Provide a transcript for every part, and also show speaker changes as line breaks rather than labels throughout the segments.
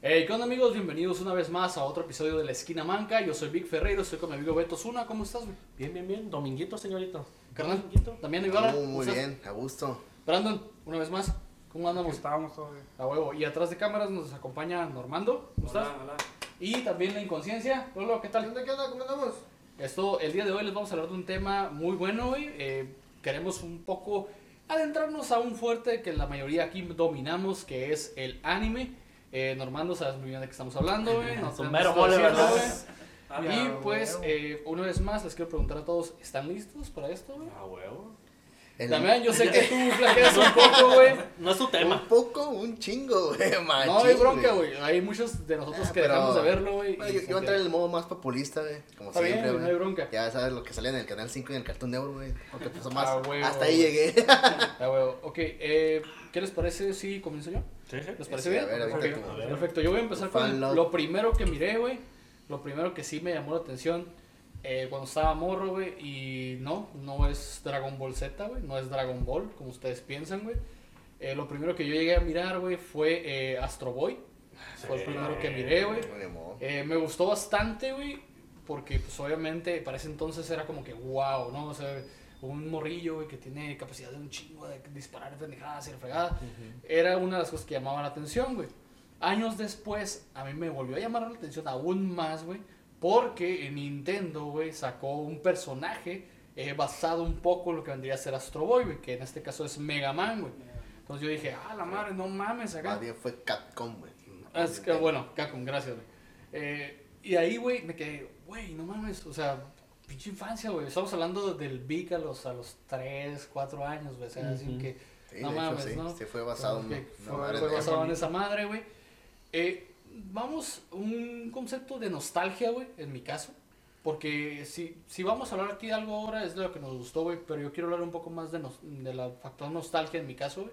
Hey, ¿qué onda amigos? Bienvenidos una vez más a otro episodio de La Esquina Manca. Yo soy Vic Ferreiro, estoy con mi amigo Beto Zuna. ¿Cómo estás, güey?
Bien, bien, bien. Dominguito, señorito.
Carnal,
Dominguito.
Damián Ayala.
Muy,
¿cómo
muy
estás?
bien, a gusto.
Brandon, una vez más, ¿cómo
Aquí
andamos?
estábamos todavía.
A huevo. Y atrás de cámaras nos acompaña Normando. ¿Cómo estás?
Hola, hola.
Y también La Inconsciencia. Hola, ¿qué tal?
¿Qué onda? ¿Cómo andamos?
Esto, el día de hoy les vamos a hablar de un tema muy bueno, güey. Eh, queremos un poco adentrarnos a un fuerte que la mayoría aquí dominamos, que es el anime. Eh, Normando, sabes muy bien de qué estamos hablando, güey. No
Su
tenemos
mero
que
mole,
decirlo,
¿verdad?
güey.
Ah,
Y
ya,
pues,
huevo.
eh, una vez más, les quiero preguntar a todos, ¿están listos para esto, güey?
A Ah, huevo.
Damián, yo sé que tú flaqueas un poco, güey.
No es tu
un
tema.
poco, un chingo, güey, machín,
No hay bronca, güey. Hay muchos de nosotros
Ah,
que
pero-
dejamos de verlo, güey.
Bueno,
y como
yo, yo voy a
que-
entrar en el modo más populista, güey, como
Está bien,
siempre,
güey, no hay
güey.
bronca.
Ya sabes lo que salía en el Canal 5 y en el Cartoon Network, güey. Porque pues más,
Ah, güey,
hasta
güey.
ahí llegué.
Ah, güey, Ok, eh, ¿qué les parece si comienzo yo?
Sí, sí.
¿Les parece
Sí,
bien?
A ver, ahorita
Ok,
tú.
A ver.
Perfecto, yo voy a empezar
Tu
con
fan
el-
love.
lo primero que miré, güey. Lo primero que sí me llamó la atención eh, cuando estaba morro, güey. Y no, no es Dragon Ball Z, güey. No es Dragon Ball, como ustedes piensan, güey. Eh, lo primero que yo llegué a mirar, güey, fue eh, Astro Boy. Fue el primero que miré, güey.
Ni modo.
Eh, me gustó bastante, güey, porque pues obviamente para ese entonces era como que wow, ¿no? O sea, un morrillo, güey, que tiene capacidad de un chingo de disparar pendejadas y la fregada. Era una de las cosas que llamaba la atención, güey. Años después, a mí me volvió a llamar la atención aún más, güey, porque Nintendo, güey, sacó un personaje eh, basado un poco en lo que vendría a ser Astro Boy, güey, que en este caso es Mega Man, güey. Entonces yo dije, ah, la madre, no mames, acá.
Más bien fue Capcom, güey.
Ah, Es que, bueno, Capcom, gracias, güey. Eh, y ahí, güey, me quedé, güey, no mames, o sea, pinche infancia, güey. Estamos hablando del Vic a los, a los 3, 4 años, güey. O sea, así
Ujú.
que
Sí,
no
de hecho,
mames,
sí,
¿no?
sí fue basado en...
que
no,
fue,
madre
fue
de-
basado en esa madre, güey. Eh, vamos, un concepto de nostalgia, güey, en mi caso. Porque si, si vamos a hablar aquí de algo ahora es de lo que nos gustó, güey. Pero yo quiero hablar un poco más de, nos- de la factor nostalgia en mi caso, güey.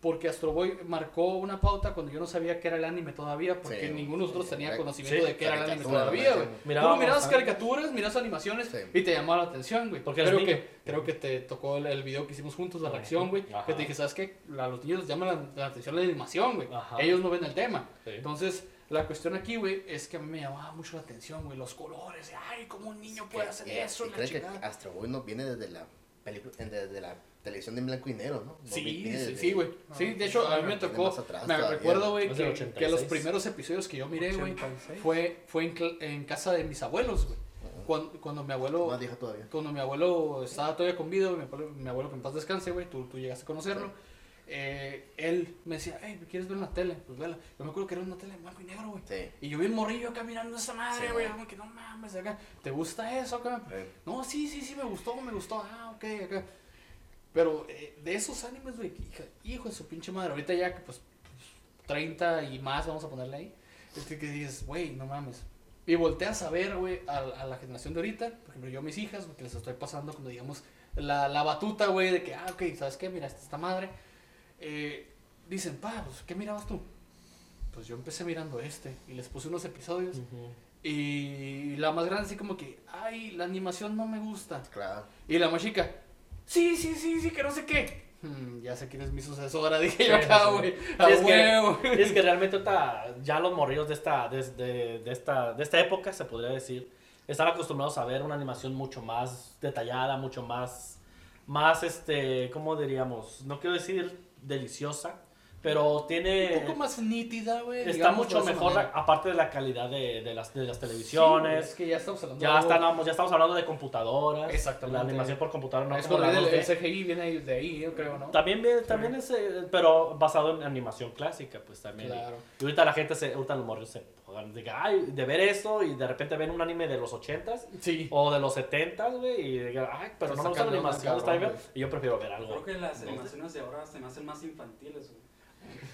Porque Astro Boy marcó una pauta cuando yo no sabía que era el anime todavía. Porque
Sí,
ninguno de nosotros
sí,
tenía
la-
conocimiento
sí,
de que era el anime
caricatura,
todavía,
güey.
güey. Tú
Mirábamos
mirabas
antes.
caricaturas, mirabas animaciones
Sí.
y te llamaba la atención, güey.
Porque eres
creo,
niño.
que, creo que te tocó el, el video que hicimos juntos, la reacción, güey.
Ajá.
Que te dije, ¿sabes qué? A los niños les llama la, la atención la animación, güey.
Ajá.
Ellos no ven el tema.
Sí.
Entonces, la cuestión aquí, güey, es que a mí me llamaba mucho la atención, güey. Los colores, de, ay, cómo un niño puede hacer
Y-
eso,
Y
la
creo que ah,
chingada.
Astro Boy no viene desde la película, desde la televisión de blanco y negro, ¿no? No
Sí,
viene
sí,
desde-
sí, güey.
Ah,
Sí, de hecho, a mí me
tiene
tocó.
más atrás
Me
todavía.
recuerdo, güey,
Es del
que, que los
86.
primeros episodios que yo miré, güey,
86.
fue, fue en, cl- en casa de mis abuelos, güey. Cuando, cuando mi abuelo.
Más vieja todavía.
Cuando mi abuelo estaba todavía con vida, mi abuelo, mi abuelo que en paz descanse, güey, tú, tú llegaste a conocerlo.
Sí.
eh, él me decía, hey, ¿quieres ver la tele? Pues vela. Yo me acuerdo que era una tele en blanco y negro, güey.
Sí.
Y yo vi el morrillo acá mirando esa madre,
Sí.
güey. como que no mames, acá. ¿Te gusta eso acá?
Eh,
No, sí, sí, sí, me gustó, me gustó. Ah, ok, acá. Pero eh, de esos animes, güey, que hija- hijo de su pinche madre. Ahorita ya que pues 30 y más, vamos a ponerle ahí. Es que, que dices, güey, no mames. Y volteas a ver, güey, a, a la generación de ahorita. Por ejemplo, yo a mis hijas, güey, que les estoy pasando, como digamos, la, la batuta, güey, de que, ah, ok, ¿sabes qué? Mira, esta, esta madre. Eh, dicen, pa, pues, ¿qué mirabas tú? Pues yo empecé mirando este y les puse unos episodios.
Ujú.
Y la más grande, así como que, ay, la animación no me gusta.
Claro.
Y la más chica, sí, sí, sí, sí, que no sé qué. Hmm, ya sé quién es mi sucesora, dije yo
Sí,
acá,
sí.
güey. A
Sí, es,
huevo.
que, es que realmente ahorita ya los morrillos de esta, de, de- de esta, de esta época, se podría decir, están acostumbrados a ver una animación mucho más detallada, mucho más, más, este, ¿cómo diríamos? No quiero decir deliciosa, pero tiene...
Un poco más nítida, güey.
Está
digamos,
mucho
de esa
mejor,
manera.
aparte de la calidad de, de las, de las
Sí, güey,
televisiones.
es que ya estamos hablando
ya,
de algo-
estamos, ya estamos hablando de computadoras.
Exactamente.
La animación por computadora no
es
como
por
la
ahí del-
2D.
el CGI viene ahí- de ahí, yo creo, ¿no?
También, ve- también es, eh, pero basado en animación clásica, pues también.
Claro.
Y ahorita la gente, se, ahorita los morros se jodan de, que, ay, de ver eso y de repente ven un anime de los 80s
Sí.
o de los 70s, güey, y digan, ay, pero
Está
no me gusta la
cabrón,
animación, está
cabrón,
bien.
güey.
Y yo prefiero ver algo.
Pues Creo que las
No.
animaciones de ahora se me hacen más infantiles, güey.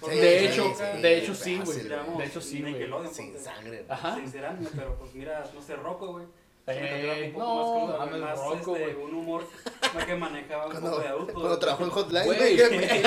Sí,
de
sí,
hecho,
sí,
de hecho sí,
Ah,
fácil,
güey.
güey.
De hecho sí, güey.
Sin sangre. güey.
Ajá.
Sinceramente, pero pues mira, no sé, Rocco, güey. Es una
Eh,
caricatura un poco
no,
más cruda,
mames,
más,
Rocco,
este,
güey.
un humor más que manejaba un
Cuando,
poco de adulto.
cuando trabajó en Hotline,
Güey,
güey.
güey, Eh,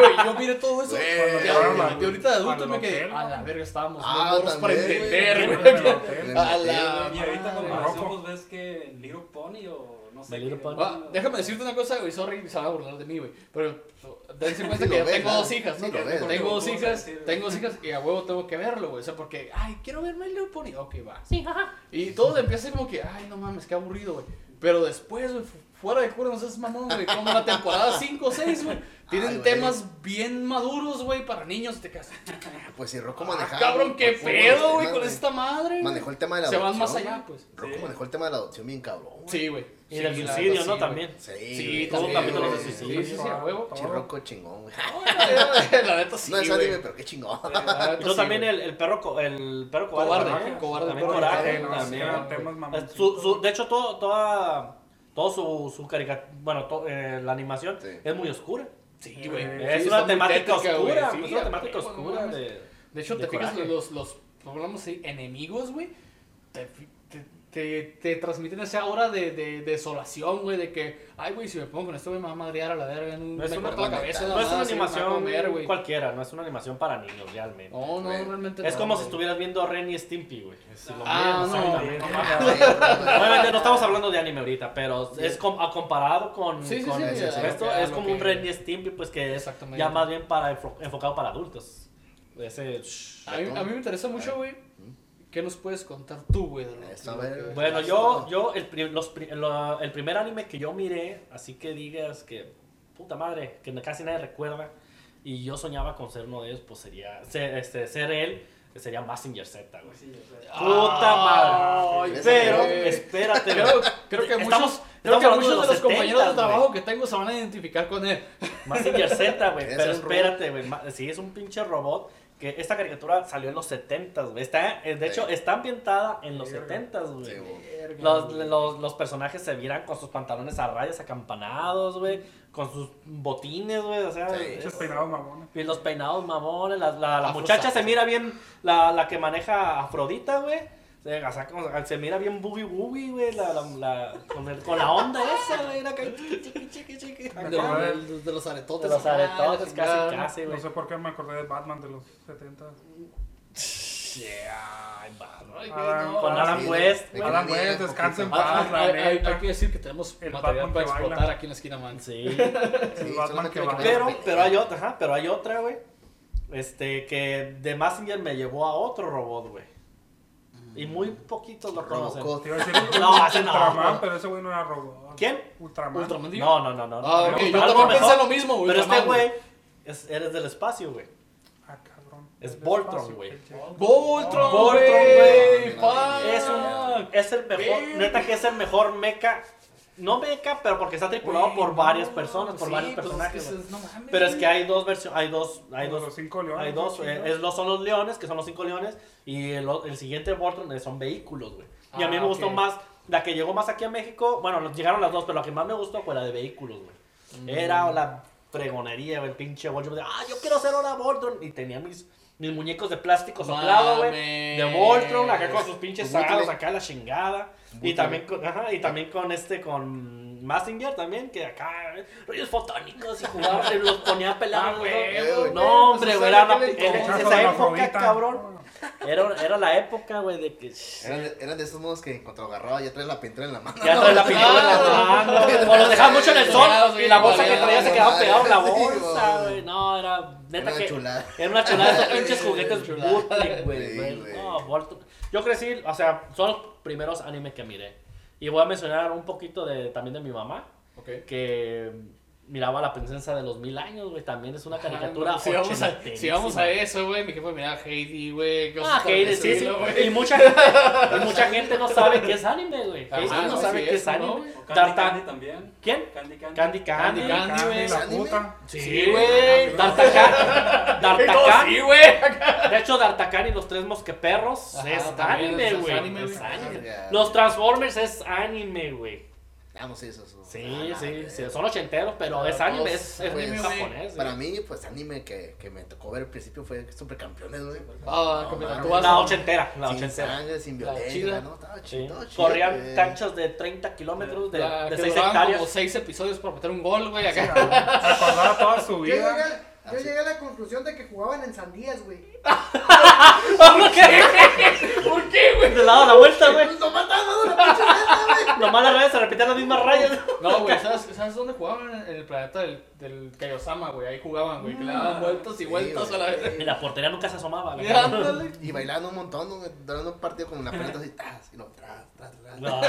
güey, yo miré todo eso.
Güey.
cuando llegaron a- Y ahorita de adulto
Al
me quedé.
hotel,
A la
güey.
verga, estábamos
Ah,
muy morros para
también, güey.
entender,
Pero
güey.
en el hotel.
A la
Y ahorita
madre.
con
Rocco.
pues ves que Little Pony o no sé.
My Little
qué-
Pony.
Ah,
Ah, déjame decirte una cosa, güey. Sorry, se van a burlar de mí, güey. Pero so, dense cuenta
Sí
que
lo
yo
ves,
tengo
¿no?
dos hijas,
Sí
¿no?
lo ves,
tengo
¿no?
dos
¿Cómo
hijas,
decir?
tengo dos hijas y a huevo tengo que verlo, güey. O sea, porque, ay, quiero ver My Little Pony. Ok, va. Sí, ajá. Y todo empieza así como que, ay, no mames, qué aburrido, güey. Pero después, güey, fu- fuera de cura, no seas mamón, güey. Como la temporada 5 o 6, güey. Tienen
Ay, güey.
temas bien maduros, güey, para niños. Te casas.
Pues si Rocco
Ah,
manejaba.
cabrón, qué
fue uno de los
pedo, güey,
temas,
con esta madre. güey.
Manejó el tema de la
Se
adopción.
van más
güey.
allá, pues.
Rocco
Sí.
manejó el tema de la adopción bien cabrón. güey.
Sí, güey.
Y
Sí,
del
la
suicidio,
neta,
¿no?
sí, güey.
También.
Sí,
Sí,
güey.
Todo
también,
capítulo
güey.
de suicidio.
Sí, sí, sí, a huevo. a
Sí,
huevo.
Rocco chingón, güey.
La neta Ah, sí,
No es
güey.
anime, pero qué chingón.
La neta
Y luego
sí,
también
güey.
el, el perro, co- el perro cobarde.
Cobarde,
¿no?
cobarde,
También
perro
coraje.
cobarde,
no, sí,
también.
eran temas mamoncitos.
Su- su- de hecho, todo, toda, todo su, su caricatura, bueno, to- eh, la animación
Sí.
es muy oscura.
Sí, güey.
es
Sí, está
una
muy
temática
tétrica, güey.
oscura.
Sí,
es una
a
temática
huevo, no
oscura.
mames.
De,
De hecho,
de
te fijas,
coraje.
los, los, hablamos así, enemigos, güey, te, fi- te, te, te transmiten esa hora de, de, desolación, güey, de que, ay, güey, si me pongo con esto, güey, me va a madrear a la verga, no,
No es
me
una-
corto la cabeza,
no
no es una
más, sí, me va a
animación
comer, güey.
cualquiera, no es una animación para niños realmente.
No, no,
Güey.
realmente
Es
no,
como si
güey.
estuvieras viendo a Ren y Stimpy, güey. Es lo
Ah,
mismo,
no,
exactamente.
no
Obviamente no estamos hablando de anime ahorita, pero es com- a comparado con,
Sí, sí,
con
sí,
el-
sí, a lo
esto
que- a
es
lo
como
que-
un Ren y Stimpy, pues que es
Exactamente.
ya más bien para enfo- enfocado para adultos. Ese, shh.
A mí, a mí me interesa mucho, güey, ¿qué nos puedes contar tú, güey? de lo que-
Eso, a ver,
lo que-
güey.
Bueno, yo, yo el, pri- los pri- la- el primer anime que yo miré, así que digas que, puta madre, que na- casi nadie recuerda, y yo soñaba con ser uno de ellos, pues sería, ser, este, ser él, sería Massinger Z, güey.
Sí, o sea,
Puta
Ay,
Ah,
madre. Pero,
güey.
espérate, güey.
Creo, creo que
Estamos-
muchos, creo
estamos
que
hablando
muchos de los,
70s,
compañeros de
güey.
trabajo que tengo se van a identificar con él.
Mazinger Z, güey.
Ese
Pero
es un
espérate, güey. ma- Sí, es un pinche robot. Que esta caricatura salió en los 70, güey. Está, eh, de hecho,
Sí.
está ambientada en los
Verga.
70, güey.
Sí, güey.
Los, los, los personajes se vieran con sus pantalones a rayas acampanados, güey. Con sus botines, güey. O sea,
Sí.
es-
esos peinados mamones.
y los peinados mamones. La, la, la
Afro
muchacha se
sapo.
mira bien. La, la que maneja Afrodita, güey. Se, o sea, como- se mira bien boogie woogie, güey. La, la, la- con, el- con la onda esa, güey. Era que-
De, los- de los
de
aretotes.
los
Ah,
aretotes,
chingada.
casi, casi, güey.
No sé por qué me acordé de Batman de los 70.
Yeah, ay, barro.
Ay, güey,
Adam-
no.
Con
Ah,
Alan
sí,
West,
de-
güey.
Alan West, descansa en
Ah, ah,
paz, la
hay, hay- hay
neta.
que decir que tenemos
El
material
Batman
para
que baila.
explotar aquí en la esquina, man.
Sí.
El
Sí,
Batman
solamente
que
me
va.
quedé
Pero,
con-
pero
eh.
hay otra, ajá, pero hay otra, güey. Este, que de Massinger me llevó a otro robot, güey. Y
Mm.
muy poquitos lo conocen.
Robocop.
Te iba a decir un-
No, ese no.
Ultraman, pero ese güey no era robot.
¿Quién?
Ultraman.
Ultraman digo.
No, no, no, no.
Ah,
no.
ok,
Ultraman
yo
Algo
también pensé
mejor.
lo mismo, güey.
Pero este
Ultraman,
güey, es, eres del espacio, güey.
Ah, cabrón.
Es
El
Voltron,
espacio,
güey.
Oh.
el che.
Voltron,
Voltron,
güey.
güey.
Fuck.
Es un, es el mejor,
Verga.
neta que es el mejor mecha. No mecha, pero porque está tripulado
Güey,
por
no,
varias personas, por
sí,
varios
pues es que
personajes.
eso
güey.
es- no mames,
Pero es que
güey.
hay dos versiones, hay dos, hay
Como
dos
Los cinco leones.
Hay dos,
¿no?
eh, es los, son los leones, que son los cinco leones, y el, o- el siguiente Voltron eh, son vehículos, güey. Y a mí
Ah,
me gustó
ok.
más, la que llegó más aquí a México, bueno, nos llegaron las dos, pero la que más me gustó fue la de vehículos,
Mm.
güey. Era la fregonería, güey, el pinche Voltron. de, ah, yo quiero ser ahora Voltron. Y tenía mis, mis muñecos de plástico soplado, güey. De
Mames.
Voltron, acá con sus pinches
Butle.
aros, acá la chingada. Y
Butle.
también con, ajá, y también con este, con Massinger también, que acá, eh, rayos fotónicos y jugaba, y los ponía
Ah,
pelados, güey.
güey.
No, hombre, güey, era, una-
Pues,
era-
¿sabes
Chazo
qué le
esa
de
tocó?
la
época,
Afrodita.
cabrón. Era, era la época, güey, de que. Ya
Eran de, eran de esos modos que en cuanto agarraba ya traes la pintura en la mano. Ah,
traes la pintura en la mano, güey, O lo dejabas mucho en el sol y la bolsa que traía se quedaba pegada en la bolsa, güey. No, era.
Era
Neta
una
que.
chulada.
Era una chulada esos pinches juguetes
Chulada.
bootleg, güey,
Sí,
güey.
güey.
No, Voltron. Yo crecí, o sea, son los primeros animes que miré. Y voy a mencionar un poquito de, también de mi mamá,
Ok.
que miraba La Princesa de los Mil Años, güey. También es una caricatura.
Ah, Si vamos, a, si vamos a
ochenterísima.
eso, güey, mi jefe miraba Heidi, güey. cosas
Ah,
por el
Heidi, sí, sí.
estilo,
Y
güey.
mucha gente, y mucha gente no sabe qué es anime, güey.
Ah,
Heidi no
sí,
sabe
sí,
qué es
eso, ¿no?
anime.
O Candy Candy
Tarta...
también.
¿Quién?
Candy Candy.
Candy
Candy
Candy.
Candy.
Candy, la
güey.
puta.
Sí, güey.
Sí.
D'Artagnan. D'Artagnan.
Sí, güey.
De hecho, D'Artagnan y los tres mosqueperros
Ajá,
es
también
anime,
es
güey.
anime,
Es
güey.
anime.
Ah, ya.
Los Transformers es anime, güey.
Vamos, eso. eso.
Sí,
Ah,
sí,
ya.
sí. Son ochenteros, pero
Pero
es anime.
todos-
Es, es
pues,
anime japonés.
Para
güey.
mí, pues anime que, que me tocó ver al principio fue Supercampeones, güey.
Ah,
No,
que me
mames.
tatuas.
La ochentera. La
sin
ochentera.
sangre, sin
La
violencia,
chida.
¿no? Estaba
Sí.
chido, chido,
Corrían
güey.
canchas de 30 kilómetros, de,
La
de
que
6
duraban
hectáreas.
como seis episodios para meter un gol, güey. Acá.
Acordaba toda su
Yo llegué,
vida.
Ah,
yo llegué a la conclusión de que jugaban en sandías, güey.
¿Por qué? ¿Por qué, güey? Te la da la vuelta, güey.
Pues, ¡Lo mataron, la pinche neta, güey!
Lo nomás las rayas se repetían las mismas rayas.
No, güey, ¿sabes, ¿sabes dónde jugaban? En el planeta del, del Kaiosama, güey. Ahí jugaban, güey. Que le daban vueltas y
Sí,
vueltas a la
güey.
vez.
Y la portería nunca se asomaba. la
Mira,
cabrona.
ándale.
Y bailando un montón, ¿no? dando un partido con la pelota así, tras, y lo tras, tras, tras.
No,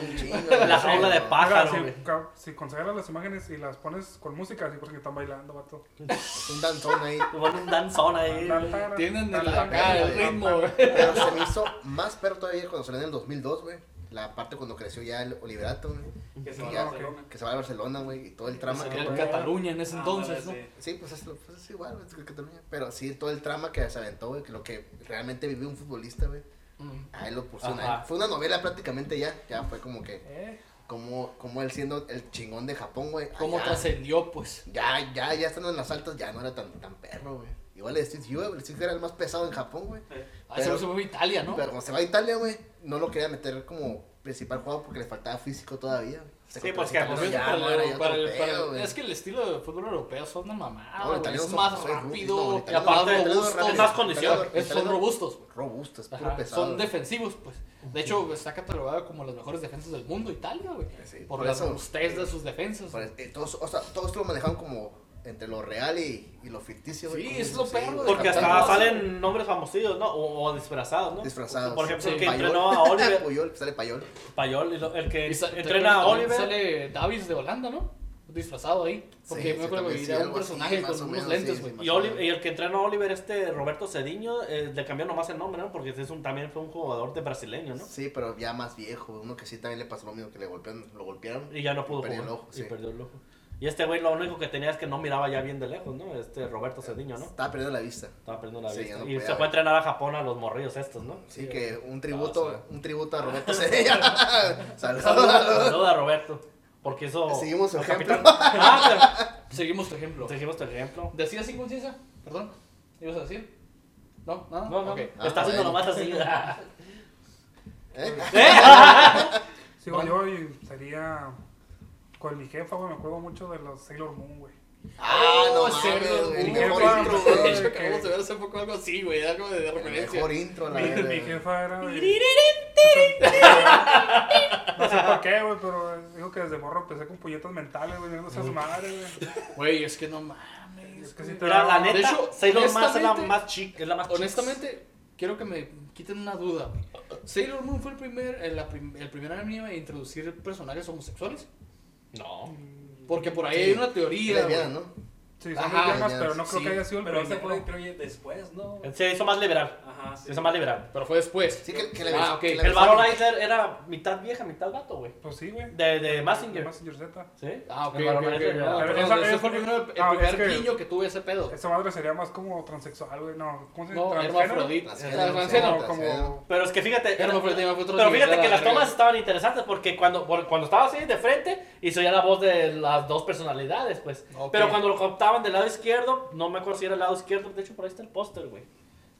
Un chingo,
La
güey.
jaula de paja.
Oiga,
Pájaro, güey.
si, ca- si consagras las imágenes y las pones con música, así porque están bailando, vato.
Un danzón ahí.
Me pone un danzón ahí. güey.
Tienen el,
Tan,
acá el
tan,
ritmo,
tan.
güey.
Pero se me hizo más perro todavía cuando salió en el 2002, güey. La parte cuando creció ya el Oliverato, güey.
Que se
Y
va
ya,
a Barcelona.
Que se va a Barcelona, güey. Y todo el trama que
Sería el
fue-
Cataluña en ese entonces, ¿no?
Sí, pues es, pues es igual, güey, es que Cataluña. Pero sí, todo el trama que se aventó, güey. que Lo que realmente vivió un futbolista, güey.
Mm.
A él lo pusieron.
Ajá.
a él. Fue una novela prácticamente ya. Ya fue como que.
Eh,
Como, como él siendo el chingón de Japón, güey.
¿Cómo
allá.
trascendió, pues?
Ya, ya, ya estando en las altas, ya no era tan, tan perro, güey. Igual el Street View, el Street era el más pesado en Japón, güey.
Ah, se
Pero-
me fue a Italia, ¿no?
Pero cuando se va a Italia, güey, no lo quería meter como principal juego porque le faltaba físico todavía. güey. Se
Sí,
compró
pues, que
esta
a
Pero
cosa, ya,
para
no
el-
era ya
para el-
otro
para el-
pedo, güey.
es que el estilo de fútbol europeo son una
No,
mamada, güey.
italianos
Es
son-
más
son ru- no,
rápido,
italianos
y
son
más
rápidos,
robusto.
rápidos.
más condición.
Italianos-
Es- Son
italianos
robustos.
Robustos, puro
Ajá,
pesado.
Son
güey.
defensivos, pues. De hecho, está catalogada como las mejores defensas del mundo Italia, güey.
Sí,
por,
por
la
eso-
robustez de sus defensas.
Por el- eh, todos, o sea, todos lo manejaban como entre lo real y, y lo ficticio, güey.
Sí,
como-
es lo perro,
güey,
güey.
Porque
Capitán
hasta
Rosa.
captando-
salen nombres famosillos, ¿no? O, o disfrazados, ¿no?
Disfrazados.
Por ejemplo, el que
Sí.
entrenó a Oliver.
Puyol, sale Payol.
Payol, y lo- el que
Y sa-
entrena a
también
Oliver.
Sale Davis de Holanda, ¿no? Disfrazado ahí. Porque
Sí,
me
sí,
acuerdo que
también, sí,
era un
algo así,
personaje
más
con
o
unos
menos,
lentes,
sí,
güey.
sí,
Y, Oli- y el que entrenó a Oliver, este Roberto Cediño, eh, le cambió nomás el nombre, ¿no? Porque es un, también fue un jugador de brasileño, ¿no?
Sí, pero ya más viejo. Uno que sí también le pasó lo mismo, que le golpearon, lo golpearon.
Y ya no pudo
perdió
jugar.
el ojo,
y
sí.
perdió el ojo. Y este güey lo único que tenía es que no miraba ya bien de lejos, ¿no? Este Roberto Cediño, ¿no?
Estaba perdiendo la vista.
Estaba perdiendo la
Sí,
vista.
ya no
y
podía
se fue a
ver.
entrenar a Japón a los morrillos estos, ¿no?
Sí,
Sí,
que un
Ah,
tributo, un tributo a Roberto Cedella. Saludos.
Saluda a Roberto. Porque eso.
Seguimos su
el
ejemplo.
capitán- Ah,
Seguimos tu ejemplo.
pero- Seguimos tu ejemplo.
¿Decías sin conciencia? Perdón. ¿Ibas a decir? No, nada.
No, no.
Ok.
Lo está
Ah,
haciendo
bueno.
nomás así.
¿Eh?
sigo yo y sería con mi jefa, güey. Me acuerdo mucho de los Sailor Moon, güey.
Ah, no
Oh,
mames,
cerdo,
güey, el
uh,
mejor
güey.
intro,
De hecho,
güey,
acabamos
que-
de ver hace poco algo así, güey. Algo de
El
referencia.
mejor intro, la
Mi,
verdad.
eh.
mi jefa era de... No sé por qué, güey, pero eh, dijo que desde morro empecé con puñetas mentales, güey, no seas madre, güey.
Güey, es que no mames.
Es que sí te
Pero la
daba-
neta,
De hecho,
Sailor Moon es la
honestamente-
más chic. Es la más chic.
Honestamente, quiero que me quiten una duda. güey. ¿Sailor Moon fue el primer, el, la prim- el primer anime a introducir personajes homosexuales?
No.
Porque por ahí
Sí.
hay una
Y
teoría.
lesbiana,
güey.
¿no?
Sí, son
Ajá,
lesbianas,
ya,
pero no creo
sí,
que haya sido el
Pero ese fue,
primero.
creo yo, después, ¿no?
Se hizo más liberal.
Ajá, sí.
Se hizo más liberal.
Pero fue después.
Sí, que, que
Ah, ok.
que
El varón Eisler era mitad vieja, mitad gato, güey.
Pues sí, güey.
De, de Massinger.
Mazinger Z.
¿Sí?
Ah, ok,
El
ok,
varón
ok.
Eisler
No,
era-
Pero
perdón,
esa-
ese
es-
fue el primer, el
ah,
primer
es que-
guiño que tuve ese pedo.
Esa madre sería más como transexual, güey, no. ¿Cómo se dice?
No,
Transgénero.
hermafrodita.
Transgénero,
Transgénero.
No, como...
Transgénero.
Pero es que fíjate. era-
Hermafrodita, hermafrodita,
Pero fíjate
era
que
la
las
verga.
tomas estaban interesantes porque cuando, por- cuando estaba así de frente, hizo ya la voz de las dos personalidades, pues.
Ok.
Pero cuando lo captaban del lado izquierdo, no me acuerdo si era el lado izquierdo, de hecho por ahí está el póster, güey.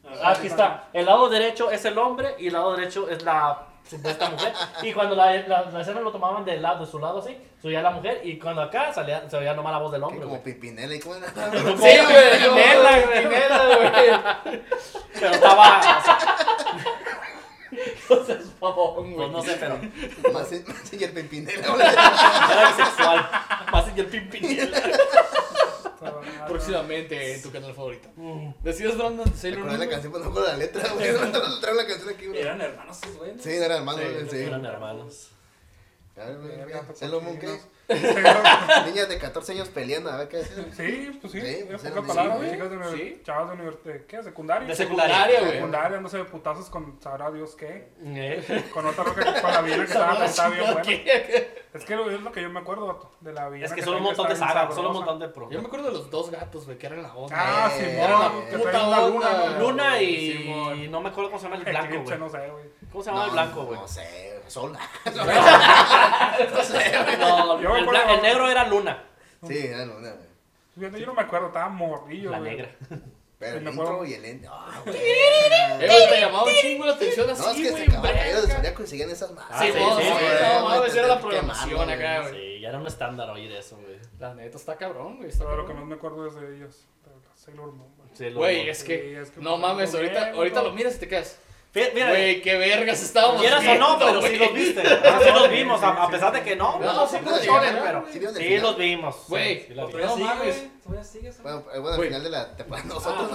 Ajá.
Ah, Aquí está, el lado derecho es el hombre y el lado derecho es la supuesta mujer. Y cuando la, la- la escena lo tomaban del lado, de su lado así, subía la mujer y cuando acá salía, se veía nomás la voz del hombre, güey.
Como Pipinela y como era.
Sí, güey. yo-
Pinela, güey.
Pinela, güey.
Pero estaba, o sea,
Entonces, pavón, güey.
pues no sé, pero
Más más y el Pipinela, güey.
era bisexual. Más y el pimpinela.
Próximamente en tu canal favorito.
mm,
¿Decías, Brandon, Sailor
Recuerda
Moon?
la canción, pues no recuerdo la letra, güey. No traigo la canción aquí, güey.
Eran hermanos esos güeyes.
Sí, era hermano,
Sí,
güey, sí.
Eran hermanos.
A ver, güey,
Verga, pues,
güey. Sailor Moon, ¿qué?
Sailor-
Niñas de 14 años peleando, a ver qué decían.
Sí, pues sí,
Sí,
era
pues
poca
eran
palabra,
sí,
chicas de
güey,
univers-
sí.
chavas de universidad, ¿qué? ¿Secundaria?
De
Secundaria, güey.
Secundaria, no sé, de putazos con sabrá Dios qué.
Eh,
Con otra roca que con la villana que estaba pintada bien buena.
¿Qué?
Es que lo- es lo que yo me acuerdo, vato, de la villana
Es que son un
también
montón de
estaba bien
sagas, son un
sabrosa.
montón de pro.
Yo me acuerdo de los dos gatos, güey, que eran la onda.
Ah,
Eh,
Simón,
era la
que
puta
traía una
onda.
güey.
Luna y
Simón.
no me acuerdo cómo se llama el blanco,
Eclipse,
güey.
no sé, güey.
¿Cómo se llama el blanco, güey?
No sé, sola.
Eh,
Ah, No,
Yo me
el,
acuerdo-
blan- el negro era Luna,
Sí, era luna, güey.
Yo, no- yo no me acuerdo, estaba morrillo,
la
güey.
negra.
Pero el
Me
intro
acuerdo.
y el end. Ah,
Eh,
güey.
güey, te llamaba un chingo la atención
No, es
así,
que
güey.
se caballeros de
verga.
Zodiaco conseguían esas más.
Ah, sí, sí, sí,
no,
güey,
mames, era la
qué
programación
malo,
acá, güey.
Sí, ya era un estándar oír eso, güey.
La neta está cabrón, güey. Está
Pero lo que
cabrón.
más me acuerdo es de ellos, de la Sailor Moon, güey.
Sí, lo-
Güey, es
Sí,
que.
es que
No
me
mames,
acuerdo
ahorita,
bien,
ahorita
güey.
lo miras y te quedas.
Fí- Mira,
Güey, qué vergas estábamos
quieras o no,
viendo,
pero
güey.
sí los viste. Sí los vimos,
sí,
a, a
sí,
pesar
sí.
de que no.
No,
no,
sí,
sí,
pero
los
sí,
vimos,
pero-
pero-
sí vieron el
Sí
final.
los vimos. sí,
Güey.
sí la vimos.
Todavía
No
sigue,
mames.
güey. Todavía sigue eso.
Bueno, eh, bueno, al
Güey. Ah.
final de la temporada nosotros.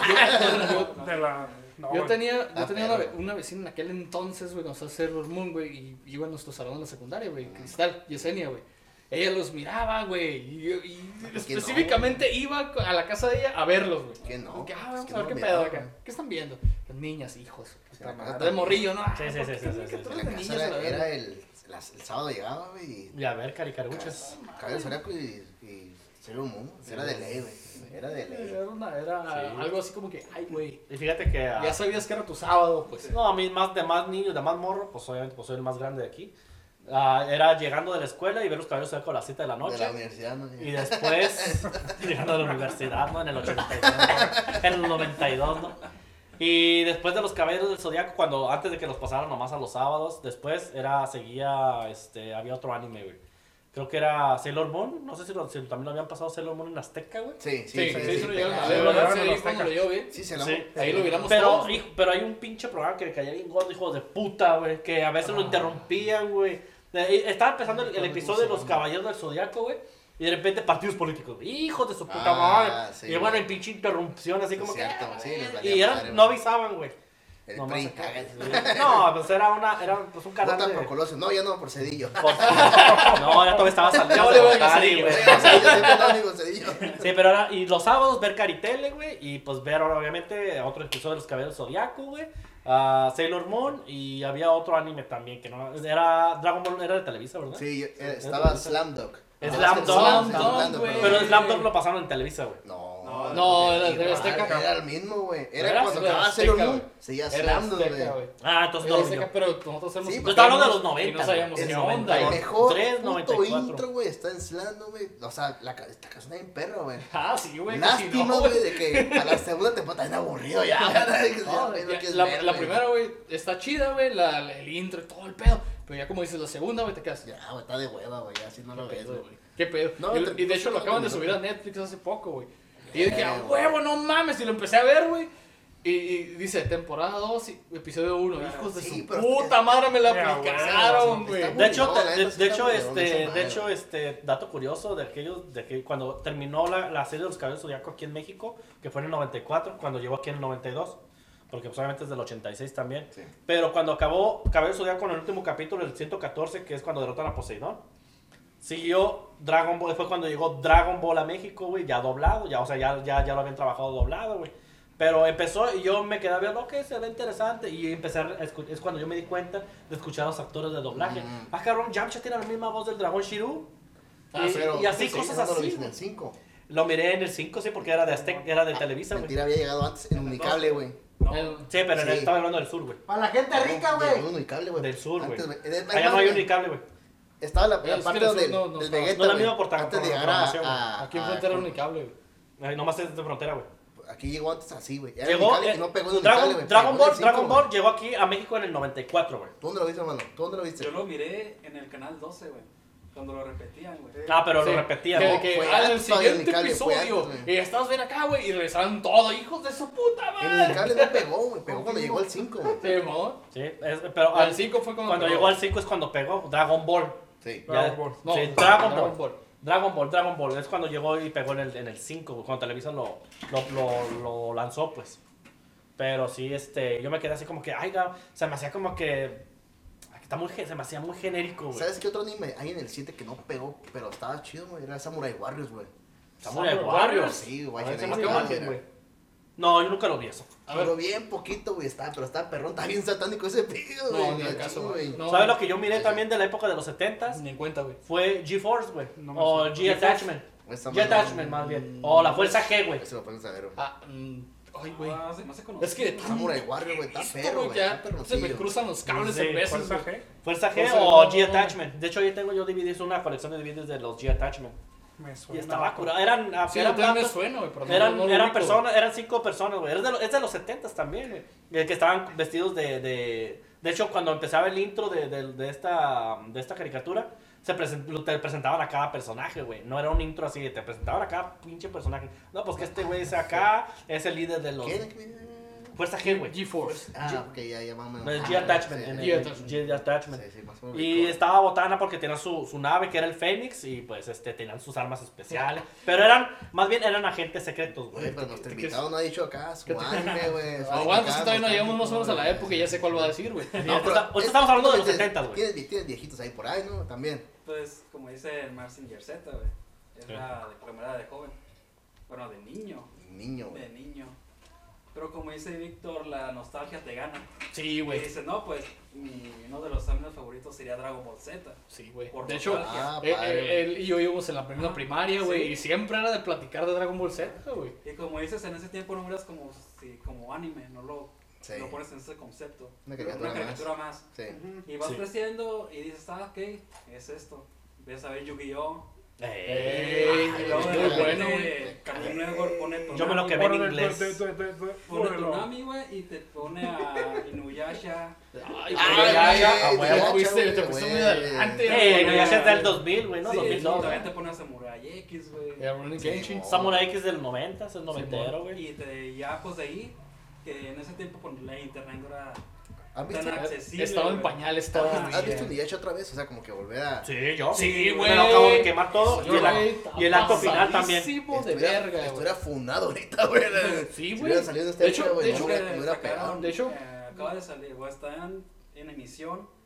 Yo-
De la. No,
Yo
güey.
tenía, yo
Ah,
tenía una,
perro.
ve- una vecina en aquel entonces, güey, cuando estaba Sailor Moon, güey, y iba a nuestro salón de la secundaria, güey, Cristal, Yesenia, güey. Ella los miraba, güey, y, yo- y
¿Por qué no,
específicamente iba a la casa de ella a verlos, güey.
¿Qué no?
Como que, ah, vamos
Es que
a ver
no
qué
lo
pedo
miraba,
acá.
güey.
¿Qué están viendo? Las niñas, hijos. puta
la
madre.
casa
De
también.
morrillo, ¿no?
Sí, sí,
¿por
sí,
qué
sí,
tienen
sí,
que
sí,
todas
La
las
casa
niñas a la
era,
verga?
era el, las- el sábado llegaba, güey.
Y a ver, caricaruchas.
Cabello Zodiaco y, y Sailor Moon. Era de ley, güey. Era de ley.
Era, una- era
Sí.
algo así como que, ay, güey,
Y fíjate que. ah,
ya sabías que era tu sábado, pues.
No, a mí más de más niños, de más morro, pues obviamente pues soy el más grande de aquí. Ah, era llegando de la escuela y ver los caballos con a las 7 de la
De la
noche.
universidad, ¿no?
y después, llegando de la universidad, ¿no? En el 82, en el 92, ¿no? Y después de los caballeros del zodiaco, cuando antes de que los pasaran nomás a los sábados, después era, seguía, este, había otro anime, güey. Creo que era Sailor Moon, no sé si, lo- si también lo habían pasado Sailor Moon en Azteca, güey.
Sí, sí,
Sí, sí, sí, lo llevaron a
pegado.
ver,
lo
¿verdad?
llevaron a
Sí,
los
cuando lo
tacas.
yo, güey.
Sí, se la
Sí.
Ahí lo miramos
Pero,
todos.
hijo, pero hay un pinche programa que le caía bien gordo, hijo de puta, güey. Que a veces lo interrumpían, güey. Eh, Estaba empezando el, el episodio de los caballeros del zodiaco, güey. Y de repente partidos políticos. Hijo de su puta
Ah,
madre.
sí,
y bueno,
güey.
en pinche interrupción, así
Sí,
como
cierto,
que.
sí, les valía
y eran-
madre,
no
güey.
avisaban, güey.
El
Nomás
30.
acá, sí. No, pues era, una, era pues, un canal.
Vota
de-
por Colosio. No, ya no, por Cedillo.
Ah,
por- No, ya todavía estaba saliendo.
Ya le
de
voy a
Bacari,
decir,
güey.
Sí, o sea, yo siempre lo digo, Cedillo.
Sí, pero ahora, y los sábados ver Caritele, güey, y pues ver obviamente otro episodio de los Caballeros Zodiaco, güey, ah, Sailor Moon, y había otro anime también, que no, era Dragon Ball, era de Televisa, ¿verdad?
Sí, yo- eh, estaba Slam Dog.
Slam Dog,
Slam Dog,
perdón.
Pero el Dog lo pasaron en Televisa, güey.
No,
No,
no, era
era
el TV Azteca.
Era el mismo, güey. Era,
Era
cuando
Azteca,
acababa Sailor
güey.
Moon. Seguía
Era
Slam Dog,
Azteca,
güey.
güey.
Ah, entonces
Era
no
Azteca,
durmió.
pero nosotros éramos
Sí, pues,
Yo estaba hablando de los
pequeños
90.
y no sabíamos
güey,
qué
en
onda,
90,
El
güey.
mejor
Tres,
puto
94.
intro, güey, está en Slam, Dog, güey. O sea, la, ca- esta canción es bien perro, güey.
Ah, sí, güey.
pues
casi no,
Lástima, güey, de que a la segunda temporada está aburrido ya. güey. Que
No,
ya,
ya,
güey, lo que es
la,
ver,
la
güey.
primera, güey, está chida, güey, la, la- el intro y todo el pedo. Pero ya como dices, la segunda, güey, te quedas. Ya,
Ya, güey, está de hueva, güey. Así no lo
¿qué
ves,
pedo,
güey.
güey? ¿Qué pedo?
No,
y,
te-
y de hecho lo acaban de
no,
subir
no.
a Netflix hace poco, güey. Y dije, a
Eh, güey.
huevo, no mames. Y lo empecé a ver, güey. Y, y dice, temporada 2, y- episodio 1. Hijos de
Ah, sí,
su
pero-
puta madre, me la
Ya, güey,
aplicaron, güey.
está
De hecho,
Uy, no, la
de,
neta sí
de
está
hecho,
muy
este,
cabrón esa
de hecho,
madre.
este, dato curioso de aquellos, de que cuando terminó la, la serie de los Caballeros Zodiaco aquí en México, que fue en el 94, cuando llegó aquí en el 92, porque pues, obviamente es del 86 también,
Sí.
pero cuando acabó Caballeros Zodiaco en el último capítulo, el 114, que es cuando derrotan a Poseidón, siguió Dragon Ball, fue cuando llegó Dragon Ball a México, güey, ya doblado, ya, o sea, ya, ya, ya lo habían trabajado doblado, güey. Pero empezó y yo me quedé viendo, ok, se ve interesante. Y empecé, a escu- es cuando yo me di cuenta de escuchar a los actores de doblaje.
Mm.
Ah, cabrón, Yamcha tiene la misma voz del dragón Shiru.
Ah,
y,
pero-
y así,
sí,
cosas
¿Cuándo lo
así.
viste? En el 5.
Lo miré en el 5, sí, porque era de Aztec, era de Televisa, güey. Sí,
ah, Mentira, había llegado antes en Unicable, güey.
El-
pero en el-
Sí.
estaba hablando del sur, güey.
Para la gente rica,
Llegó en
güey.
Unicable, güey.
Del sur, güey.
Antes, Es más,
Allá no hay
güey,
unicable, güey.
Estaba la, la
Es que
parte
del sur
donde
no- no
del
estaba.
Vegeta,
No la
güey,
misma portada,
Antes
por
de llegar
programación, güey.
a... a-
Aquí en
a-
Frontera era unicable, güey.
Ay, Nomás es de frontera, güey.
Aquí llegó antes así, güey. Era
Llegó.
Unicable
eh,
y no pegó en Unicable,
Dragon,
güey,
Dragon
pegó en
Ball,
el cinco,
Dragon
güey.
Ball llegó aquí a México en el 94, güey.
¿Tú dónde lo viste, hermano? ¿Tú dónde lo viste?
Yo lo miré en el canal 12, güey. Cuando lo repetían, güey.
Ah, pero
Sí.
lo repetía,
Que,
güey.
que,
Fue
ah, en el
antes todavía
siguiente
Unicable, fue
episodio.
antes,
Y
güey.
estabas bien acá, güey. Y regresaron todos, hijos de su puta
En
madre.
Unicable no pegó, güey. Pegó cuando llegó al 5, güey.
Sí, mo.
Sí, es- pero
Al
al-
5 fue cuando.
cuando llegó al 5 es cuando pegó Dragon Ball.
Sí.
Dragon
Ya-
Ball.
No,
sí,
no,
Dragon Ball. Dragon Ball, Dragon Ball. Es cuando llegó y pegó en el, en el 5, güey, cuando Televisa lo, lo, lo, lo lanzó, pues. Pero sí, este, yo me quedé así como que, ay, ga- se me hacía como que... ay, Está muy, gen- se me hacía muy genérico, güey.
¿Sabes qué otro anime hay en el 7 que no pegó, pero estaba chido, güey? Era Samurai Warriors, güey.
Samurai
Samurai
Warriors.
Sí,
A
güey.
ver, se me hace
ahí estaba,
mal,
güey.
güey. No, yo nunca lo vi eso.
A ver.
Pero bien poquito, güey, está, pero está perrón, está bien satánico ese pido,
No,
güey.
ni al
machín,
caso,
güey.
No.
¿Sabes lo que yo miré
Sí.
también de la época de los 70s?
Ni en cuenta, güey.
Fue G-Force, güey.
No me
o
suena.
G-Attachment.
Esa madre,
G-Attachment, más bien. O la Fuerza G, güey.
güey, Se lo pones a ver, güey.
Ah, mm, ay, güey.
Ah, se me hace conocido.
Es que de
¿no?
Samurai Warrior, güey, está
Esto,
perro,
güey,
güey.
ya
está perro,
se me
sí,
cruzan los cables
Sí,
en veces,
Fuerza
güey.
G.
Fuerza G
Fuerza
o
G.
G-Attachment. De hecho, yo tengo yo DVDs, una colección de DVDs de los G-Attachment.
Me
Y
suena.
estaba curada. Eran, ah,
Sí,
eran
a mí también me
tantos-
suena, güey, pero no-
Eran,
no lo
eran
ubico,
personas, eran cinco personas, güey. Es de, lo- es de los 70 también, güey. Eh, Que estaban vestidos de, de. de hecho, cuando empezaba el intro de, de- de esta, de esta caricatura, se presen- lo- te presentaban a cada personaje, güey. No era un intro así, te presentaban a cada pinche personaje. No, pues que este güey es acá, es el líder de los.
güey. ¿Quién?
Fuerza G, güey.
GeForce.
Ah, ok, ya, ya vamos.
No, es G-Attachment.
Ah, Sí,
en
G
el-
attachment. este,
G-Attachment.
sí, sí, más o menos.
Y estaba botana porque tenía su, su nave que era el Fénix y pues este tenían sus armas especiales. Pero eran, más bien eran agentes secretos,
Güey,
güey. Eh,
pero nuestro invitado no ha dicho acá su anime, güey.
Aguanta, si
su anime,
Ah, pues todavía no
su
llegamos
anime,
más o menos a la
güey.
época y ya sé cuál va a decir, güey.
No,
Pero-
ahorita- ahorita
es-
estamos hablando de los
tienes-
70, güey.
Tienes, tienes viejitos ahí por ahí, ¿no? También.
Pues, como dice el Marcin Z, güey. Es
Sí.
la declamarada de joven. Bueno, de niño.
Niño,
De
güey.
niño. Pero como dice Víctor, la nostalgia te gana.
Sí,
Y
güey.
dice, no, pues, mi, uno de los animes favoritos sería Dragon Ball Z.
Sí, güey.
Por
De hecho,
nostalgia.
Ah,
eh,
padre,
eh,
güey. Ah,
él y yo íbamos en la misma
Ajá.
primaria, güey.
Sí.
Y siempre era de platicar de Dragon Ball Z, güey.
Y como dices, en ese tiempo no miras como, si- como anime, no lo,
Sí.
no pones en ese concepto.
Una
Pero
caricatura más.
más.
Sí.
Ujú.
Y vas
Sí.
creciendo y dices, ah, ok, es esto. Ves a ver Yu-Gi-Oh!
Eh,
Ey,
Y
Ay,
luego
muy
de repente,
bueno, güey.
Cartoon Network pone Toonami.
Yo me lo que ve en inglés.
Pone Toonami, güey, y te pone a Inuyasha.
Ay,
Ay,
güey, Ah, ya, ya,
Ah, güey,
ya
ya,
fuiste,
güey,
te fuiste
güey.
muy adelante.
Eh,
güey.
ya es del 2000, güey, ¿no?
Sí,
2002.
todavía te pone a Samurai X, güey.
Ya, Rurouni
Sí,
Kenshin.
no.
Samurai X del 90, es el noventero, güey.
Y te, ya, pues de ahí, que en ese tiempo pues, la internet no era
¿Han visto,
tan
Eh,
accesible.
Estaba en
güey.
pañales todo.
Ah,
¿Has
güey.
visto un Yash otra vez? O sea, como que volver a.
Sí, yo.
Sí, güey.
Me lo acabo de quemar todo.
Sí,
y el, ac-
güey,
y el acto final también.
pasadísimo de
Estuviera-
verga, güey.
Estuviera fundado ahorita, güey.
Sí,
Si
güey.
hubiera salido en esta
De hecho-
época, güey,
de
no
hecho-
hubiera- no hubiera pegado.
Sacaron,
De hecho-
eh, acaba de salir, o están en emisión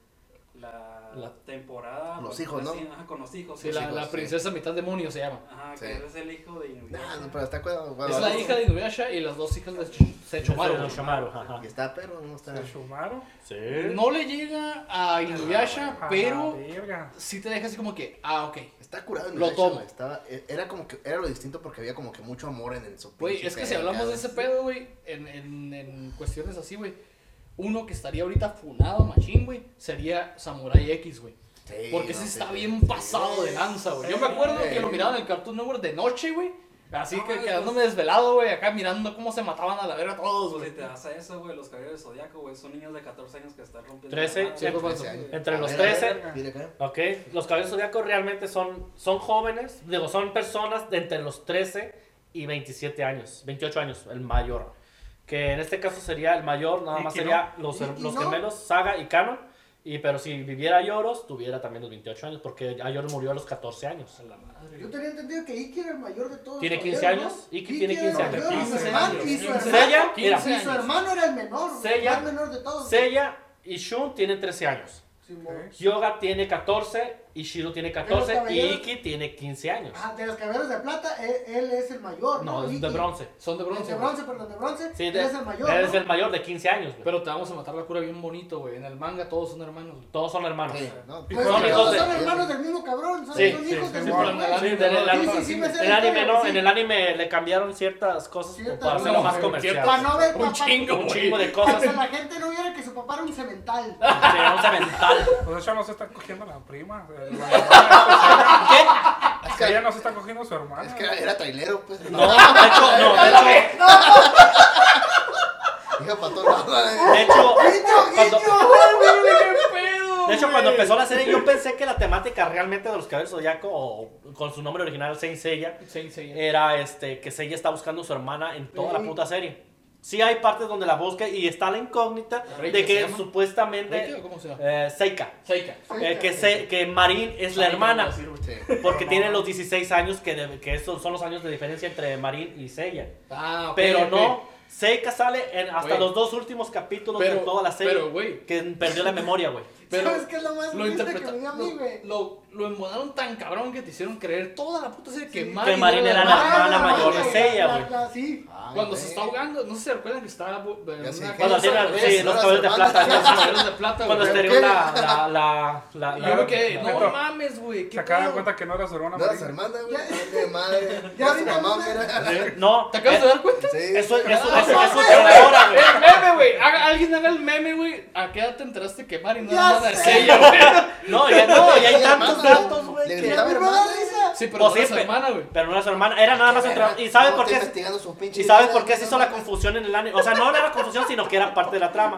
la,
La-
temporada.
Los
pues,
hijos, ¿no?
así, Ajá, con los hijos. pues.
Sí, la, la
sí.
princesa mitad demonio se llama.
Ajá,
Sí.
que es el hijo de Inuyasha.
Nah, no, pero está cuidado.
Es la hija de Inuyasha y las dos hijas de Ch- se
Chomaru,
chomaron.
los Chomaru, ajá.
Y está perro, no está.
¿Se chumaron?
Sí.
No le llega a Inuyasha,
A
pero
la verga.
sí te deja así como que, ah, ok.
Está curado en
Lo
Inuyasha,
tomo.
güey, Estaba, e- era como que era lo distinto porque había como que mucho amor en el su
Güey,
pinche
es que si
pedo,
hablamos de
cabrón.
ese pedo, güey, en, en, en cuestiones así, güey, uno que estaría ahorita funado, machín, güey, sería Samurai X, güey.
Sí,
Porque
no,
ese
sí,
está
sí,
bien
sí.
pasado de lanza, güey. Yo me acuerdo que lo miraba en el Cartoon Network de noche, güey. Así que
Ay,
quedándome
pues.
desvelado, güey, acá mirando cómo se mataban a la verga todos,
Si
güey.
te das a eso, güey, los caballeros del zodiaco, güey, son niños de 14 años que están rompiendo.
13,
la
sí,
madre,
pues,
güey.
bueno,
Entre
A
los
ver, a ver,
13.
verga.
mira acá.
Ok, los caballeros zodiacos realmente son, son jóvenes, digo, son personas de entre los 13 y 27 años, 28 años, el mayor. Que en este caso sería el mayor, nada
¿Y
más
que
sería los,
¿Y-
her-
y
los
no?
gemelos, Saga y Canon. Y, pero si viviera Yoros, tuviera también los 28 años, porque Yoros murió a los 14 años.
Yo tenía entendido que Iki era el mayor de todos.
Tiene
los
15
caballeros,
años.
¿no?
Iki tiene
era el
15 años.
mayor, y su
15
hermano-
años.
Y su
Sella,
hermano-
mira.
y su hermano era el menor. güey,
Sella.
El más menor de todos.
Seiya y Shun tienen 13 años.
Simón.
Yoga tiene 14, Ishiro tiene
Pero
14
los
y
caballeros-
Iki tiene 15 años.
Ah, de los caballeros de plata, él, él es el mayor.
No, es de
Iki.
bronce.
Son de bronce,
De
güey.
bronce, perdón, de bronce.
Sí,
él
de-
es el mayor.
Eres
¿no? Pues
el mayor de 15 años, güey.
Pero te vamos a matar la cura bien bonito, güey. En el manga todos son hermanos, güey.
Todos son hermanos.
Sí, no,
Pues,
Pues,
pero-
Son hijos
todos
de-
son hermanos del mismo cabrón, son,
Sí,
son
sí,
hijos
sí,
del
sí,
mismo
por
cabrón.
andar- sí, del-
Sí, sí, sí, me sé
En el
la
anime
historia,
no,
sí.
en el anime le cambiaron ciertas cosas
Ciertas
para hacerlo
cosas.
más
Ciertas
comercial.
Para no ver
Un
papá-
chingo,
Un
güey.
chingo de
Para que
cosas.
la gente no viera que su papá era un cemental.
Sí, un cemental.
Pues de hecho no se está cogiendo la prima. eh, la
Es que-
hermana, Ella no se está cogiendo a su hermana.
es que era, era trailero, pues.
No, de hecho, no, de hecho,
Hija para todos lados, eh.
de hecho, cuando,
¡Qué pedo!
de hecho, cuando empezó la serie, yo pensé que la temática realmente de los cabellos zodiaco, o con su nombre original, Saint Seiya,
Sí, sí.
era este que Seiya está buscando a su hermana en toda la puta serie. Sí hay partes donde la busca y está la incógnita
Reiki
de
se
que
llama. ¿Reiki o
supuestamente
cómo se llama?
eh, Seika,
Seika.
eh, que, se, que Marin es la
Ay,
hermana.
no, sí, güey.
Sí.
Porque
No.
tiene los 16 años que, debe- que esos son los años de diferencia entre Marín y Seiya.
Ah, ok,
Pero
ok.
no, Seika sale en hasta
Güey.
los dos últimos capítulos de
Pero-
toda la serie.
pero, güey.
que perdió la memoria, güey.
Pero
¿Sabes qué es lo más
lo
triste que
interpreta-
me dio a mí, güey?
Lo, lo embonaron tan cabrón que te hicieron creer toda la puta serie que
Sí.
Marin
Que Marin
era la
era la
hermana.
hermana mayor de
Ah, güey,
Seiya,
la-
güey.
la- Sí.
Ay,
Cuando
güey.
se está ahogando, no sé si se recuerdan que estaba bu- en
Ya
una
sé que-
Cuando
casa
tiene
de-
sí,
de-
los
las
cabellos de
hermanas.
plata.
de los caballeros de plata,
Cuando
güey.
se dio la, la, la, la,
Y
la-
Yo creo que,
la-
no
la-
mames, güey, qué
Se acaba de
pedo.
cuenta que no era su hermana.
No era su
Marín.
hermana, güey.
Ya-
Ay, madre.
Ya
Ya su
ahorita
mamá,
no sé.
mira.
No,
¿Te acabas
eh,
de dar cuenta?
Sí.
eso, eso, eso,
Ah,
eso
mames,
es ahora, güey.
El meme, güey. Haga- Alguien haga el meme, güey. ¿A qué edad te enteraste que Marin no era
Ya
hermana de
sé.
Seiya, güey?
No, ya, no, y hay
Era
tantos
hermana,
datos, güey.
Le
que-
Y a
gritaba
mí me da
hermana.
risa.
Sí, pero
Pues
no era
sí,
su
pe-
hermana, güey.
Pero no era su hermana, era nada más un trabajo. ¿Y sabes
No,
por
está
qué? se-
investigando sus pinches
¿Y sabes
hijas,
por qué se hizo
no,
la confusión en el anime? O sea, no era la confusión, sino que era parte de la trama.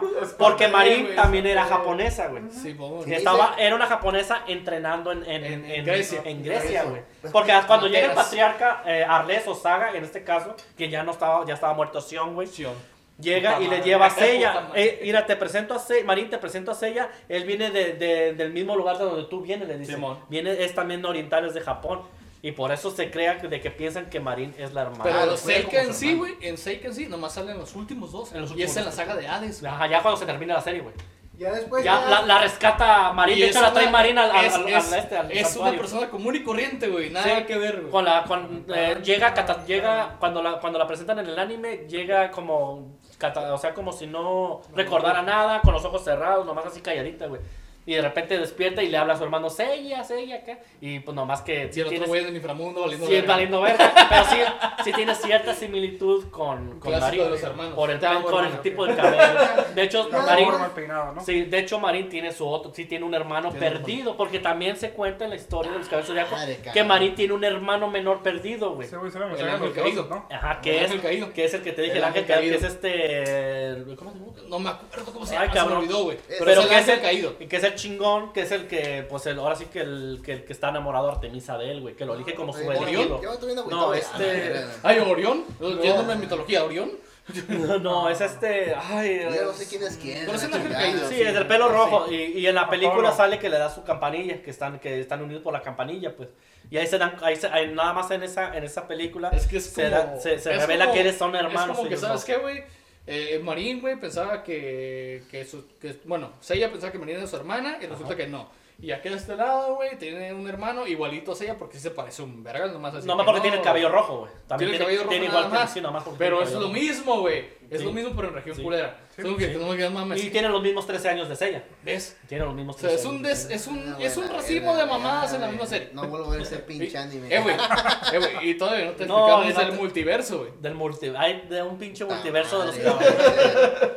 parte,
Porque Marín
güey,
también
es
era
parte.
japonesa, güey.
Sí, vamos.
Sí.
Estaba, era una japonesa entrenando en, en,
En- en
en-
Grecia.
en Grecia, güey.
Pues,
Porque
pues,
cuando llega el
fronteras.
patriarca eh, Arles o Saga, en este caso, que ya no estaba, ya estaba muerto Sion, güey.
Sion.
Llega
Puta
y le
madre.
lleva a Sella.
Puta madre.
Eh, mira, te presento a Sella. Marín, te presento a Sella. Él viene de- de- del mismo lugar de donde tú vienes, le dice.
Simón.
Viene, es también oriental, es de Japón. Y por eso se crea que- de que piensan que Marín es la hermana.
Pero
Ah,
en
los cuida
Seika
como
en
su
sí,
hermano.
güey, en Seika en sí, nomás salen los últimos dos.
En los
y es
últimos
en la
dos.
saga de Hades, güey.
Ajá, ya cuando se termina la serie, güey.
Pues Ya después.
Ya la, la rescata Marín.
Y
De hecho,
es
la trae
una-
Marín al, al-
es-
al-
es-
al este, al
Es una
santuario.
persona común y corriente, güey.
Sí.
Nada que ver, güey.
Con la, con, eh, llega, cata- llega cuando, la, cuando la presentan en el anime, llega como, cata- o sea, como si no recordara nada, con los ojos cerrados, nomás así calladita, güey. Y de repente despierta y le habla a su hermano, Sella, Sella, acá. Y pues nomás que
Si el otro
tienes-
güey del inframundo valiendo
sí,
verga.
valiendo verga, pero sí, sí tiene cierta similitud con, con
Clásico
Marín.
de los hermanos.
Por el,
Te amo,
con el
hermano.
tipo del cabello. De hecho,
La
Marín,
forma, el peinado, ¿no?
Sí, de hecho Marín tiene su otro, sí tiene un hermano
Tiene un hermano. Ah,
perdido, porque también se cuenta en la historia de los cabezas de ajo
Madre,
que
cabrón.
Marín tiene un hermano menor perdido, güey.
Ese güey se lo
El
mensaje
ángel
los dioses,
caído.
¿no?
Ajá,
El
que es
ángel caído.
que es el que te dije,
El
el ángel
ángel
caído, que es
caído.
este ¿cómo se llama?
No me acuerdo cómo se
Ay,
llama, se me
cabrón.
olvidó, güey. Pero,
Pero
es el
que es
ángel
el
caído.
Y que es el chingón, que es el que pues el ahora sí que el que, el que está enamorado de Artemisa de él, güey, que lo elige como su
Oye,
elegido.
yo estoy bien agüitado,
No,
güey.
este
Ay, Orión. Yéndome a mitología, Orión.
no, es este, ay,
Yo no sé
es-
quién es quién.
Pero
la
es el ángel
chingada,
caído.
Sí, es del pelo
sí. Ah,
rojo. Y, y en la
A
película
Pablo.
sale que le da su campanilla, que están, que están unidos por la campanilla, pues. Y ahí se dan, ahí se- ahí nada más en esa, en esa película
Es que es
se,
como-
da- se, se
es
revela
como-
que eres son
es
hermanos.
como que,
ellos
¿sabes
dos.
qué, güey? Eh, Marín, güey, pensaba que, que, su, que- Bueno, Seiya pensaba que Marín era su hermana y resulta que no. Y aquí de este lado, güey, tiene un hermano igualito a Seiya porque sí se parece un verga, nomás así.
No
que
más porque tiene el cabello rojo, güey.
Tiene
También
el
tiene,
cabello rojo
tiene
nada
igual que
más.
sí, nada más porque
Pero
tiene el
es lo
cabello
mismo, güey. Es
Sí.
lo mismo, pero en región
Sí.
culera.
Sí,
Tengo que,
sí.
tengo que
rojo.
mames.
Y tienen los mismos 13 años de Sella.
¿Ves?
Tienen los mismos
O sea,
13
es un,
años
des-
de Seiya.
es un,
No,
es un
güey,
racimo
ya,
de mamadas
ya,
en la
güey.
misma serie.
No vuelvo a ver ese pinche anime.
Eh, güey. Eh, güey. Y todavía no te
No,
explicamos
no
el
te-
multiverso, güey.
Del multi... Hay de un pinche
Puta
multiverso de los
madre.
caballos.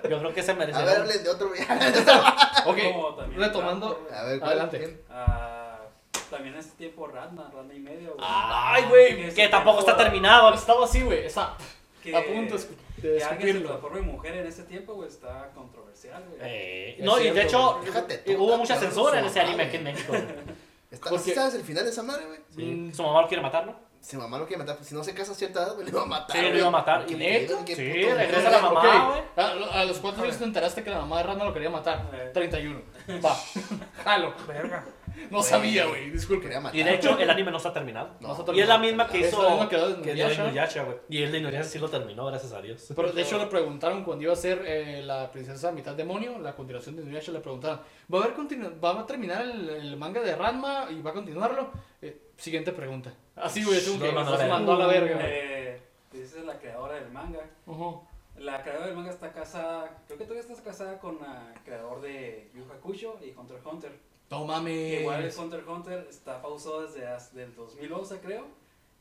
Yo creo que se merece.
A ver, hablen de otro. güey.
Ok,
Como también
retomando.
A ver, ¿cuál?
Adelante.
¿Quién?
Ah, también en ese tiempo Radna, Radna y medio. güey.
Ay, güey,
En ese
Que tampoco está
tiempo,
terminado.
Estaba así, güey. Está
que-
a punto de escu- de
Que alguien se
escupirlo.
transforme en mujer en ese tiempo, güey, está controversial, güey.
Eh,
Es
no, y de
cierto,
hecho,
Déjate
eh,
tú,
hubo
está
mucha
cabrón,
censura en
su
ese anime
mamá,
aquí en
güey.
México. güey.
Está-
Porque-
¿sí ¿Sabes el final de esa madre, güey?
Mm.
Su mamá lo quiere matar, ¿no?
Si mamá lo quiere matar, pues si no se casa a cierta edad, güey, lo iba a matar.
Sí, lo iba a
güey.
matar.
Porque
¿Y
le
neta?
dieron que
Sí,
puto-
regresa la mamá,
Ok,
güey.
A, lo- a los cuatro años te enteraste que la mamá de Randa lo quería matar.
Eh.
31. Va. Jalo.
Verga.
No sabía, güey.
Lo
Disculpe.
quería matar.
Y de hecho, el anime no está terminado.
No.
Nosotros-
Y es la misma que
Es la
hizo
misma que la de
que de
Inuyasha.
Inuyasha, güey. Y el de Inuyasha sí lo terminó, gracias a Dios.
Pero de hecho le preguntaron cuando iba a ser eh, la princesa mitad demonio, la continuación de Inuyasha, le preguntaron, ¿va a, haber continu- va a terminar el, el manga de Ranma y va a continuarlo? Eh, siguiente pregunta. Así, güey, es un
No,
que
no, no,
nos
no.
mandó a la verga. güey.
Eh, dices la creadora del manga.
Ujú.
La creadora del manga está casada, creo que todavía está casada con el creador de Yu Hakusho y Hunter x Hunter.
No
Que
mames.
Igual el Hunter x Hunter está pausado desde as- del 2011, creo,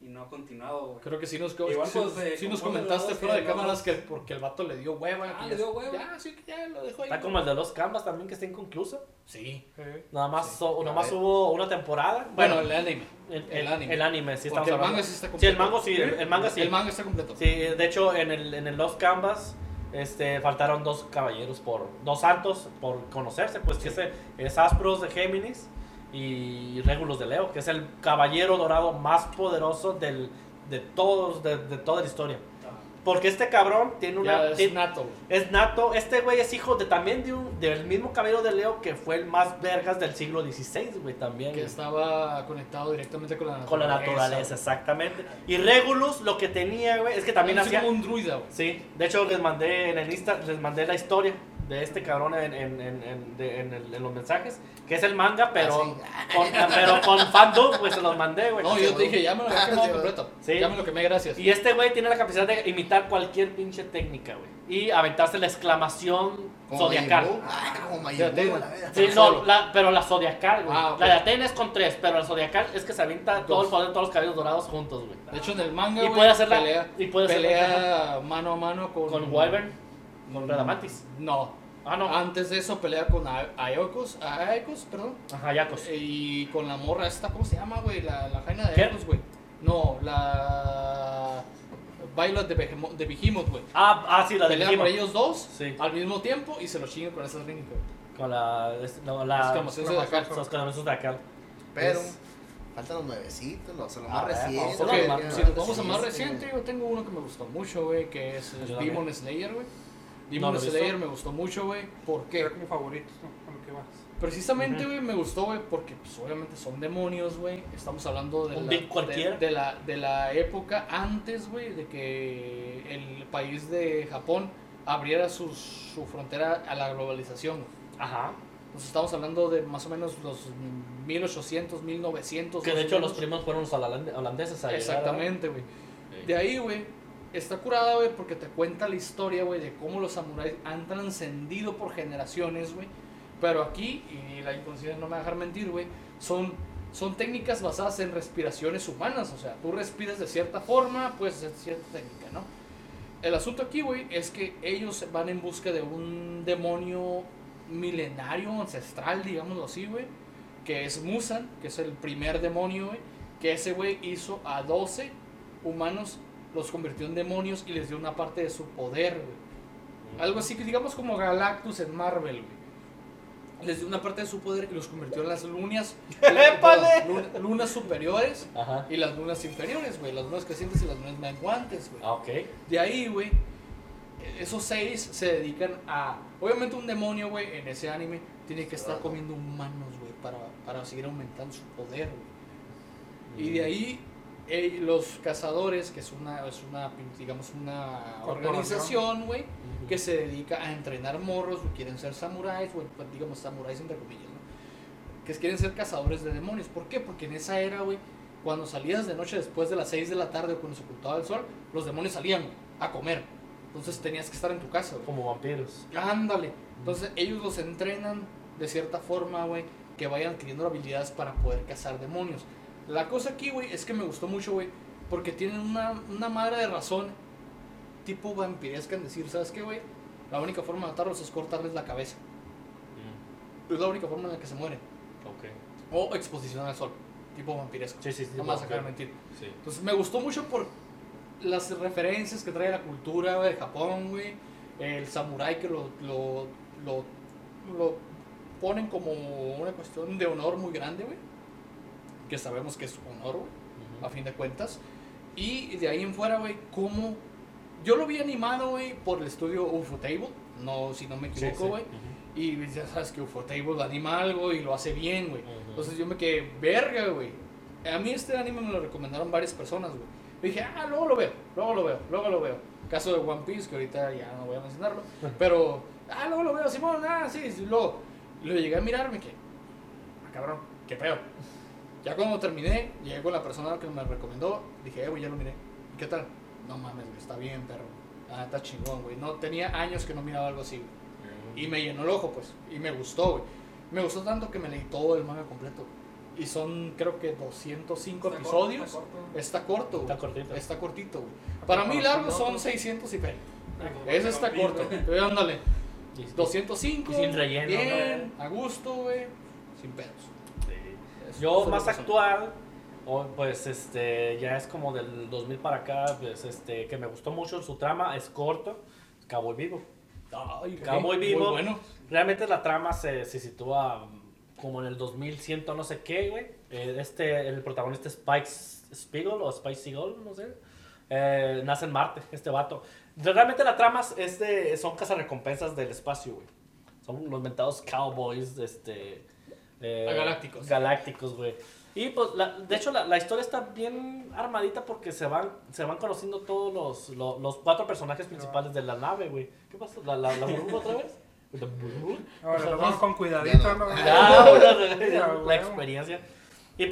y no ha continuado, güey.
Creo que sí nos,
Igual,
sí-
pues, eh,
sí nos
como
comentaste
los
fuera de
que no-
cámaras que porque el vato le dio hueva.
Ah,
que
le
ya-
dio hueva.
Ya, sí, que ya lo dejó ahí.
Está como el de los Canvas también, que está inconcluso.
Sí.
Eh,
Nada más,
Sí.
so-
A
nada más
ver.
hubo una temporada.
Bueno, el anime.
el,
el anime.
El anime, sí, estamos
porque el manga
hablando.
sí está
Sí,
completo. ¿Eh?
el manga sí, el, el manga sí.
El manga está completo.
Sí, de hecho, en el, en el Lost Canvas este, faltaron dos caballeros, por dos santos por conocerse, pues que ese es Aspros de Géminis y Regulus de Leo, que es el caballero dorado más poderoso del, de, todos, de, de toda la historia. Porque este cabrón tiene una...
Ah. Ya es
tiene-
nato. güey.
es nato, este güey es hijo de también de un- del mismo caballero de Leo que fue el más vergas del siglo XVI, güey, también.
Que
güey.
estaba conectado directamente con la naturaleza.
Con la naturaleza, exactamente. Y Regulus lo que tenía, güey, es que también
También
hacía...
como un druida, güey.
Sí, de hecho les mandé en el Insta, les mandé la historia de este cabrón en, en, en, en- de- en el- en los mensajes, que es el manga, pero, con, ah, pero con fandom, pues se los mandé, güey.
Ah, No, yo te dije, ya me lo había
Ah,
quemado
sí, güey.
completo.
Sí.
Ya me lo quemé, gracias.
Y este güey tiene la capacidad de imitar cualquier pinche técnica, güey. Y aventarse la exclamación
Como
zodiacal.
Majin Buu. Ah, como Majin
Ya
Buu,
tengo.
la verga.
Sí, no,
Solo.
la- pero la zodiacal, güey.
Ah, ok.
La de Atena es con tres, pero la zodiacal es que se avienta todo
Dos.
el poder, todos los cabellos dorados juntos, güey.
De hecho, en el manga,
Y
güey,
puede hacer la-
pelea,
y puede hacer la-
pelea mano a mano con...
Con Wyvern, con Radamantis.
No.
Ah, no.
Antes de eso pelea con A- Aeokos, Aeokos, perdón.
Ajá, Yacos.
Y con la morra esta, ¿cómo se llama, güey? La, la jaina de
Pues. ¿Qué?
Aeokos, güey. No, la... Violet de, Behemo- de Behemoth, güey.
Ah, ah, sí, la de
Pelea por
Digimon.
ellos dos
Sí.
al mismo tiempo y se los chingan con esas rings, güey.
Con la. es- No, la.
Exclamación zodiacal.
Los escalamientos de acá.
Pero
Es-
faltan los nuevecitos, los, los
A
más
ver,
recientes.
vamos
Ok,
a
güey, este,
ver,
ya.
si nos vamos a
Sí,
más
sí.
reciente, yo tengo uno que me gustó mucho, güey, que es eh,
Yo también.
Demon Slayer, güey. Demon
lo he
Slayer
visto.
me gustó mucho, güey. ¿Por qué?
Era como favoritos, ¿no? Con lo que vas.
Precisamente,
Ujú.
güey, me gustó, güey, porque pues, obviamente son demonios, güey. Estamos hablando de
Un
la,
Vic cualquiera.
de, de la, de la época antes, güey, de que el país de Japón abriera sus- su frontera a la globalización. güey.
Ajá.
Nos estamos hablando de más o menos los 1800, 1900.
Que de
más o
hecho
menos.
los primos fueron los holan- holandeses a llegar,
Exactamente, güey.
¿verdad?
De ahí, güey, está curada, güey, porque te cuenta la historia, güey, de cómo los samuráis han trascendido por generaciones, güey. Pero aquí, y la inconsciencia no me va a dejar mentir, güey, son, son técnicas basadas en respiraciones humanas. O sea, tú respiras de cierta forma, puedes hacer cierta técnica, ¿no? El asunto aquí, güey, es que ellos van en busca de un demonio milenario, ancestral, digámoslo así, güey, que es Musan, que es el primer demonio, güey, que ese güey hizo a 12 humanos, los convirtió en demonios y les dio una parte de su poder, güey. Algo así que digamos como Galactus en Marvel, güey. Les dio una parte de su poder y los convirtió en las lunas,
¡Épale!
lun- lunas superiores
Ajá.
y las lunas inferiores, güey. Las lunas crecientes y las lunas menguantes, güey.
Ah, ok.
De ahí, güey, esos seis se dedican a. Obviamente, un demonio, güey, en ese anime tiene que estar comiendo humanos, güey, para, para seguir aumentando su poder, güey. Y de ahí, eh, los cazadores, que es una, es una digamos, una
Corporación.
organización, güey,
Ujú.
que se dedica a entrenar morros, o quieren ser samuráis, o pues, digamos samuráis entre comillas, ¿no? Que quieren ser cazadores de demonios. ¿Por qué? Porque en esa era, güey, cuando salías de noche después de las 6 de la tarde o cuando se ocultaba el sol, los demonios salían güey, a comer. Entonces tenías que estar en tu casa, güey.
Como vampiros.
Ándale. Entonces ellos los entrenan de cierta forma, güey, que vayan adquiriendo habilidades para poder cazar demonios. La cosa aquí, güey, es que me gustó mucho, güey, porque tienen una, una madre de razón tipo vampiresca en decir, ¿sabes qué, güey? La única forma de matarlos es cortarles la cabeza.
Mm,
Es la única forma en la que se mueren.
Ok.
O exposición al sol, tipo vampiresco.
Sí, sí, sí.
no me vas a
ok.
dejar mentir.
Sí.
Entonces me gustó mucho por las referencias que trae la cultura güey, de Japón, güey. El samurái que lo, lo, lo, lo ponen como una cuestión de honor muy grande, güey. Que sabemos que es honor, güey
Ujú.
a fin de cuentas. Y de ahí en fuera, güey, cómo... Yo lo vi animado, güey, por el estudio Ufotable, no, si no me
Sí, sí.
equivoco, güey.
Ujú.
Y ya sabes que Ufotable anima algo y lo hace bien, güey.
Ujú.
Entonces yo me quedé, verga, güey. A mí este anime me lo recomendaron varias personas, güey. Y dije, ah, luego lo veo, luego lo veo, luego lo veo. Caso de One Piece, que ahorita ya no voy a mencionarlo. Pero, ah, luego lo veo, Simón, ah, sí, sí, luego. Lo llegué a mirar, me quedé, ah, cabrón, qué pedo. Ya cuando terminé, llegué con la persona que me recomendó. Dije, eh, güey, ya lo miré. ¿Y qué tal? No mames, güey, está bien, perro. Ah, está chingón, güey. No, tenía años que no miraba algo así, güey. Y me llenó el ojo, pues. Y me gustó, güey. Me gustó tanto que me leí todo el manga completo. Y son, creo que 205
Está corto,
episodios.
está
Está corto,
corto.
güey.
Está cortito.
Está cortito, güey. Para mí largos son 600 y feria. Eso está corto. Pero ándale.
Y- y-
205.
Y sin relleno,
Bien, a gusto, güey. Sin pedos. Eso
Yo
fue
más
lo que son.
actual, o, pues este, ya es como del 2000 para acá, pues este, que me gustó mucho su trama, es corto, Cowboy Vivo.
Ay,
Cowboy
muy
Vivo.
bueno.
Realmente la trama se, se sitúa mm, como en el 2100 no sé qué, güey. Eh, Este, el protagonista Spike Spiegel o Spike Seagal, no sé. Eh, nace en Marte, este vato. Realmente la trama es de, son cazarrecompensas del espacio, güey. Son los mentados cowboys, este... eh,
Galácticos.
Galácticos, güey. Y pues, la- de hecho, la, la historia está bien armadita porque se van, se van conociendo todos los, lo- los, cuatro personajes principales de la nave, güey. ¿Qué pasó? ¿La, la, la burbuja otra vez? ¿La burbuja?
Ahora, lo vamos con
Ya
cuidadito,
no.
¿no?
Pues Ya, güey,
Ya,
la pues
güey.
este,
Eh,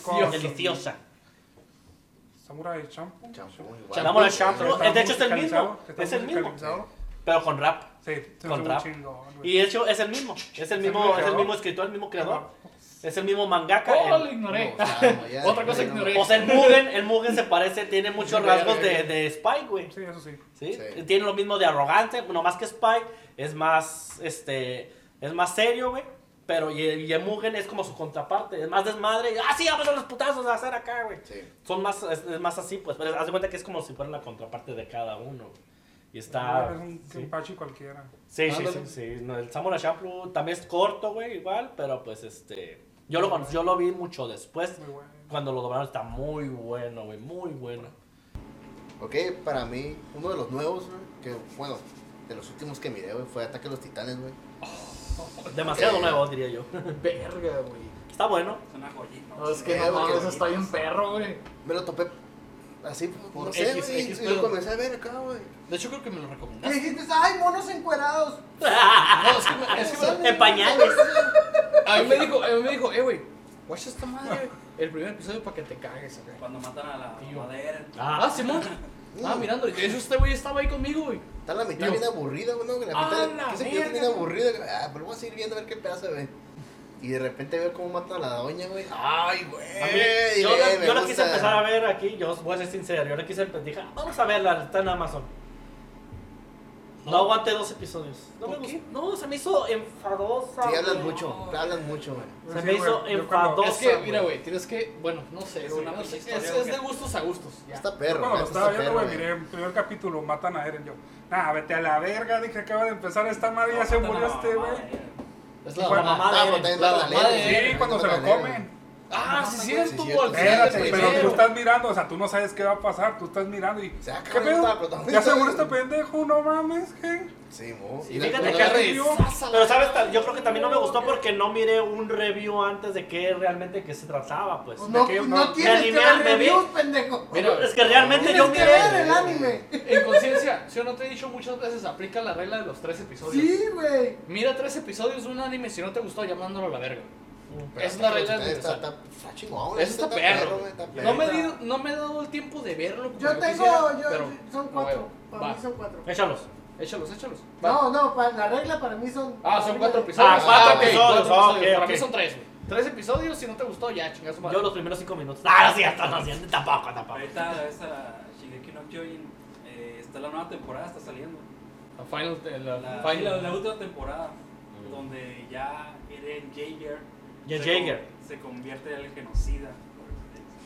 Este Es el mismo mangaka.
¡Oh,
el-
lo ignoré!
No, claro, ya,
Otra cosa
ya no.
ignoré.
o sea, el Mugen, el Mugen se parece, tiene muchos
Sí,
rasgos
güey.
de, de Spike, güey.
Sí, eso sí.
¿sí? Eh,
Sí.
Tiene lo mismo de arrogante, no más que Spike, es más, este, es más serio, güey. Pero y, y el Mugen es como su contraparte, es más desmadre. y, ah, sí, vamos a los putazos a hacer acá, güey.
Sí.
Son más, es, es más así, pues. Pero haz de cuenta que es como si fuera la contraparte de cada uno. güey. Y está...
Ah, Es un
sí.
tempachi cualquiera.
Sí, sí, sí,
Ándale.
sí. No, el Samurai Champloo también es corto, güey, igual, pero pues este. Yo lo, conocí- yo lo vi mucho después.
Muy bueno.
Cuando lo doblaron está muy bueno, güey, muy bueno.
Ok, para mí, uno de los nuevos, güey, que bueno, de los últimos que miré, güey, fue Ataque a los Titanes, güey.
Demasiado
Ok.
nuevo, diría yo.
Verga, güey.
Está bueno.
Es una joyita.
No, es que
Eh,
no
porque-
mames, está bien perro, güey.
Me lo topé así, pues,
Por
no sé,
X,
güey,
X,
y
pero-
lo comencé a ver acá, güey.
De hecho, creo que me lo
Y
recomendaste.
dijiste, ay, monos encuerados.
Ah, No, es que me, es que me-
En pañales.
a mí me dijo, a mí me dijo, eh, güey, watch esta madre, güey, el primer episodio para que te cagues, güey.
Cuando matan a la
Tío.
madera.
Ah, Simón. Ah, mirando, de hecho, este güey estaba ahí conmigo, güey.
Está la mitad
Yo.
bien aburrida, güey, ¿no? La
¡Ah,
mitad
la
que se quedó
verga!
bien aburrida. güey. Ah, pero vamos a ir viendo a ver qué pasa, güey. Y de repente veo cómo matan a la doña, güey. Ay, güey.
A mí- Eh, yo
güey,
la,
me
yo la quise
gusta.
empezar a ver aquí, yo os voy a ser sincero, yo la quise empezar, dije, "Ah, vamos a verla, está en Amazon. No,
No.
aguanté dos episodios. No,
¿Por
me
qué?
gustó. no, se me hizo enfadosa.
Sí, hablan
güey.
mucho, hablan mucho, güey.
Se
Sí,
me
güey,
hizo
yo cuando-
enfadoso.
Es que, mira,
güey.
güey, tienes que, bueno, no sé,
Es
güey,
una
no sé, es,
pinche historia,
es de
güey.
gustos a gustos. ya.
Está
Yo
perro,
cuando lo
neta,
estaba
está
viendo,
perro, eh.
güey,
güey.
miré el primer capítulo, matan a Eren. Yo, nah, vete a la verga, dije, acaba de empezar esta madre, ya se murió este, güey.
Es la
Fue
mamá.
mamá.
Ah, pues también
La
matan a
mamá de
Eren, güey,
Eren,
Sí,
también
cuando se
matan
lo
a Eren,
comen.
Ah, sí, es
Sí,
cierto,
cierto.
al
Espérate,
final,
pero tú
primero.
estás mirando, o sea, tú no sabes qué va a pasar, tú estás mirando y.
Se acaba
¿Qué
de
pedo?
matar al protagonista,
Ya seguro
güey.
este pendejo, no mames, ¿qué?
Sí, mo.
Sí,
Y la-
fíjate
la-
que
la-
Eren-
Pero sabes, Ta- yo creo que también no me gustó porque no miré un review antes de que realmente que se trataba, pues.
Pues no,
qué?
no,
No,
tienes
me animé,
que ver
me vi.
reviews, pendejo.
Mira,
es que realmente
tienes
yo
que
miré.
ver el anime.
En conciencia, si yo no te he dicho muchas veces, aplica la regla de los tres episodios.
Sí, güey.
Mira tres episodios de un anime, si no te gustó, llamándolo a la verga.
Pero
Es una
Ataque a los
regla
Titanes Está,
universal.
está, está chingón, güey,
Eso está perro.
güey, está
No
perro.
me, he dido- no me he dado el tiempo de verlo. como
Yo tengo,
quisiera,
yo,
pero-
son
Ah,
cuatro.
bueno,
Para
va.
mí son cuatro.
Échalos.
Échalos, échalos. Va.
No, no, pa- la regla para mí son.
Ah, son cuatro episodios.
Ah, cuatro
ok,
episodios,
cuatro
ah,
episodios.
ok,
Para
ok.
mí son tres, güey. Tres episodios, si no te gustó, ya, chingas madre.
Yo los primeros cinco minutos. Ah, sí, hasta no, sí, tampoco, tampoco.
Ahorita esa Shigeki no Kyojin eh, está la nueva temporada, está saliendo.
La final, eh, la,
La, sí,
final.
la- la última temporada, donde ya Eren Jaeger
Ya
se
Jaeger.
con- se convierte en el genocida.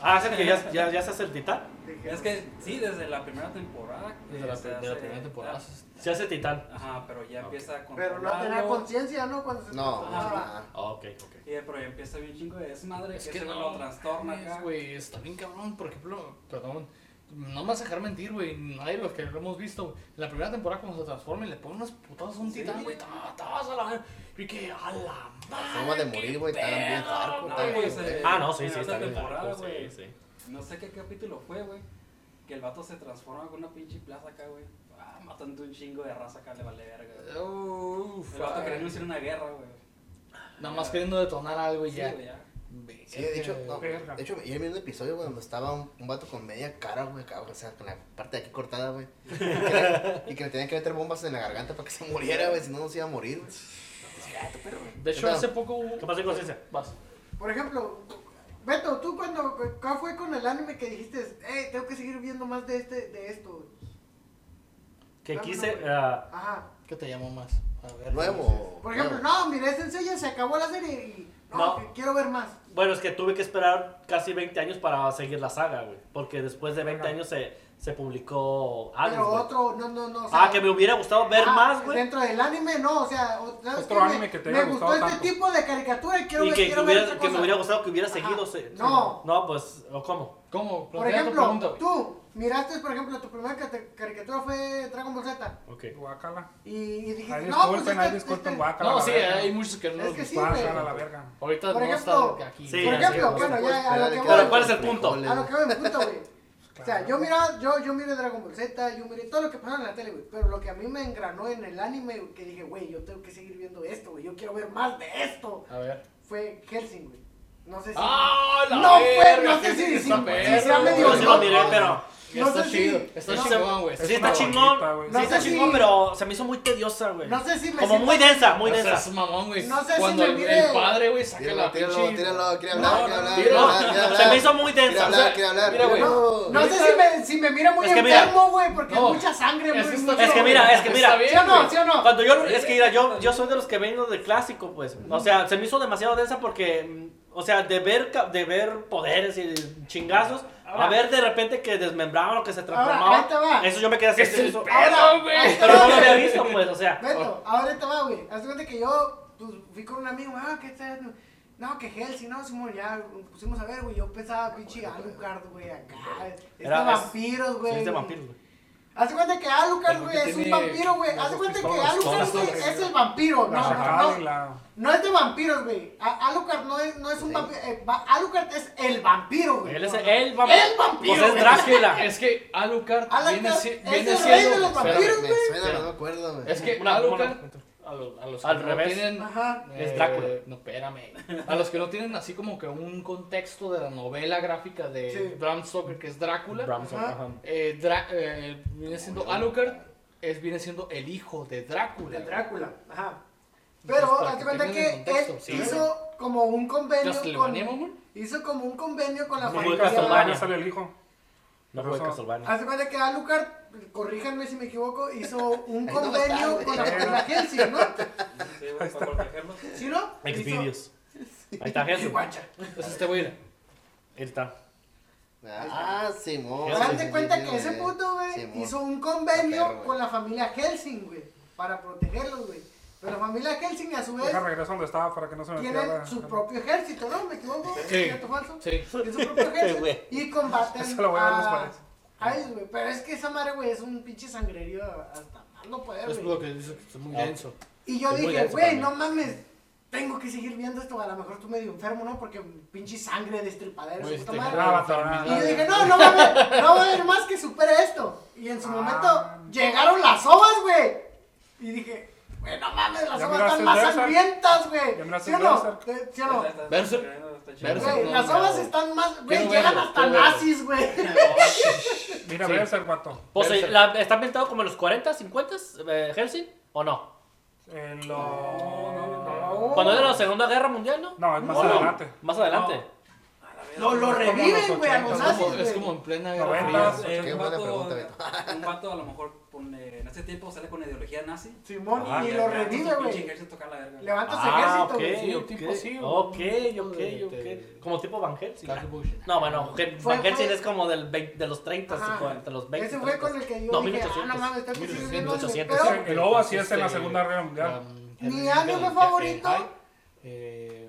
Ah, es el que ya, ya, ya se hace el titán.
Es que sí, desde la primera temporada.
Desde la,
eh, se
pri- de la
hace-
primera temporada.
Se hace titán.
Ajá, pero ya empieza con.
Pero no tenía conciencia, ¿no? Cuando se
No,
Ah,
nada.
Ah, ok, ok.
Y eh, pero ya empieza bien chingo de desmadre,
Es
que,
que
ese
no,
lo trastorna acá.
Es, güey, está bien cabrón, por ejemplo, perdón, no me vas a dejar mentir, güey, nadie de los que lo hemos visto, güey. En la primera temporada cuando se transforma y le ponen unas putadas a un
Sí.
titán, güey, ta- ta, vas a la ver- y que a la madre.
forma de
qué
morir, güey, estaban bien
pedo,
hardcore,
güey.
estaban
pues, eh,
Ah, no, sí,
en
sí,
otra
está bien.
temporada,
Marco, Sí,
güey.
sí.
No sé qué capítulo fue, güey. Que el vato se transforma con una pinche plaza acá, güey. Ah, matando un chingo de raza acá, le vale verga. güey.
Uf,
El vato
ay.
quería anunciar una guerra, güey.
Nada más queriendo detonar algo y
Sí,
Pues ya.
güey, ya.
Verga.
Sí, de hecho, no,
Verga.
de hecho, yo vi un episodio güey, donde estaba un, un vato con media cara, güey, acá, o sea, con la parte de aquí cortada, güey. Y que le- Y que le tenían que meter bombas en la garganta para que se muriera, güey, si no, no se iba a morir, güey.
De hecho,
Neta.
hace poco hubo...
¿Qué pasa en conciencia?
Vas.
Por ejemplo, Beto, tú cuando ¿cuál fue con el anime que dijiste, eh, tengo que seguir viendo más de este, de esto.
Que
Dame
quise.
nombre.
ah,
Ajá.
¿Qué te llamó más? A ver.
Nuevo.
Por ejemplo,
nuevo.
no, miré Sensei, se acabó la serie y no,
No.
quiero ver más.
Bueno, es que tuve que esperar casi 20 años para seguir la saga, güey. Porque después de 20
Ajá.
años se, se publicó Hades,
Pero
güey.
otro, no, no, no. o sea,
Ah, que me hubiera gustado ver
ah,
más, güey.
Dentro del anime, no, o sea, o- ¿sabes
Otro
qué?
anime
Me-
que te
Me
haya
gustó
gustado
este
tanto.
tipo de caricatura y quiero
Y
ver,
que, que
quiero ver
hubiera,
otra
que me
cosa.
hubiera gustado que hubiera seguido.
Ajá.
se-
No.
No, pues, ¿o cómo?
¿Cómo?
Por
Plantea tu
ejemplo,
pregunta, güey.
tú miraste, por ejemplo, tu primera cate- caricatura fue Dragon Ball Z
Ok.
Guácala.
y, y dijiste,
Ay,
no, pues
disculpen,
este-
ay, disculpen,
este-
guácala.
No,
la
sí,
verga.
hay muchos que no
Es
los
que sí,
gustan.
güey.
Guácala la verga.
Ahorita
Por
no
ejemplo,
está aquí.
Sí,
Por
ya sé,
ejemplo,
güey.
bueno, ya a lo que voy.
Pero, ¿cuál es el punto?
A lo Ah, que voy, mi punto, güey. O sea,
Claro.
yo miraba, yo, yo miré Dragon Ball Z, yo miré todo lo que pasaba en la tele, güey. Pero lo que a mí me engranó en el anime, güey, que dije, güey, yo tengo que seguir viendo esto, güey. Yo quiero ver más de esto.
A ver.
Fue Helsing, güey. No sé si.
¡Ah, la
no fue,
verga!
no
Sí,
sé si,
sí,
si,
está
si
perro,
sea
güey.
medio
Yo sí lo
loco.
miré, pero
Ya está
sé si-
chido. Está
no sé-
chingón, güey.
Es
Sí, está
una
chingón.
vaquita, güey.
Sí,
No
está
sé si-
chingón, pero se me hizo muy tediosa, güey.
No sé si me
Como
siento-
muy densa, muy
No seas
densa.
mamón, güey.
No sé si
Cuando
me
el-
mire-
el padre, güey, saca
Tíralo,
la
tíralo,
pinche-
tíralo, quiere
No, no,
hablar, quiere hablar, quiere
tíralo.
hablar, quiere
Se me
hablar.
hizo muy
Quiere
densa.
hablar, quiere hablar.
mira, güey.
No,
No sé si me, si me mira muy
Es que mira.
enfermo, güey, porque
No.
es mucha sangre,
Es
muy-
que está-
mucho-
Es que mira, es que
Está
mira.
bien,
¿Sí o no?
güey.
¿Sí o no?
Cuando yo, es que mira, yo, yo soy de los que vengo de clásico, pues. O sea, se me hizo demasiado densa porque, mm, o sea, de ver, ca- de ver poderes y chingazos, a ver de repente que desmembraban o que se
Ahora, ahí
transformaban.
te va.
Eso yo me quedé así.
Es
se me
el
hizo-
pe-
Ahora,
güey.
Pero no lo había visto, pues, o sea.
Oh.
Beto, ahora te va, güey. Haz de cuenta que yo pues, fui con un amigo, ah, ¿qué está haciendo? No, que Helsi, no, Simón, ya pusimos a ver, güey. Yo pensaba, pinche Alucard, güey, acá. Es de
Era- es-
vampiros, güey.
Es de vampiros, güey.
Haz de cuenta que Alucard,
Pero
güey,
que
es un
tiene
vampiro, güey.
las
Haz de
dos
cuenta que
pistolas,
Alucard,
todas,
güey,
todas.
es el vampiro. No,
La
no,
chacada
no.
y la.
No es de vampiros, güey. A- Alucard no es, no es un
Sí.
vampiro. eh, va- Alucard es el vampiro, güey.
Él es el vampiro.
El vampiro.
Pues es
güey.
Drácula.
Es que Alucard
Alucard
viene, si-
es
viene
el rey
siendo.
de los
Espérame.
vampiros.
Me suena, pero no me acuerdo, güey.
Es que
Una-
Alucard.
una-
A los, a los
Al
que
revés.
no tienen. eh,
Ajá.
Es Drácula.
No, espérame. A los que no tienen así como que un contexto de la novela gráfica de
Sí.
Bram Stoker, que es Drácula.
Bram Stoker,
Ajá.
ajá.
eh, Drá- eh, viene siendo Alucard, es, viene siendo el hijo de Drácula.
De
güey.
Drácula, ajá.
Entonces,
Pero
para
hazte
que
cuenta que
tengan el contexto,
él
sí,
hizo como un convenio
Castlevania,
con
mamón.
hizo como un convenio con la
Como el
Ah,
Castlevania.
ya
familia.
sale el hijo.
No fue
Pero son-
Castlevania.
Hazte cuenta que Alucard, corríjanme si me equivoco, hizo un
Ahí no está,
convenio
güey.
con la familia Helsing, ¿no?
Sí, güey, para protegerlos.
¿Sí no? Hizo-
Exvideos. Ahí está Jesús. Ahí
Guacha.
Entonces este güey era.
está.
Ah, Simón.
Ya
Hazte
Sí,
cuenta
sí,
que
sí,
ese
sí,
puto, güey,
Simón.
hizo un convenio
Está perro, güey.
con la familia Helsing, güey, para protegerlos, güey. Pero la familia Helsing, a su vez,
Deja regreso donde estaba para que no se me pierda.
tienen su propio ejército, ¿no? ¿Me equivoco?
Sí.
¿Cierto o falso?
Sí.
de su propio
Este güey.
ejército y combaten
Eso lo voy a ver en los
a,
paneles.
a ellos, güey. Pero es que esa madre, güey, es un pinche sangrerío hasta más no poder,
Es lo
güey.
que dice que es muy
Ah.
denso.
Y yo
es muy
dije,
denso
güey,
también.
no mames, tengo que seguir viendo esto. A lo mejor tú medio enfermo, ¿no? Porque pinche sangre destripadera,
Güey,
su
este
puta madre.
cabrón.
Y yo dije, no, no va a haber, no va a haber más que supere esto. Y en su
Ah.
momento llegaron las ovas, güey. Y dije, güey, no mames, las
Ya
ovas
miraste
están más
Berserk.
sangrientas, güey.
Ya miraste
¿Sí o no?
Berserk.
¿Sí o no?
Está- está-
Verso.
está chido.
Verso.
Güey,
no,
las
no,
ovas
no.
están más, güey,
Quiero
llegan
verlo,
hasta
quiero verlo.
nazis, güey.
Mira,
Sí.
ve el guato.
Pues,
Versa.
eh, la- ¿Está ambientado como en los 40, 50, eh, Helsinki? ¿O no?
En lo. No,
no.
Cuando era la Segunda Guerra Mundial, ¿no?
No, es más
¿O
adelante.
Más adelante.
A la verga.
Lo, lo
como
reviven,
los
güey, a los
Es
ochentas,
nazis,
como,
güey.
es como en plena guerra
Noventas.
fría.
Eh,
Qué
un
buena
vato-
pregunta, Beto.
Un vato a lo mejor pone- en este tiempo sale con la ideología nazi.
Simón,
Ah,
y
ya,
lo
ya,
revive,
su pinche
güey.
ejército acá a la verga.
Levanta su
Ah,
ejército,
ok,
güey.
sí,
ok.
tipo así, güey.
Ok, ok,
De- de-
ok. Como tipo Van Helsing.
Carl Busch.
No, bueno, Gen-
Fue-
Van Helsing
fue-
es como del vein- de los 30,
Ajá.
sí, entre los 20.
Ese fue
30.
con el que yo
No,
dije,
1800.
ah, no mames, tengo que seguir viendo
1800.
anime,
El OVA sí es en la
Este,
Segunda Guerra Mundial.
Henry
Mi anime
Jekyll,
favorito-
Jekyll Hyde, eh,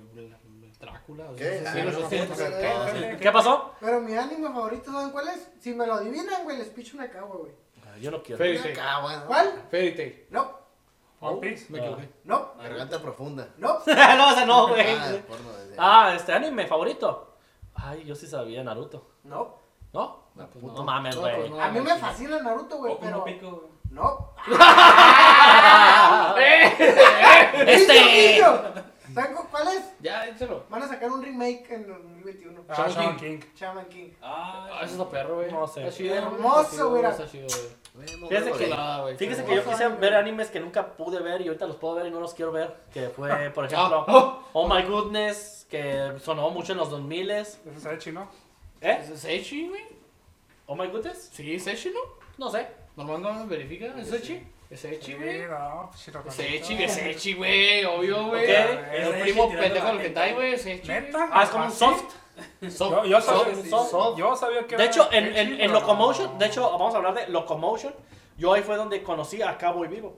Drácula. o sea,
¿Qué?
sí,
Ah,
sí, los
no,
ochentas,
no, no, no,
sí.
¿Qué pasó?
Pero mi anime favorito, ¿saben cuál es? Si me lo adivinan, güey, les picho una cagua, güey.
Ah, Yo no quiero.
Fue-
Una cagua, ¿no?
¿Cuál?
Fairy Tail.
No,
One Piece.
Me
Ah.
equivoqué.
no,
Garganta profunda.
no.
no, esa no, güey.
Ah, de porno, desde-
Ah, este anime favorito. Ay, yo sí sabía Naruto.
No.
¿No?
No, pues
No mames,
No,
güey.
pues no.
A mí me fascina Naruto, güey,
O como
pero...
pico, güey.
No.
Este.
¡Guiño, guiño! ¿Saben cu- cuál es?
Ya, échalo.
Van a sacar un remake en 2021.
Oh.
Ah,
Shaman
Shaman King.
Shaman King.
Ah,
Ah, ese está perro, güey.
No sé.
Está chido, güey.
Hermoso,
Está chido,
güey.
Está chido, güey.
Bueno,
Fíjate
bueno,
que-
bueno.
Chulada, güey.
Fíjese
Qué
que yo
hermoso.
quise ver animes que nunca pude ver y ahorita los puedo ver y no los quiero ver. Que fue, por ejemplo,
Ah.
Oh My Goodness, que sonó mucho en los 2000
Ese es Echi, ¿no?
¿Eh?
¿Es Seichi, güey?
¿Oh My Goodness?
Sí, es Seichi, ¿no?
No sé.
Normalmente no verifica. ¿Es Seichi? ¿Es Seichi, güey?
no.
Es
Echi,
Seichi, es Seichi, güey. Obvio, güey.
Ok.
Es
Seichi
el primo
tirando
pendejo
la
del
gente.
Hentai, güey. Es Seichi.
¿Neta?
Ah, es como un
¿sí?
soft.
So-
Yo, yo
so-
sabía,
sí,
yo-
soft.
yo sabía que
De
era
hecho, en,
Echi,
en, en
pero
Locomotion,
no.
de hecho, vamos a hablar de Locomotion. Yo ahí fue donde conocí a Cowboy Vivo.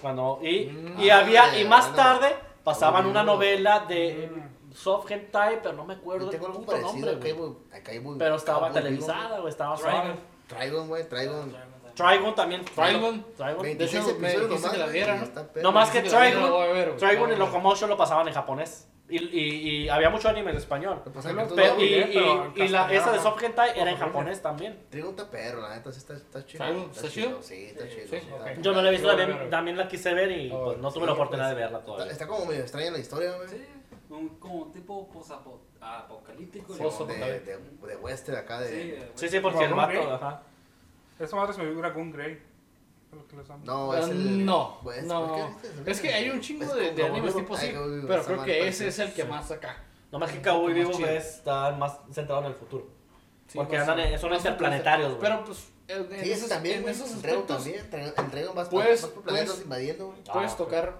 Cuando, y,
Mm.
y
Ah,
había, y
ya,
más
bueno.
tarde pasaban
Mm.
Cowboy
una
Vivo.
novela de soft hentai, pero no me acuerdo
Yo
el
tengo algo
puto
parecido
nombre,
acá hay
güey.
muy- acá hay muy-
Pero estaba
acá muy
televisada, güey, estaba suave.
Dragon.
Trigon, güey, Trigon.
Trigon también.
Trigon.
Trigon.
De hecho,
26
me
episodios
dijiste que la
nomás,
viera,
y
¿no?
está perro.
No más que
Sí, la verdad,
Trigon.
lo voy a ver, güey.
Trigon y
No, no, no.
Locomotion lo pasaban en japonés. Y, y, y había mucho anime en español.
Lo pasaban en
Pero-
Pero-
Cartoon
y
Network.
bien, pero en
y, y la,
castellano,
esa de
¿no?
Soft Hentai era en
Ojo,
japonés también.
Trigon está perro, la neta, sí está, está chido.
Trigon, ¿está chido?
Sí, está chido.
sí,
sí,
ok.
está-
Yo no la he visto,
Yo
también,
la veo.
también la quise ver y pues, no tuve la
sí,
oportunidad
pues,
de verla
Está,
todavía.
está como medio extraña la historia, güey.
Sí, un- como un tipo posapo- apocalíptico.
Sí,
¿no?
sí.
De, de, de western acá, de...
Sí, güey.
Sí, sí, porque el
Mamá,
vato,
¿eh?
ajá.
Esa madre se me figura Gun Grey. es lo que les amo.
No,
Ah,
es el.
no,
pues,
no.
¿por qué dices?
Es que hay un chingo de,
Es como
de animes
Kaworu,
tipo así,
ay, Kaworu,
pero
está
creo
mal pues,
que
parecido.
ese es el que más acá.
Nomás que
Un
Cowboy
poco más
Vivo
chido.
es- está más centrado en el futuro.
Sí,
Porque
más-
andan en- son
más
interplanetarios, güey.
Pero pues, en, en
Sí, eso
esos-
también,
en
güey.
esos
Entrego
aspectos pues,
también. Entrego- Entrego más
Puedes-
más por planetas
puedes-
invadiendo, güey.
puedes
Ah, ok.
tocar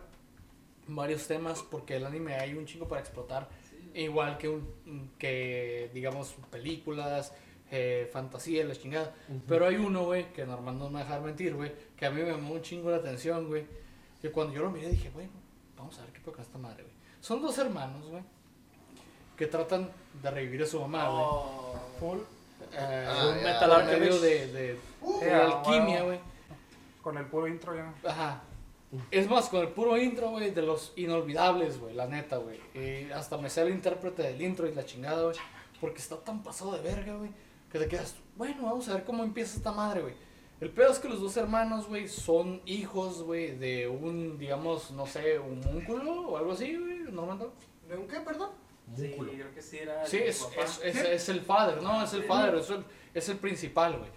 varios temas porque el anime hay un chingo para explotar. Igual que, un, que digamos, películas, eh, fantasía, la chingada. Pero hay uno, güey, que Normando no me va a dejar mentir, güey, que a mí me llamó un chingo la atención, güey. Que cuando yo lo miré dije, bueno, vamos a ver qué pasa con esta madre, güey. Son dos hermanos, güey, que tratan de revivir a su mamá, güey.
Full
Eh,
Oh. Ah,
un
ya, Uh,
metal
ya,
art
ya.
medio de, de,
Uh,
de
ya,
ah,
alquimia,
huevo.
güey.
con el puro intro ya.
Ajá. Es más, con el puro intro, güey, de los inolvidables, güey, la neta, güey. Eh, hasta me sé el intérprete del intro y la chingada, güey. Porque está tan pasado de verga, güey, que te quedas, bueno, vamos a ver cómo empieza esta madre, güey. El pedo es que los dos hermanos, güey, son hijos, güey, de un, digamos, no sé, un múnculo o algo así, güey, Normando.
¿De un qué, perdón?
Sí, creo que sí era.
Sí,
el
es,
Ah, papá.
es, es, es el father, no, es el father, es el, es el principal, güey.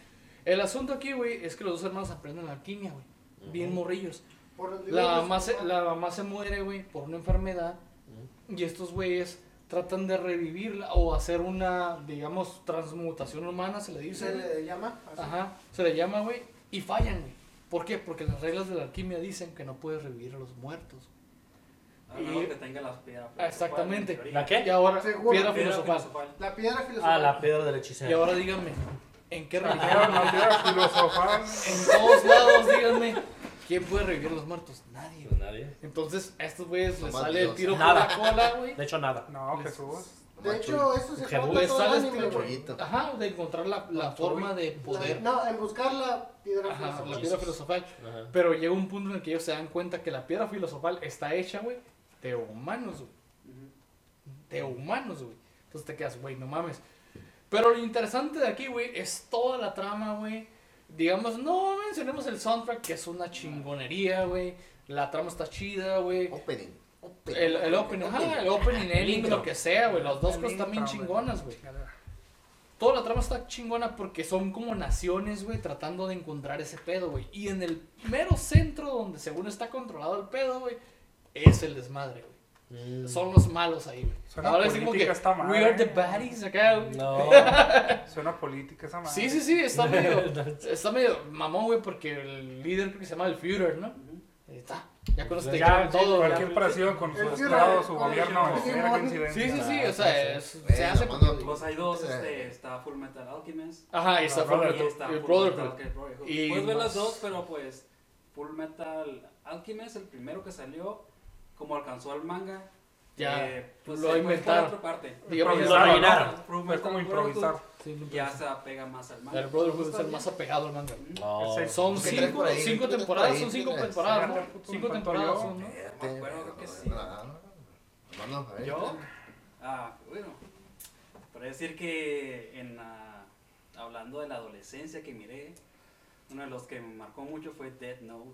El asunto aquí, güey, es que los dos hermanos aprenden la alquimia, güey. Bien morrillos.
Por los
La
libros,
mamá, se,
por-
la mamá se muere, güey, por una enfermedad. Y estos güeyes tratan de revivirla o hacer una, digamos, transmutación humana, se le dice.
Se
güey.
le llama. así.
Ajá, se le llama, güey. Y fallan, güey. ¿Por qué? Porque las reglas de la alquimia dicen que no puedes revivir a los muertos.
A menos
y-
Ah, que tenga las piedras.
Ah, exactamente.
filosofales,
¿La qué?
Y ahora,
Seguro,
piedra
la piedra
filosofal.
filosofal.
La piedra filosofal.
Ah, la piedra del
Y
hechicero.
ahora díganme, ¿en qué
Era
religión?
una piedra filosofal.
en todos lados, díganme, ¿quién puede revivir a los muertos? Nadie, güey.
Nadie.
Entonces, a estos güeyes les
Nomás
sale el
Dios.
tiro
Nada.
por la cola, güey.
De hecho, nada.
No, Jesús.
De hecho, eso se
Jebú.
trata
Pues
todo el
sales
anime,
tiro-
güey.
Chollito.
Ajá, de encontrar la, la forma de
La-
poder.
No, en buscar la piedra
Ajá, la
filosofal.
piedra filosofal. Pero llega un punto en el que ellos se dan cuenta que la piedra filosofal está hecha, güey, de humanos, güey. De humanos, güey. Entonces te quedas, güey, no mames. Pero lo interesante de aquí, güey, es toda la trama, güey. Digamos, no mencionemos el soundtrack, que es una chingonería, güey. La trama está chida, güey.
Opening. opening,
El, el opening, ajá, el opening, ending, lo que sea, güey. Las dos cosas también
Chingón,
chingonas, güey. Toda la trama está chingona porque son como naciones, güey, tratando de encontrar ese pedo, güey. Y en el mero centro donde según está controlado el pedo, güey, es el desmadre, güey. Son los malos ahí, güey.
Suena
Ahora decimos que
política esta madre.
we are the baddies acá, güey.
No.
Suena política esa madre.
Sí, sí, sí, está medio, está medio mamón, güey, porque el líder creo que se llama el Führer, ¿no? Ahí está. Ya con eso te
Ya,
dijeron
sí,
todo, güey.
Cualquier presión con su
El Führer,
estado, su
el
gobierno,
Führer.
era
Sí, sí,
coincidencia.
sí, o sea, es-
Güey,
se hace...
nomás no-
Pues hay dos, este, está Full Metal Alchemist.
Ajá, y está
Ah, brother,
Brotherhood,
y está
y
Full Metal
Brotherhood.
Alchemist Brotherhood.
Y
Puedes ver
más-
las dos, pero pues Full Metal Alchemist, el primero que salió, como alcanzó al manga,
Ya,
eh, pues
lo
se fue
inventaron.
por otra parte.
Digamos,
Improvisar,
ya-
Lo rellenaron.
Full
Es como
Metal
improvisar.
Sí, lo-
Brotherhood Ya se apega más al manga.
El Brotherhood es el más apegado al manga.
No.
Ese-
Son
Porque traes
cinco,
por ahí,
cinco
traes por
temporadas,
ahí,
son cinco
tienes-
temporadas, ¿no?
Agarra, puto,
Cinco
me faltó
temporadas
yo.
son, ¿no?
Espérate,
Eh, Me acuerdo que sí.
no, no, no, a ver.
¿Yo? Ah, bueno. Para decir que en la- hablando de la adolescencia que miré, uno de los que me marcó mucho fue Dead Note.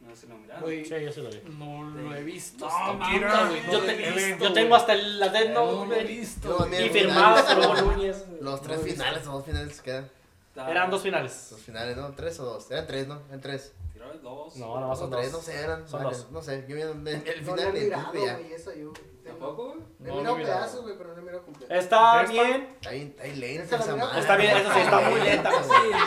No sé si lo miraron.
Güey,
Sí, yo sí lo vi.
no lo he visto.
No,
hasta
mames,
ahorita, güey, no
Yo,
lo he
te-
visto,
yo
güey.
tengo hasta el- la Dead
No lo he
Note
visto.
No,
güey.
mira,
y
el
firmada por
final.
Hugo Núñez.
Los tres finales, o dos finales quedan.
Está-
Eran dos finales.
Los finales, ¿no? ¿Tres o dos? Eran tres, ¿no? Eran tres.
Tiró de dos.
No, no, son
o tres, no
dos.
sé, eran
Son
varios,
dos.
No sé, yo vi el, el
No lo he
final y el
mirado,
punto ya.
güey, eso yo.
¿Tampoco, güey?
Le
No,
miro
no he mirado.
pedazos, güey, pero no le miro
Eh.
completo.
Está
¿Esta?
bien.
Ahí, ahí
Esa
lenta
la
esa
mirada.
madre.
Está bien, eso sí, está muy lenta.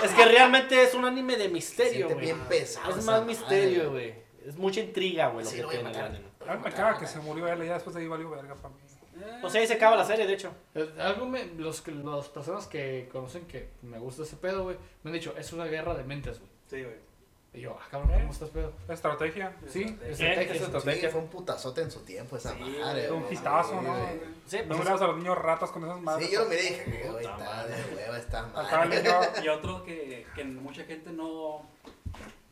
Es que realmente es un anime de
Se
misterio,
siente
güey.
bien pesado.
Es
esa
más
madre,
misterio, güey. Es mucha intriga, güey, lo
Sí,
que
lo voy a
tiene el
matar.
anime.
Ah, me caga que se murió él y ya después de ahí valió verga para mí.
Eh,
O sea, ahí se acaba la serie, de hecho.
Eh, Algo me, los, que- las personas que conocen que me gusta ese pedo, güey, me han dicho, es una guerra de mentes, güey.
Sí, güey.
Y yo, ah, cabrón, ¿cómo estás pedo?
Estrategia.
Sí, ¿Eh?
Estrategia.
estrategia.
Eso
Sí, fue un putazote en su tiempo esa
Sí,
madre.
Un
güey.
hitazo, ¿no?
Sí, güey.
Sí,
No
pues,
miras a los niños ratas con esas madres.
Sí, yo lo miré y dije, güey,
Puta
está
madre.
de hueva esta
Acá el
madre.
niño.
Y otro que, que mucha gente no.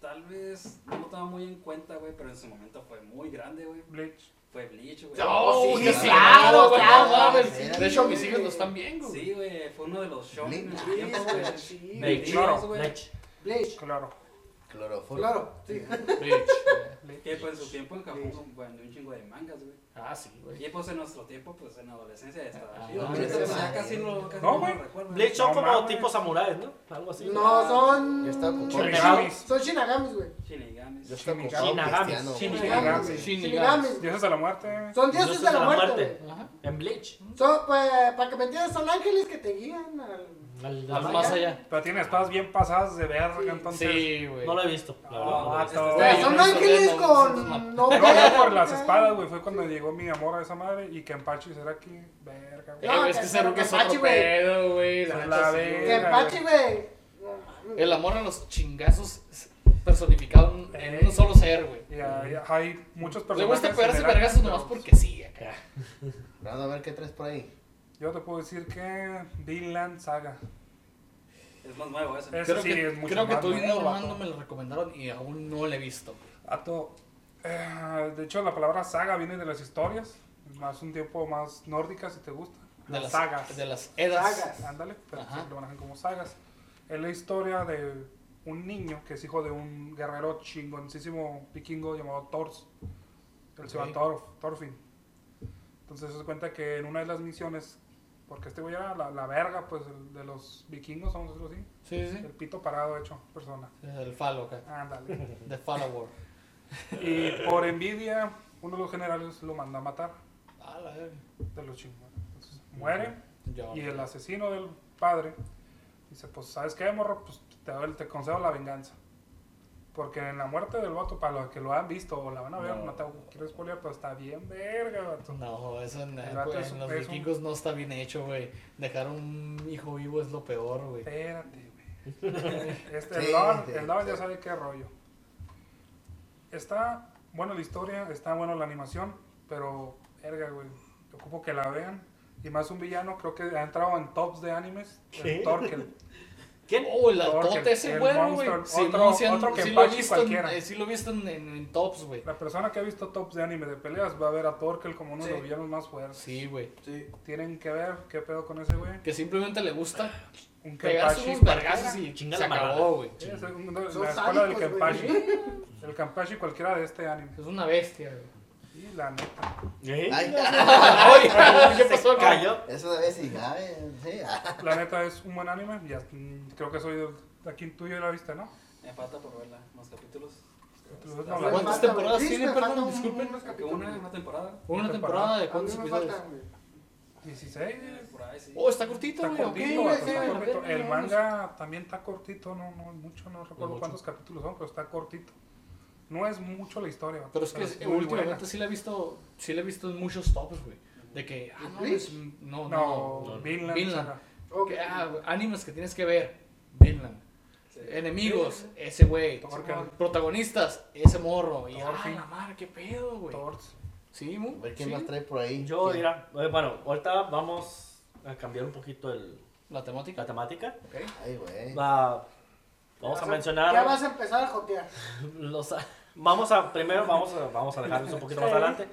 Tal vez no lo toma muy en cuenta, güey, pero en su momento fue muy grande, güey.
Bleach.
Fue Bleach, güey.
Oh,
Sí,
sí,
sí,
claro,
sí,
güey,
claro,
no mames.
claro.
De hecho, mis hijos lo están viendo, güey.
Sí, güey, fue uno de los shows en
Bleach.
el tiempo, güey.
Sí.
Bleach.
Mentiras, güey.
Bleach.
Bleach.
Claro.
Cloroformo.
Claro, sí.
Bitch.
Que pues en su tiempo en Japón vendió un chingo de mangas, güey.
Ah, sí, güey.
Y pues en nuestro tiempo, pues en la adolescencia estaba
Ah,
chido.
ah,
pero
sí,
ya
sí.
casi no, casi
No,
no,
güey.
lo recuerdo.
Blade son
No
como
mames.
tipo samuráis, ¿no? Algo así.
No,
Yo estaba
son.
con-
Shinigamis.
Son Shinagamis, güey.
Shinigamis.
Yo estaba con
Shinigami.
cristiano. güey.
Shinigami.
Shinigamis.
Shinigamis.
Shinigamis.
Dioses de la muerte.
Son dioses de la muerte, güey.
Ajá.
En Bleach.
Son, pues, para que me entiendas, son ángeles que te guían al.
Al-
Al
al-
más allá.
Pero tienen espadas bien pasadas de verga,
Sí.
entonces.
Sí, este güey.
Pues. No lo he visto. La verdad, no lo he
Ah,
visto.
todo.
O sea,
Güey,
son
no, no,
ángeles
no, no, no.
con. No,
No, no, por
güey.
las espadas, güey. Fue cuando llegó mi amor a esa madre y Kenpachi será aquí. Verga,
Eh,
güey.
No,
güey, es
que-
que ese ruque es
Kenpachi,
otro
güey.
pedo, güey. La
Pues
neta,
la
sí,
verga,
güey.
Kenpachi, güey. No mames.
El amor a los chingazos es personificado en- en un solo ser, güey.
Y hay, hay muchos
Le
personajes.
gusta pegarse
generales,
este vergazos
pero-
nomás porque sí, acá.
Brando, a ver qué traes por ahí.
Yo te puedo decir que Vinland Saga.
Es más nuevo ese.
Es- Eso
Creo
sí
que,
es mucho
creo que
más
tú y
nuevo,
Normando
vato.
me lo recomendaron y aún no lo he visto.
Ato. eh, de hecho, la palabra saga viene de las historias. Más un tiempo más nórdica, si te gusta.
De las
sagas.
De las edas.
Sagas.
Ándale, pero
Ajá.
lo manejan como sagas. Es la historia de un niño que es hijo de un guerrero chingoncísimo vikingo llamado Thors. Él se llama
Ok.
Thorf, Thorfinn. Entonces se da cuenta que en una de las misiones, porque este güey era la, la verga pues el- de los vikingos, vamos a decirlo así,
Sí, sí, sí.
el pito parado hecho persona.
El falo acá.
Ándale.
The follower.
y por envidia, uno de los generales lo manda a matar
Ah, la verga.
de los chingos. Entonces muere.
Yo.
Y el asesino del padre dice, pues, ¿sabes qué, morro? Pues te, doy- te concedo la venganza. Porque en la muerte del vato, para los que lo han visto o la van a ver, no,
No.
te quiero spoiler, pero está bien verga, vato.
No, eso en,
El vato
en
es un-
los
es un-
vikingos no está bien hecho, güey. Dejar un hijo vivo es lo peor, güey.
Espérate, güey. Este,
Sí,
el Laban,
sí,
el Laban ya
sí.
sabe qué rollo. Está bueno la historia, está bueno la animación, pero, verga, güey, ocupo que la vean. Y más un villano, creo que ha entrado en tops de animes.
¿Qué?
El Torkel.
¿Quién?
Oh, el
Porque
altote ese
el
güero, güey.
monstruo,
Sí,
otro-
no, sí han-
otro que
sí lo he
Pachi
visto, en,
cualquiera.
eh, sí lo he visto en, en- en tops, güey.
La persona que ha visto tops de anime de peleas va a ver a Torkel como uno de los
Sí.
villanos más fuertes.
Sí, güey.
Tienen que ver qué pedo con ese güey.
Que simplemente le gusta
Un
pegarse
Kenpachi
unos
cualquiera.
vergazos y
Chinga
se
la marrana.
acabó, güey.
Sí, es un- la
Son
escuela del
sádicos,
Kenpachi.
güey.
El Kenpachi cualquiera de este anime.
Es una bestia, güey.
Y la neta.
¿Eh?
Ay,
Ay, ¿Qué pasó acá?
Cayó.
es una vez y ya, eh, sí. ah.
La neta es un buen anime. Ya, mm, creo que soy del- aquí tú y yo la viste, ¿no?
Me falta por verla, más capítulos.
Entonces,
Está-
no,
Me
la-
¿Cuántas
falta,
temporadas
güey. Sí,
tiene?
me
Perdón,
falta un-
disculpen.
unos
Porque
capítulos.
una, una temporada.
Una temporada de cuántos
A mí me
episodios.
faltan, güey.
16.
Eh, Por ahí sí.
Oh, está cortito, güey.
Está
ok,
cortito,
güey,
vato,
sí,
está
güey,
cortito.
verga,
El
no,
manga también está cortito, no, no es mucho, no recuerdo
mucho.
cuántos capítulos son, pero está cortito. No es mucho la historia. vato,
Pero es que
muy buena.
últimamente sí la he visto, sí la he visto en muchos tops, güey. De que, ah, no,
¿Bleach?
es- no, no,
No,
no.
Vinland.
Vinland.
Saga.
Ok.
Que, ah, güey, animes que tienes que ver, Vinland.
Sí.
Enemigos, ese güey.
Torkel.
Protagonistas, ese morro. Y ah,
Torfin.
la mar, qué pedo, güey.
Thors.
Sí,
A
mu.
ver quién
sí.
más trae por ahí.
Yo
¿Quién?
dirá. eh, Bueno, ahorita vamos a cambiar un poquito el,
La
la
temática.
temática.
ok.
Ay, güey.
Va- vamos a
Ya
mencionar
vas a empezar a jotear.
los. Vamos a primero vamos a vamos a dejarlos un poquito más adelante.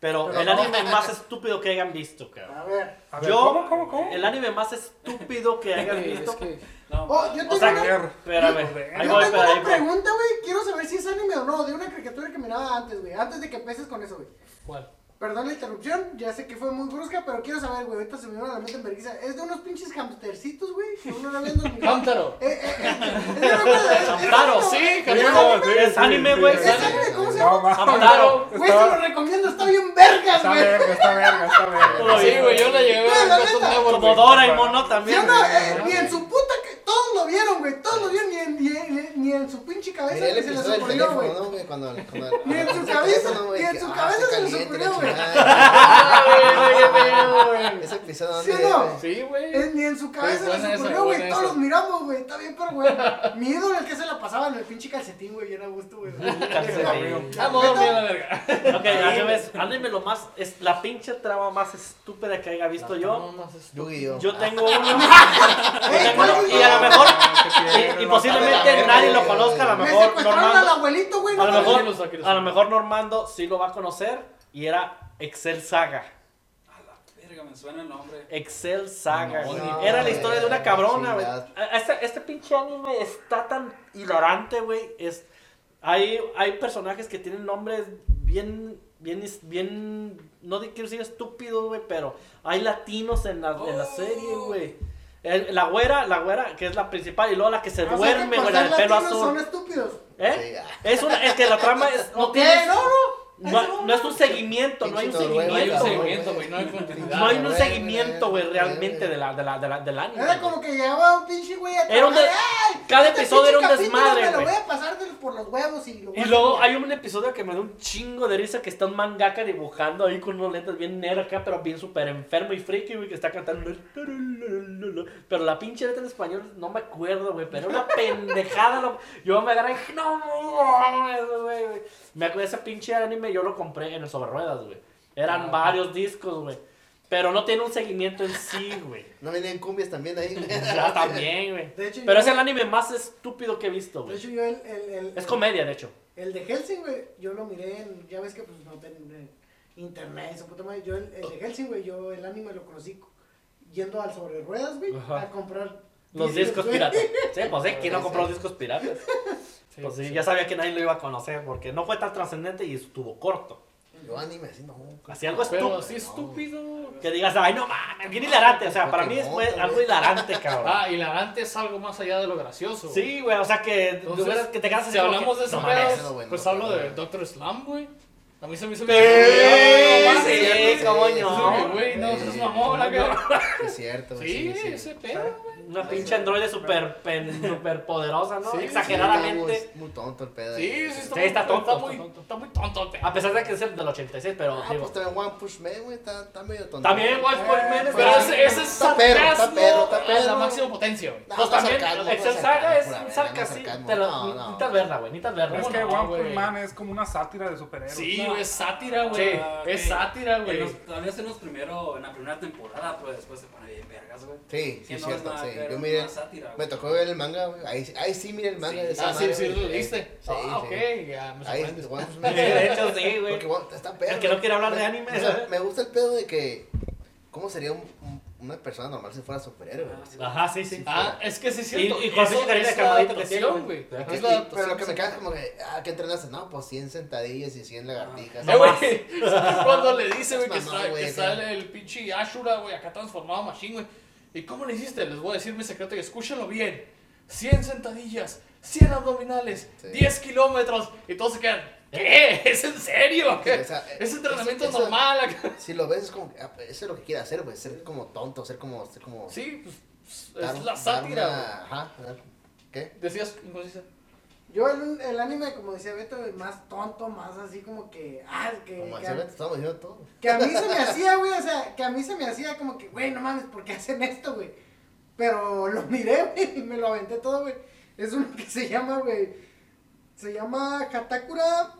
Pero
Pero
el
no.
anime más estúpido que hayan visto, cabrón.
A ver.
A ver,
Yo-
¿Cómo, cómo, cómo?
Eh,
El anime más estúpido que hayan
Es
visto.
que-
No,
Oh, yo
O
tengo
sea,
una,
Ver.
Espérame. Ahí
yo
voy,
tengo
espera, ahí
una
voy.
pregunta, güey. Quiero saber si es anime o no. De una caricatura que miraba antes, güey. Antes de que empieces con eso, güey.
¿Cuál?
Perdón la interrupción, ya sé que fue muy brusca, pero quiero saber, güey, ahorita se me vino a la mente en vergüenza. Es de unos pinches hamstercitos, güey, que uno no ve en los micrófonos.
Cántaro.
Eh, eh, eh, es de una cosa- es- es
Claro,
una-
sí,
es
cariño.
anime,
Es anime, güey.
Es anime, ¿cómo se
No,
llama?
mames.
Hamtaro.
Güey, se lo
Está,
recomiendo, está bien vergas,
está
güey.
verga, está verga, está
Tú lo
verga.
viste.
Sí, güey, yo la llegué a ver
Güey,
en
la
Cartoon
neta.
Network,
Como
güey.
Dora y Mono también.
Yo no,
güey.
eh, ni en su puta que todos lo vieron, güey, todos lo vieron, ni en, ni en- ni en su pinche cabeza
Miré el
que se les
episodio del
ocurrió,
teléfono,
güey.
¿no, güey? Cuando, cuando,
Ni en
cuando
su
puse el
cabeza,
teléfono, güey,
ni en
que,
su
ah,
cabeza
está
se les
caliente,
ocurrió,
la
güey.
chingada.
Ah, güey, güey, güey, güey.
Ese episodio
¿Sí
dónde
o
es,
no?
güey?
Sí, güey.
Eh, ni en su cabeza
Pues buena
se
esa,
ocurrió, güey.
buena
Todos
esa.
los miramos, güey. Está bien, pero, güey. Mi ídolo el que se la pasaba en el pinche calcetín, güey. Bien a gusto, güey.
Calcetín.
Vamos a dormir a la Ah, verga.
Ok, anime, es- anime lo más. Es la pinche trama más estúpida que haya visto yo.
Yu-Gi-Oh.
Yo eh? tengo uno. Yo
Ey,
tengo
¿cuál
uno,
es?
y a lo mejor.
tiene,
y- Y
no,
posiblemente
está
nadie
bien.
lo conozca. A lo
Me
mejor
secuestraron al
Normando.
abuelito, güey.
A
no
lo
mames.
mejor, a lo mejor Normando sí lo va a conocer. Y era Excel Saga.
A la verga, me suena el nombre.
Excel Saga.
No,
güey.
no,
Era la
güey,
historia de una cabrona, güey.
chingada.
Este, este pinche anime está tan hilarante, güey. Es, Hay, hay personajes que tienen nombres bien, bien, bien, no de- quiero decir estúpidos, güey, pero hay latinos en la, en la serie,
Oh.
güey. El- La güera, la güera, que es la principal, y luego la que se
Ah, O sea
duerme,
que por
güey, la
ser
del pelo
latinos Son
azul.
estúpidos.
¿Eh?
Sí, ah,
Es una, es que la trama es, no
Ok,
tiene-
no, no.
no, no es un seguimiento, no hay un
Pinche Noruega,
No hay un
seguimiento, güey.
seguimiento, güey, no hay continuidad.
No hay un
Noruega,
seguimiento, güey,
Noruega.
realmente de la, de la, de la, del anime.
Era
güey.
como que llegaba un pinche güey a
Era un de-
trabajar, ¡ay!
cada
este
episodio era un
pinche capítulo
desmadre,
Me lo
güey.
voy a pasar de- por los huevos y lo voy
Y
a
luego
cambiar".
hay un episodio que me da un chingo de risa que está un mangaka dibujando ahí con unos lentes bien negros acá, pero bien súper enfermo y friki, güey, que está cantando. Pero la pinche letra en español no me acuerdo, güey, pero era una pendejada. lo- Yo me agarré y dije, no, mames", güey. güey". Me acuerdo de ese pinche anime, yo lo compré en el sobre ruedas, güey. Eran
Ah.
varios discos, güey. Pero no tiene un seguimiento en sí, güey.
No venían cumbias también ahí.
Ya también, güey.
De hecho,
Pero
yo-
es el anime más estúpido que he visto,
De
güey.
hecho, yo el. el, el
Es comedia, de hecho.
El de Helsing, güey, yo lo miré en. Ya ves que pues no ten internet, su puta madre. Yo el, el de Helsing, güey, yo el anime lo conocí yendo al sobre ruedas, güey,
Ajá.
a comprar.
Los discos
güey.
piratas. Sí, pues sí, ¿quién no compró los discos piratas? Pues sí, ya sabía que nadie lo iba a conocer porque no fue tan trascendente y estuvo corto.
Yo anime así, no.
Así algo
Pero
estúpido.
así estúpido.
Que digas, ay, no mames, bien hilarante. O sea, para mí es
Pokémon,
fue
güey.
algo hilarante, cabrón.
Ah, hilarante es algo más allá de lo gracioso. güey.
Sí, güey, o sea, que,
Entonces,
de veras que te quedas así
Si
como
hablamos
que,
de esos
no mames.
pedos,
no, güey,
pues
no,
hablo
no,
de
no.
Doctor Slam, güey. A mí se me hizo
Sí,
Sí,
sí,
sí,
cómo
sí,
No,
no.
güey, no, es mamón acá.
Sí, Es cierto, güey,
Sí,
sí,
ese pedo. güey.
Una pinche androide super, pen- super poderosa, ¿no?
Sí, sí,
Exageradamente.
está muy, muy tonto el pedo.
Sí,
ahí.
sí,
Sí, está tonto,
Está muy
está
tonto, está muy tonto el pedo.
A pesar de que es el del 86, pero
Ah,
digo,
pues también One Push Man, güey, está, está medio tonto.
también Watch Men es
Pero
de-
ese, ese es
Está perro, está
sarcasmo
perro, está
a la
perro.
máxima potencia, güey.
No,
Pues
está
también,
sarcasmo,
Excel
está
Saga es
sarcasmo,
un
pura verga,
sarcasmo.
sarcasmo.
Te lo,
No, no.
Necesitas verla, güey. Necesitas verla.
Es
¿Cómo
que
no,
One Punch
güey?
Man es como una sátira de superhéroes.
Sí,
No,
güey, es sátira, güey.
Ah, ok.
Es sátira, güey. Ah,
En los- Tal vez en los primero, en la primera temporada, pero después se pone bien vergas, güey.
Sí, sí,
Que
es
no es
cierto,
nada
sí.
que ver,
Yo
es
miré,
una sátira, güey.
me tocó ver el manga, güey. Ahí, ahí sí miré el manga
Sí.
de esa
Ah, sí,
madre,
sí,
güey.
lo leíste.
Sí,
Ah, ok,
sí.
ya, me
Ahí,
sorprende.
One Punch
Sí,
Man.
de hecho, sí, güey.
Porque bueno, está perro.
El que no quiere hablar de
Me-
anime.
o sea, me gusta el pedo de que. ¿Cómo sería un- un- una persona normal si fuera superhéroe? güey?
Ah, sí.
Ajá, sí, sí.
Ah, es que sí es cierto.
Y- y con
Eso
esa carita
es
de
la
camaradito que tiene,
adaptación,
güey.
güey.
Pero
Es
que-
la
y- Pues pero
adaptación.
lo que me cae es como que, ah, ¿qué entrenaste? No, pues 100 sentadillas y 100 lagartijas.
Eh, güey, cuando le dice, güey, que,
Mamá,
está-
güey,
que
sí.
sale el pinche Ashura, güey, acá transformado en Machine, güey. ¿Y cómo le hiciste? Les voy a decir mi secreto y escúchenlo bien. 100 sentadillas, 100 abdominales,
Sí. ¿Eh?
10 kilómetros. Y todos se quedan, ¿qué? ¿Es en serio?
Sí, o sea,
es entrenamiento
eso- eso-
normal acá.
Si lo ves, es como que, ah, eso es lo que quiere hacer, güey. Ser como tonto, ser como. Ser como
Sí, pues,
dar-
es la
dar
sátira,
una-
güey.
Ajá. dar- ¿Qué?
Decías, ¿cómo se dice?
Yo el, el anime, como decía Beto, el más tonto, más así como que. Ah, que.
Como
que
decía, Beto, estamos diciendo todo.
Que a mí se me hacía, güey, o sea, que a mí se me hacía como que, güey, no mames, ¿por qué hacen esto, güey? Pero lo miré, güey, y me lo aventé todo, güey. Es uno que se llama, güey, se llama Katakura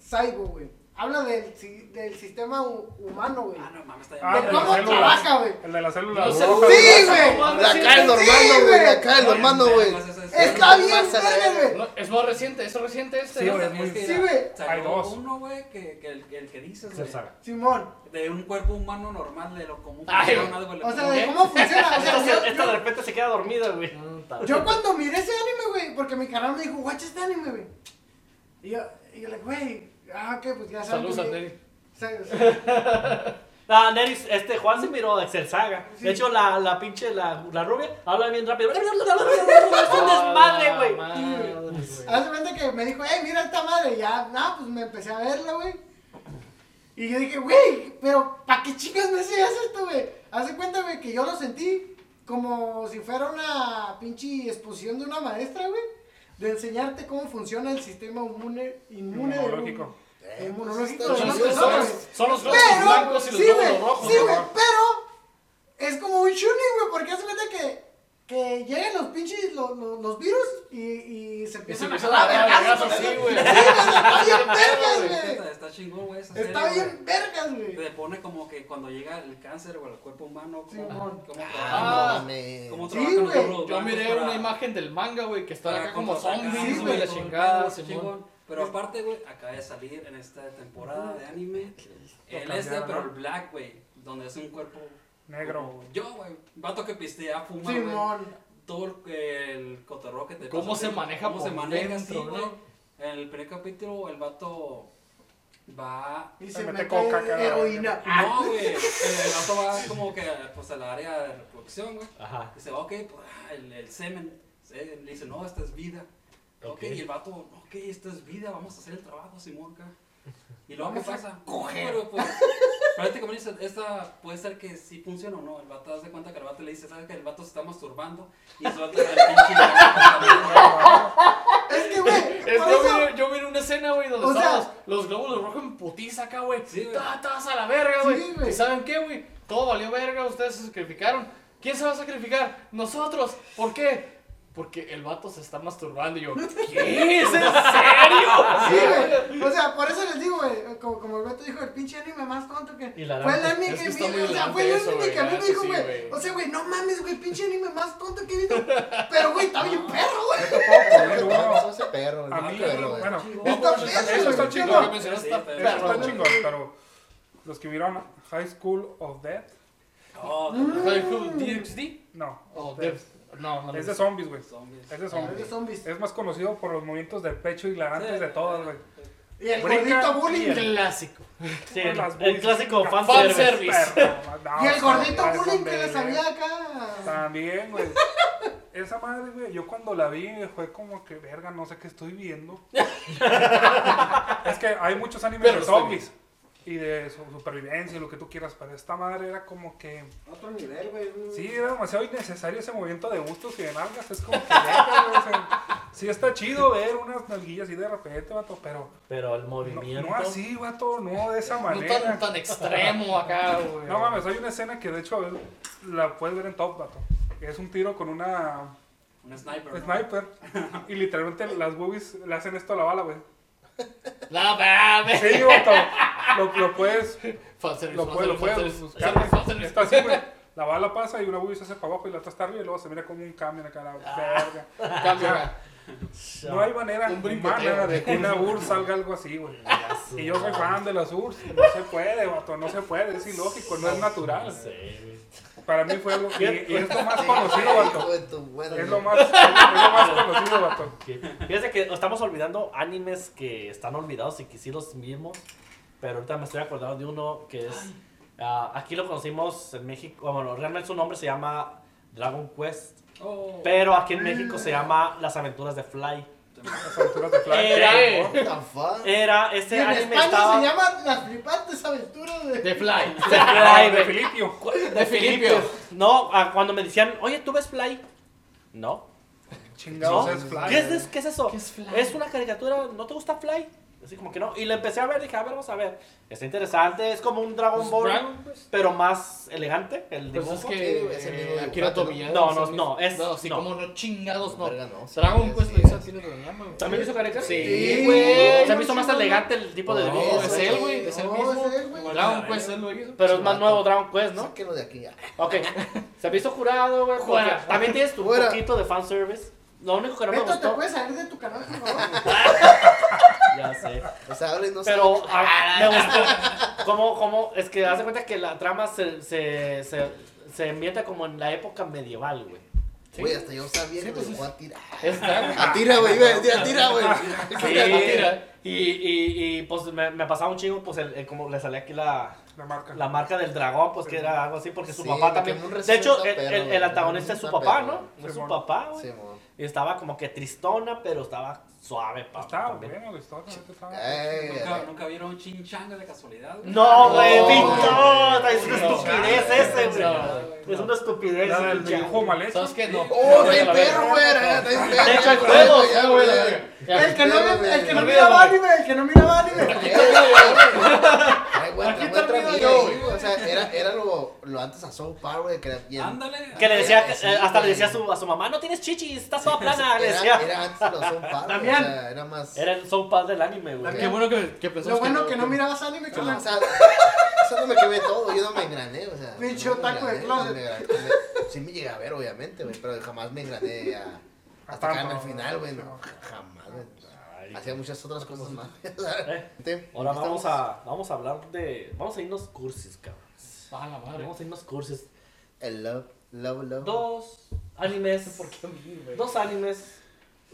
Saigo, güey. Habla del, si- del sistema hu- humano, güey.
Ah, no mames, está
Ah,
¿De
el
bien.
de
vergas.
la
cómo
célula.
trabaja, güey?
El de la célula
No sé,
roja.
Sí,
Ah,
güey.
La
sí,
cae el
sí,
normando, güey. La
güey.
cae el normando, güey.
Vergas, eso es-
Está
Sí,
bien,
pasa,
verga, güey.
No, es más reciente, es reciente este.
Sí,
¿no?
güey.
Es que
Sí,
ya
güey.
salió
Hay dos.
uno, güey, que, que el, el que dices,
Excel
güey.
Saga.
Simón.
De un cuerpo humano normal, de lo común.
Ay,
normal, güey, le
O sea,
ponen-
de cómo funciona. O sea,
Esta,
yo-
se- esta
yo-
de repente se queda dormida, güey.
Yo cuando miré ese anime, güey, porque mi canal me dijo, watch este anime, güey. Y yo, y yo le dije, güey, ah, ok, pues ya sabes.
Saludos a
que-
Neri.
sa- sa-
Ah, Neris, este Juan se miró de Excel Saga.
Sí.
De hecho, la, la pinche, la, la rubia, habla bien rápido. Es un
Ah,
Ah,
desmadre, güey.
Haz de cuenta que me dijo, hey, mira esta madre. Y ya, no, pues me empecé a verla, güey. Y yo dije, güey, pero ¿para qué chicas me hacías esto, güey? Haz de cuenta, güey, que yo lo sentí como si fuera una pinche exposición de una maestra, güey. De enseñarte cómo funciona el sistema inmune, inmune de un-
Inmunológico.
Eh,
inmunológico
pues,
de
Son
una
los, son
está
persona,
los-
güey.
son los glóbulos
Pero,
blancos y los
sí, güey,
glóbulos rojos.
sí,
¿no?
güey, pero es como un shooting, güey, porque hace cuenta que, que llegan los pinches, los, los, los virus y, y
Y
se
se
empiezan a
empiezan a
jalar
dar
vergas,
vergazos, sí, güey.
Sí, güey, está bien
güey.
vergas,
Está, está chingón, güey. esa
güey. Está
serie,
bien vergas,
güey.
güey.
Te pone como que cuando llega el cáncer, güey, al cuerpo humano,
Sí,
cómo,
mon.
cómo trabaja.
Ah,
Ah, mames.
cómo
sí,
trabajan los
güey.
glóbulos
Yo
blancos
miré
para-
una imagen del manga, güey, que están
para
acá como
contraatacar,
zombies,
sí,
güey,
güey,
la
todo el
chingada,
pedo,
Simón.
chingón. Pero aparte, güey, acaba de salir en esta temporada de anime el este,
cambiaron,
pero
¿no?
el black, güey, donde es un cuerpo
Negro.
como Yo, güey, vato que pistea, fuma, güey.
Simón.
todo el, el cotorreo que te
¿Cómo
pasa,
se
güey.
maneja
¿Cómo
por
se maneja
dentro,
así,
no?
güey? En el primer capítulo, el vato va.
Y
Le
se
mete
mete
coca, cara.
heroína.
Ah.
No, güey. El, el vato va como que pues, a la área de reproducción, güey.
Ajá.
Dice, ok, pues, ah, el, el semen. Eh, Le dice, no, esta es vida. Ok,
Ok.
y el vato, ok, esta es vida, vamos a hacer el trabajo, Simón, acá. Y luego, ¿qué
Vamos a
pasa? Coge. Pero, pues, prácticamente dice, esta puede ser que sí funcione o no. El vato hace cuenta que el vato le dice, ¿sabes que el vato se está masturbando? Y el vato le da el pinche
Es que, güey,
Es que
por
yo,
eso.
miré, yo miré una escena, güey, donde
O sea-
estaban los, los glóbulos rojos en putiza acá, güey.
Sí, güey.
Ta, tas a la verga,
Sí,
güey.
güey.
¿Y saben qué, güey? Todo valió verga, ustedes se sacrificaron. ¿Quién se va a sacrificar? Nosotros. ¿Por qué? Porque el vato se está masturbando. Y yo, ¿qué? ¿Es en serio?
Sí, güey. O sea, por eso les digo, güey. Como, como el vato dijo, el pinche anime más tonto que.
Y la
Fue el
lana.
anime
Es
que,
que está
vi,
muy
O sea,
adelante
fue el
eso,
anime
güey,
que a mí
la
me
neta
dijo,
sí,
güey.
güey.
O sea, güey, no mames, güey. Pinche anime más tonto que he visto. Pero, güey, está bien perro, güey.
Te puedo poner
Eso
uno.
ese perro,
A
no,
mí,
perro, güey.
bueno,
Está
Eso
perro,
está-
güey,
Eso está
¿qué
chingón.
no?
que mencionaste,
Sí,
está
está
eso
perro,
está
güey.
chingón, pero los que vieron High School of Death,
No,
Fue como DXD.
no.
Oh,
Death.
Dev. No, no.
Es de zombies, güey.
zombies.
Es de
Es de
zombies.
zombies.
Es más conocido por los movimientos del pecho y la antes de todas, güey.
Y el
Brinca
gordito bullying.
y el-
Clásico.
Sí,
Con las
el
boobies.
clásico fan
Fan
service.
service.
Perro, no,
Y
Ah,
el gordito
no,
bullying que
también,
le sabía
güey.
acá.
También, güey. Esa madre, güey, yo cuando la vi fue como que, verga, no sé qué estoy viendo. es que hay muchos animes
Pero
de
estoy
zombies y de su- supervivencia y lo que tú quieras, pero esta madre era como que.
Otro nivel, güey.
Sí, era demasiado innecesario ese movimiento de gustos y de nalgas. Es como que, verga, güey, o sea, sí está chido ver unas nalguillas así de repente, vato, pero
Pero el
no,
movimiento.
no así, vato, no de esa
No
manera.
tan, tan extremo acá, güey.
No mames, hay una escena que de hecho es- la puedes ver en Top, vato. que Es un tiro con una
Un sniper. ¿no?
sniper y literalmente las boobies le hacen esto a la bala, güey.
No mames.
Sí, vato. Lo, lo puedes,
Fanservice,
lo puedes, lo puedes
fanservice,
buscar.
fanservice, fanservice.
Está así, güey. La bala pasa y una boobie se hace para abajo y la otra está arriba y luego se mira como un camión acá. la verga.
Cambio acá.
No hay manera
Un brincoteo.
humana de que una URSS salga algo así, güey. Y yo soy fan de las URSS. No se puede, vato. No se puede. Es ilógico, no es natural. Para mí fue algo. Y, y es lo más conocido,
Hijo
vato.
de tu madre.
Es lo más, es lo más conocido, vato.
Fíjate que estamos olvidando animes que están olvidados y que sí los mismos. Pero ahorita me estoy acordando de uno que es. ah, aquí lo conocimos en México. Bueno, realmente su nombre se llama Dragon Quest.
Oh.
Pero aquí en México se llama Las Aventuras de Fly.
Las aventuras de Flash.
Era,
What the fuck?
era
Y
este
en
anime
España
estaba.
se llaman las flipantes aventuras de.
The Fly.
Fly,
de
güey.
Filipio.
Cu-
De Filipio.
No, ah, cuando me decían, oye, ¿tú ves Fly? No.
Chingados
No.
es Fly.
¿Qué es, des- qué es eso?
¿Qué es Fly? Pues
una caricatura, ¿no te gusta Fly? Así como que no. Y le empecé a ver, dije, a ver, vamos a ver. Está interesante, es como un Dragon
Pues,
Ball,
Dragon, pues.
pero más elegante el
Pues
dibujo.
es que
Es el
eh,
mismo dibujante,
Akira
¿no?
Toriyama.
No,
es el
no, no,
mismo.
es-
No, sí,
no.
como no chingados, no.
Verga, no, sí,
Dragon
es,
Quest
sí
lo hizo
es.
Akira Toriyama, güey.
¿También hizo caricatura?
Sí,
güey.
Se me hizo más elegante el tipo de
Oh,
dibujo.
No,
Eso,
es él, güey. Es el
No,
mismo.
es él, güey.
Dragon Quest él lo hizo.
Pero es más
Chivato.
nuevo Dragon Quest, ¿no?
Sáquenlo de aquí ya.
Ok. Se me hizo jurado, güey. porque
Fuera.
También tienes tu
Fuera.
poquito de fanservice. Lo único que no me
Beto, te
gustó.
puedes salir de tu canal, por favor.
Ya sé.
O sea, hablen, no
Pero
saben.
ah, me gustó. ¿Cómo, cómo? Es que hace cuenta que la trama se, se, se, se ambienta como en la época medieval, güey.
Güey, hasta yo sabía
Sí,
que me
pues
dejó a tirar.
Es Dragon
A tira, güey. Iba a decir, a tira, güey.
Sí. Y, y, y pues me, me pasaba un chingo, pues el- el- como le salía aquí la,
La marca.
la marca del dragón, pues que era algo así, porque su
Sí,
papá
de
también.
que un
De hecho, el,
resuelta,
el-
pero,
el
güey,
antagonista
un
es su
resuelta,
papá,
pero,
¿no? Es su
Simón.
papá, güey.
Sí, mon.
Y estaba como que tristona, pero estaba suave, papá.
Estaba
también.
bueno la historia. ahorita estaba-
Ay,
¿Nunca,
ay,
nunca vieron Chinchanga de casualidad? güey?
No, güey,
No,
pincho.
güey.
Es una estupidez ese, güey. Es una estupidez.
La del
pinche.
dibujo mal hecho.
¿Sabes qué? No.
Oh, está
Ya
bien
la verga.
perro, güey. Está bien perro.
De hecho, hay
Ya,
juegos,
ya,
güey, la
ya.
verga. Ya.
El que no, ve- el que no
Olvídalo,
miraba
güey.
anime, el que no miraba anime.
Eh, güey. Ay, güey,
Aquí
otra
termino
vida
yo,
ahí, güey. O sea, era, era lo, lo antes a South Park, güey. Que era bien.
Ándale.
Que le decía, que-
Sí,
eh, hasta le
güey.
decía a su, a su mamá, no tienes chichis, estás toda plana,
Era,
le decía.
era antes de los South Park. güey,
Damián.
O sea, era más.
Era el South Park del anime, güey.
Qué bueno que, que pensamos
Lo bueno que no mirabas anime,
No, o
carnal.
sea, eso no me quemé todo, yo no me engrané, o sea.
Pinche
no me
otaku de
engrané,
closet.
me engrané, me- sí me llegué a ver, obviamente, güey, pero jamás me engrané a, hasta acá en el
Tanto.
final, güey, no, jamás, güey.
Ay,
Hacía muchas otras cosas más.
eh. Ahora vamos a, vamos a hablar de, vamos a irnos cursis, cabrón.
Ah,
A la madre.
Vamos a irnos cursis.
El love, love, love.
Dos, animes,
¿Por qué a mí, güey?
dos animes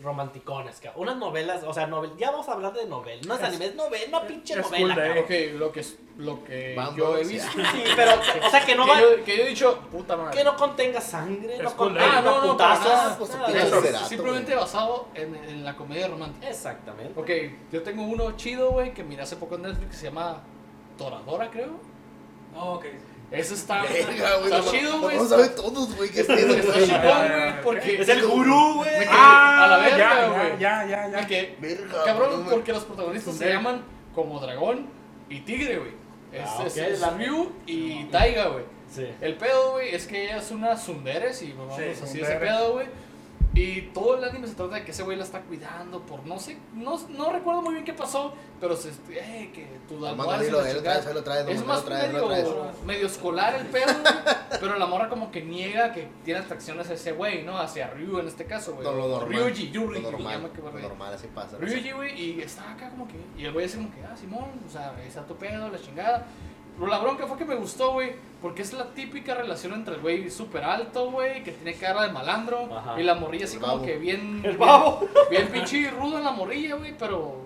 romanticones, cabrón. Unas novelas, o sea, novel, ya vamos a hablar de novelas. No es animes, novela, una pinche
es
novela,
cool day.
cabrón.
Ah, Ok, lo que, es- lo que
Vamos,
yo he
sí.
visto.
Sí, pero, o sea, que no va,
que, yo, que yo he dicho, puta madre.
que no contenga sangre, no
Es cool
contenga
Ah, no, no, para
putazos,
nada,
pues,
nada de
opinas
eso.
de- Moderato,
simplemente basado en, en la comedia romántica.
Exactamente.
Ok, yo tengo uno chido, güey, que miré hace poco en Netflix que se llama Toradora, creo.
Oh, ok.
Eso está,
Verga, güey.
está chido, güey.
No sabe todos, güey. ¿Qué es
Está
Sí,
chingón,
ya,
güey,
ya,
porque...
Es el gurú, güey.
Me quedé
Ah,
a la verga,
ya,
güey.
Ya, ya, ya, ya.
que-
Verga,
Cabrón,
güey.
porque los protagonistas se
Sí.
llaman como dragón y tigre, güey. Es,
Ah,
es-
ok,
es
la-
Ryu y Taiga, güey.
Sí.
El pedo, güey, es que ella es una sunderes y vamos
Sí,
así ese
tsundere.
pedo, güey. Y todo el anime se trata de que ese güey la está cuidando por no sé, no, no recuerdo muy bien qué pasó, pero se, eh, que tu
Nomás
dalguadas y
lo
la
él
chingada.
trae, lo trae,
Es
nomás
más
lo trae, lo
medio,
trae.
medio escolar el pedo, güey, pero la morra como que niega que tiene atracciones a ese güey, ¿no? Hacia Ryu en este caso, güey.
Lo lo normal.
Ryuji,
Lo
Yuri, güey,
normal,
llama que
lo
barbaridad.
normal, así pasa. no sé.
Ryuji, güey, y estaba acá como que. Y el güey así como que, ah, Simón, o sea, ahí está tu pedo, la chingada. Pero la bronca fue que me gustó, güey, porque es la típica relación entre el güey súper alto, güey, que tiene cara de malandro,
Ajá.
y la morrilla así
El
como
babo.
que bien.
El babo.
Bien, bien pinche y ruda la morrilla, güey, pero.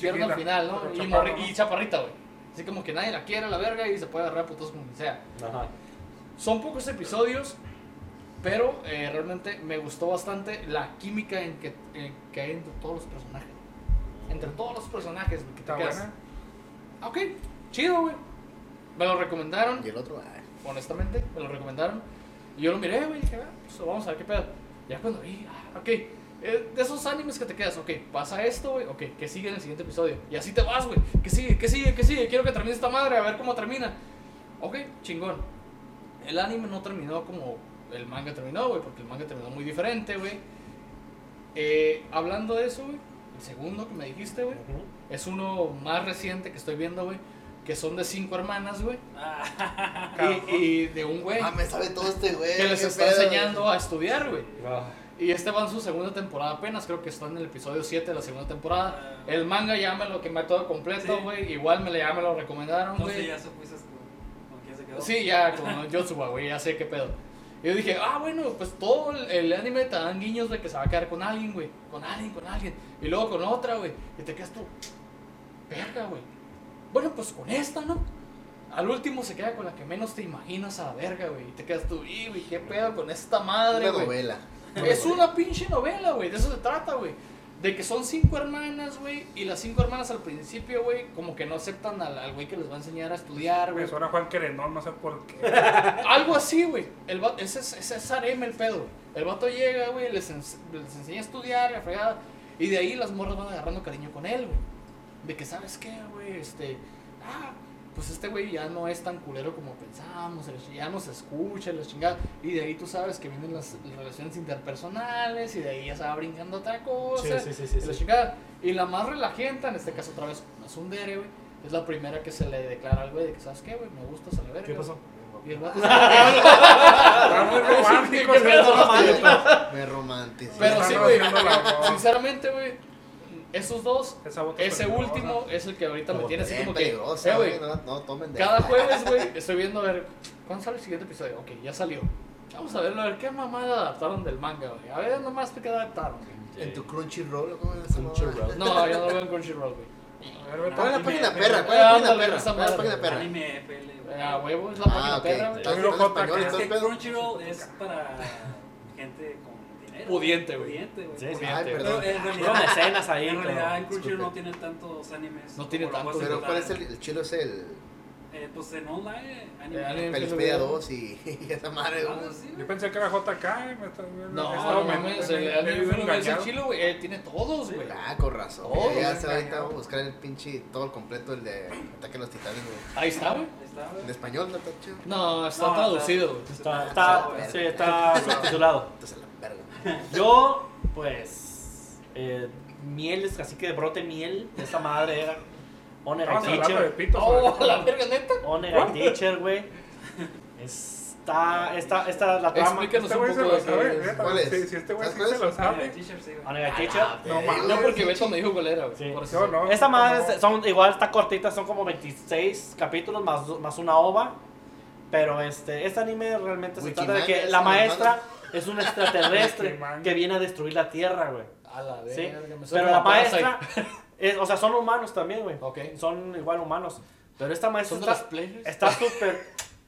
Pierna al
Chiquita,
final, ¿no?
pero
Y,
chaparra,
morri-
¿no?
y chaparrita, güey. Así como que nadie la quiere a la verga y se puede agarrar a putos como quien sea.
Ajá.
Son pocos episodios, pero eh, realmente me gustó bastante la química en que, en que hay entre todos los personajes. Entre todos los personajes, güey, que te
Está
quedas,
buena.
"Ah, Ok, chido, güey. Me lo recomendaron,
Y el otro, ay,
honestamente, me lo recomendaron. Y yo lo miré, güey, y dije, "Ah, pues, vamos a ver qué pedo. Ya cuando vi, ah, ok. eh, de esos animes que te quedas, ok, pasa esto, güey, ok, que sigue en el siguiente episodio. Y así te vas, güey, que sigue, que sigue, que sigue, quiero que termine esta madre, a ver cómo termina. Ok, chingón. El anime no terminó como el manga terminó, güey, porque el manga terminó muy diferente, güey. Eh, hablando de eso, güey, el segundo que me dijiste, güey,
Ujú.
es uno más reciente que estoy viendo, güey, que son de cinco hermanas, güey,
Cabrón.
y, y de un güey
ah, me sabe todo este güey.
que les
qué
está
pedo, güey.
enseñando a estudiar, güey.
Ah.
Y este va en su segunda temporada apenas, creo que está en el episodio 7 de la segunda temporada.
Ah.
El manga ya me lo quemé todo completo,
Sí.
güey, igual me, lo- ya me lo recomendaron,
No sé,
güey.
ya supiste con quién se quedó.
Sí, ya con Yotsuba, güey, ya sé qué pedo. Y yo dije, ah, bueno, pues todo el, el anime te dan guiños de que se va a quedar con alguien, güey. Con alguien, con alguien. Y luego con otra, güey. Y te quedas tú, verga, güey. Bueno, pues con esta, ¿no? Al último se queda con la que menos te imaginas a la verga, güey. Y te quedas tú, y, güey, qué pedo con esta madre,
Una
güey.
novela.
Es una pinche novela, güey. De eso se trata, güey. De que son cinco hermanas, güey. Y las cinco hermanas al principio, güey, como que no aceptan al al güey que les va a enseñar a estudiar, güey.
Me suena Juan Querendón, no sé por qué.
Algo así, güey. El va- Ese es, ese es harem el pedo, güey. El vato llega, güey, les, ens- les enseña a estudiar, la fregada. Y de ahí las morras van agarrando cariño con él, güey. De que, ¿sabes qué, güey? Este. Ah, pues este güey ya no es tan culero como pensábamos. el ch- Ya nos escucha, la chingada. Y de ahí tú sabes que vienen las relaciones interpersonales. Y de ahí ya se va brincando otra cosa.
Sí, sí, sí, sí,
Y la
sí.
chingada. Y la más relajenta, en este caso otra vez, una tsundere, güey. Es la primera que se le declara al güey de que, ¿sabes qué, güey? Me gusta se le verga.
¿Qué pasó?
Y el vato-
Está muy romántico.
¿Qué
ese
pedo?
vato.
Me romantizo.
Pero
Están
sí, güey.
haciendo la voz.
Sinceramente, güey, esos dos,
Esa bota es
ese
peligrosa.
último es el que ahorita me
Como
tiene así
Bien
como que.
peligrosa,
eh, güey,
güey. No, no tomen de
Cada jueves, güey, estoy viendo a ver. ¿Cuándo sale el siguiente episodio? Ok, ya salió. Vamos a verlo, a ver qué mamada adaptaron del manga, güey. A ver nomás qué adaptaron, güey.
En tu Crunchyroll, ¿cómo es
Crunchyroll.
No, yo no veo en Crunchyroll, güey.
A ver, vete.
¿Cuál es la
Anime,
página
pero-
perra? ¿Cuál es la página
Ah, Ándale,
perra?
esa
¿Cuál es
madre.
la página perra?
Anime, FL, güey.
A huevo es la
Ah,
página
ok.
perra,
Está
güey.
Pero
en
Jota,
español y
que
Es
todo
que
el pedo.
Crunchyroll es para gente con dinero.
Pudiente, güey.
Pudiente, güey.
Sí, sí.
Ay,
Pero
perdón.
en
Fueron
realidad,
escenas ahí.
en realidad en
pero-
Crunchyroll no
disculpe.
tiene tantos animes.
No tiene
como lo
tantos,
vas a
Pero ¿cuál es
encontrar
el, el chilo? Es el
en- eh, pues en online, anime.
Eh, anime.
Pelispedia 2 y, y esa
Ah,
madre. güey.
Algo así, güey.
Yo pensé que era JK. Me está, me
No,
estaba
no
me-
mames,
me-
el
me- me-
anime
me-
Full Metal
engañado.
Chilo, güey, eh, tiene todos, güey.
Ah, con razón.
Oh,
güey, ya
me
se ahorita
engañó.
vamos a buscar el pinche todo el completo, el de Ataque a los Titanes, güey.
Ahí está, güey.
Ahí está, güey.
En español, no está chido.
No, está
No,
traducido, güey.
Está,
Ah,
está, sí, está subtitulado.
Entonces, la verga.
Yo, pues. Eh, miel es así que de brote miel. Esa madre era. Onega
Estamos hablando de
Teacher.
pitos.
Oh,
¿verdad?
la verga, neta.
Onega Teacher, güey. Está. Esta, esta la trama.
Explícanos
Este
un
güey se
poco
lo
de qué
sabe.
es.
neta,
¿Cuál es?
Si, si este güey sí
¿Sabes cuál
se lo
Ah, el
sabe.
teacher, sí, güey.
Onega Teacher.
No mames.
No, porque Beto me dijo cuál era, güey.
Sí.
Por eso
Yo no.
Esta madre
no.
se- son, igual está cortita, son como 26 capítulos más, más una ova. Pero este, este anime realmente se trata de
Wikimanga,
que
esa
la
mamada.
maestra, es un extraterrestre
Aquaman.
que viene a destruir la Tierra, güey.
A la
Sí,
verga, me suena
Pero la
como Parasite.
maestra, es- o sea, son humanos también, güey.
Ok.
Son igual humanos. Pero esta maestra
¿Son de
está-
las players?
está súper,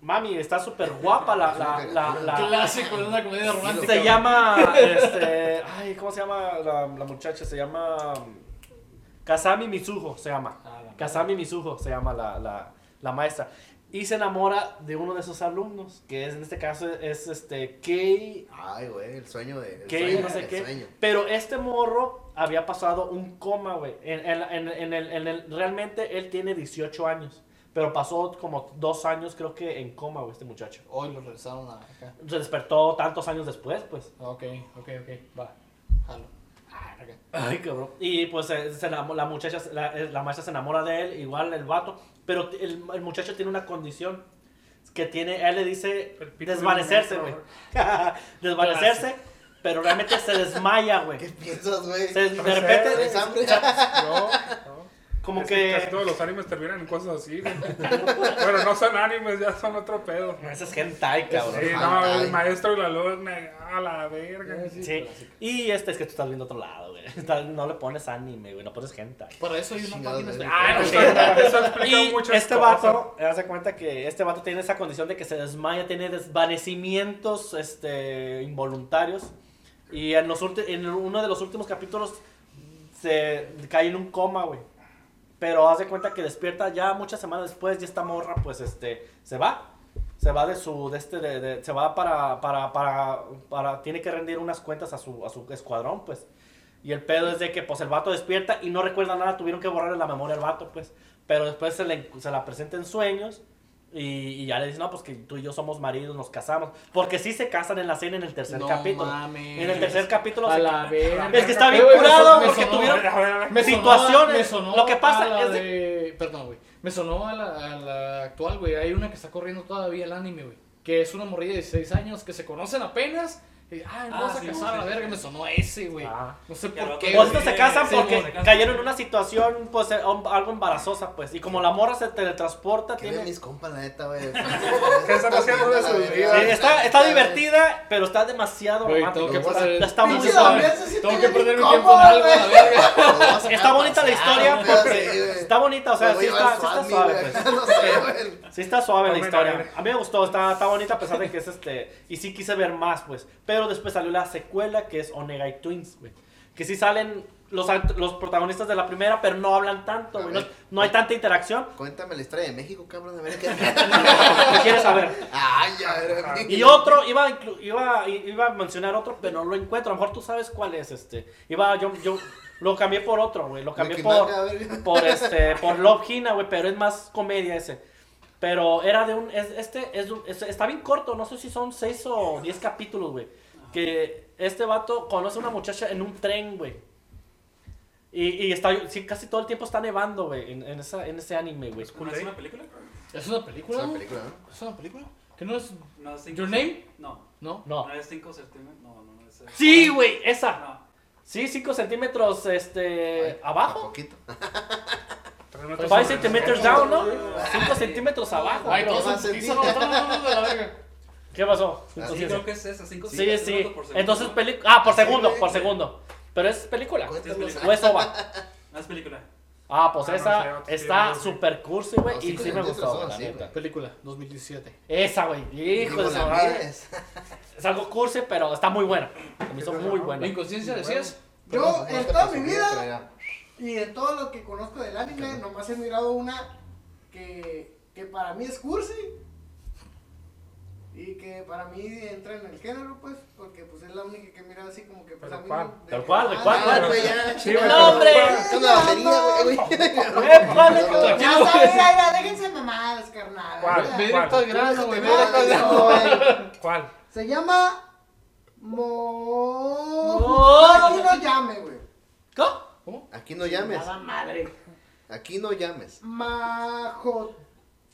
mami, está súper guapa la, la, la, la-
Clásico de una comedia romántica.
se llama, este, ay, ¿cómo se llama la, la muchacha? Se llama mm, Kasami Mizuho, se llama.
Ah, la
Kasami Mizuho se llama la, la, la maestra. Y se enamora de uno de sus alumnos, que es, en este caso es este Kei
Ay, güey, el sueño de. El
¿Qué?
sueño,
No sé
el
qué.
sueño.
Pero este morro había pasado un coma, güey. En, en, en- en el, en el- realmente él tiene 18 años. Pero pasó como dos años, creo que, en coma, güey, este muchacho.
Hoy lo regresaron a acá.
Se despertó tantos años después, pues.
Ah, Ok, ok, ok. Va. Jalo. Ah, acá.
Ay, cabrón. Y pues eh, se enamo- la muchacha, la, eh, la maestra se enamora de él, igual el vato. Pero t- el, el muchacho tiene una condición que tiene, él le dice
El pico de un
desvanecerse, güey.
metro.
desvanecerse, pero realmente se desmaya, güey.
¿Qué piensas, güey?
Se- de
Trasero.
repente,
¿Tienes hambre?
No, no.
como
Es
que...
Casi todos los animes terminan en cosas así, güey. bueno, no son animes, ya son otro pedo.
Ese es hentai, cabrón.
Sí, no, el maestro y la alumna, a la verga.
Sí. Y este es que tú estás viendo otro lado, güey. Estás- No le pones anime, güey. No pones hentai.
Para eso hay una
Chingado,
página
eh.
especial.
Ah,
sí.
eso, eso explica
Y
muchas
este
cosas.
vato, haz de cuenta que este vato tiene esa condición de que se desmaya, tiene desvanecimientos este, involuntarios. Y en, los ulti- en uno de los últimos capítulos se cae en un coma, güey. Pero haz de cuenta que despierta ya muchas semanas después y esta morra, pues, este, se va. Se va de su, de este, de- de- se va para, para, para, para, tiene que rendir unas cuentas a su, a su escuadrón, pues. Y el pedo es de que, pues, el vato despierta y no recuerda nada, tuvieron que borrarle la memoria al vato, pues. Pero después se, le, se la presenta en sueños y, y ya le dice, no, pues que tú y yo somos maridos, nos casamos. Porque sí se casan en la cena en el tercer
No
capítulo.
mames.
En el tercer capítulo
A
se
la verga.
Es que está bien
Eh, güey, me
curado
sonó- me
porque
sonó-
tuvieron...
A ver, a ver.
Me sonó a-
situaciones.
me sonó
Lo que pasa
a la
es de-
de- Perdón, güey. Me sonó a la, a la actual, güey. Hay una que está corriendo todavía el anime, güey. Que es una morrilla de 16 años que se conocen apenas. Y, ah, no
Ah,
vas a
sí,
casar a
sí,
la
sí.
verga. Me sonó ese, güey.
Ah.
No sé
Que al
por
rato
qué.
Eh,
Pues
güey.
no se
eh,
casan
sí,
porque
se
casan.
cayeron en una situación pues eh, un- algo embarazosa pues y como la morra se teletransporta
¿Qué ven
tiene
mis compas, la neta, güey?
¿Qué están haciendo de sus
Sí,
vidas?
está, está divertida pero está demasiado
Güey,
romántica,
tengo que
está-
pasar-
está muy
Pinche
suave.
Damián se siente
Tengo que
bien
perder mi
incómodo,
tiempo en algo, a la
güey.
verga.
está bonita la historia
Ah,
porque está bonita o sea sí está, sí está suave pues.
No sé, güey.
Sí está suave la
Hombre, a
historia.
ver.
A mí me gustó, está, está bonita a pesar de que es este... Y sí quise ver más, pues. Pero después salió la secuela que es Onega y Twins, güey. Que sí salen los, act- los protagonistas de la primera, pero no hablan tanto,
A
güey. No,
ver.
no hay tanta interacción.
Cuéntame la historia de México, cabrón, de ver qué.
¿Qué quieres saber?
Ay, ya, verga.
Y otro, iba a, inclu- iba, iba a mencionar otro, pero no lo encuentro. A lo mejor tú sabes cuál es este. Iba, yo, yo lo cambié por otro, güey. Lo cambié
Mickey
por,
Mouse, a ver.
por, este, por Love Hina, güey, pero es más comedia ese. Pero era de un, es- este, es, de un- es- está bien corto, no sé si son 6 o 10 capítulos, güey. Que este vato conoce a una muchacha en un tren, güey. Y, y está, sí, casi todo el tiempo está nevando, güey, en, en esa, en ese anime, güey.
¿No es una película?
¿Es una película?
Es una
güey?
película, ¿no?
¿Es una película? ¿Que no es...?
No, es cinco-
¿Your Name?
No.
No.
No.
¿No es 5 septiembre? No, no, no es...
Sí, güey, esa.
No.
Sí, 5 centímetros este,
Ay,
abajo.
a Poquito.
Realmente
5
son-
centímetros down, ¿no? 5 centímetros abajo.
Ay,
creo.
todos
más
en putiza, no,
sentido.
no, no, no, de la verga.
¿Qué pasó?
Así
Sí,
Entonces,
creo que es esa, 5
sí, sí. Entonces, peli- ah, por
Sí,
segundo,
güey.
por segundo. Pero es película.
Pues,
Cuéntanos.
O es OVA.
No es película.
Ah, pues
Ah, no, sí,
esa
no, sí,
está
no, sí.
super cursi, güey.
No, sí,
Y sí me
sí,
gustó,
sí,
güey, la
sí,
neta.
Película, 2017.
Esa, güey. Hijo de
Digo,
su
la
madre.
mires.
Es algo cursi, pero está muy buena. Se me hizo
Sí,
muy
no,
¿La
buena.
inconsciencia decías?
Yo, en toda mi
Pero
vida,
ya.
y de todo lo que conozco del anime, nomás he mirado una que, que para mí es cursi. Y que para mí entra en el género, pues, porque pues es la única que he mirado así como que pues
Pero
a mí
¿cuál?
no- de
Tal
que-
cual, de
ah,
cuál,
no,
cuál.
Ah, güey, ya,
Sí,
chingada.
güey,
No, hombre.
Busca la batería, güey, güey.
Eh, vale, cabrón.
Ya sabes, mira, déjense mamadas, carnal.
¿Cuál?
Ya.
Ve directo al grano, güey. Ve directo al grano.
No, güey.
¿Cuál?
Se llama Mo.
Mo-
Aquí no llame, güey.
¿Cómo?
Aquí no llames.
Nada madre.
Aquí no llames.
Majo.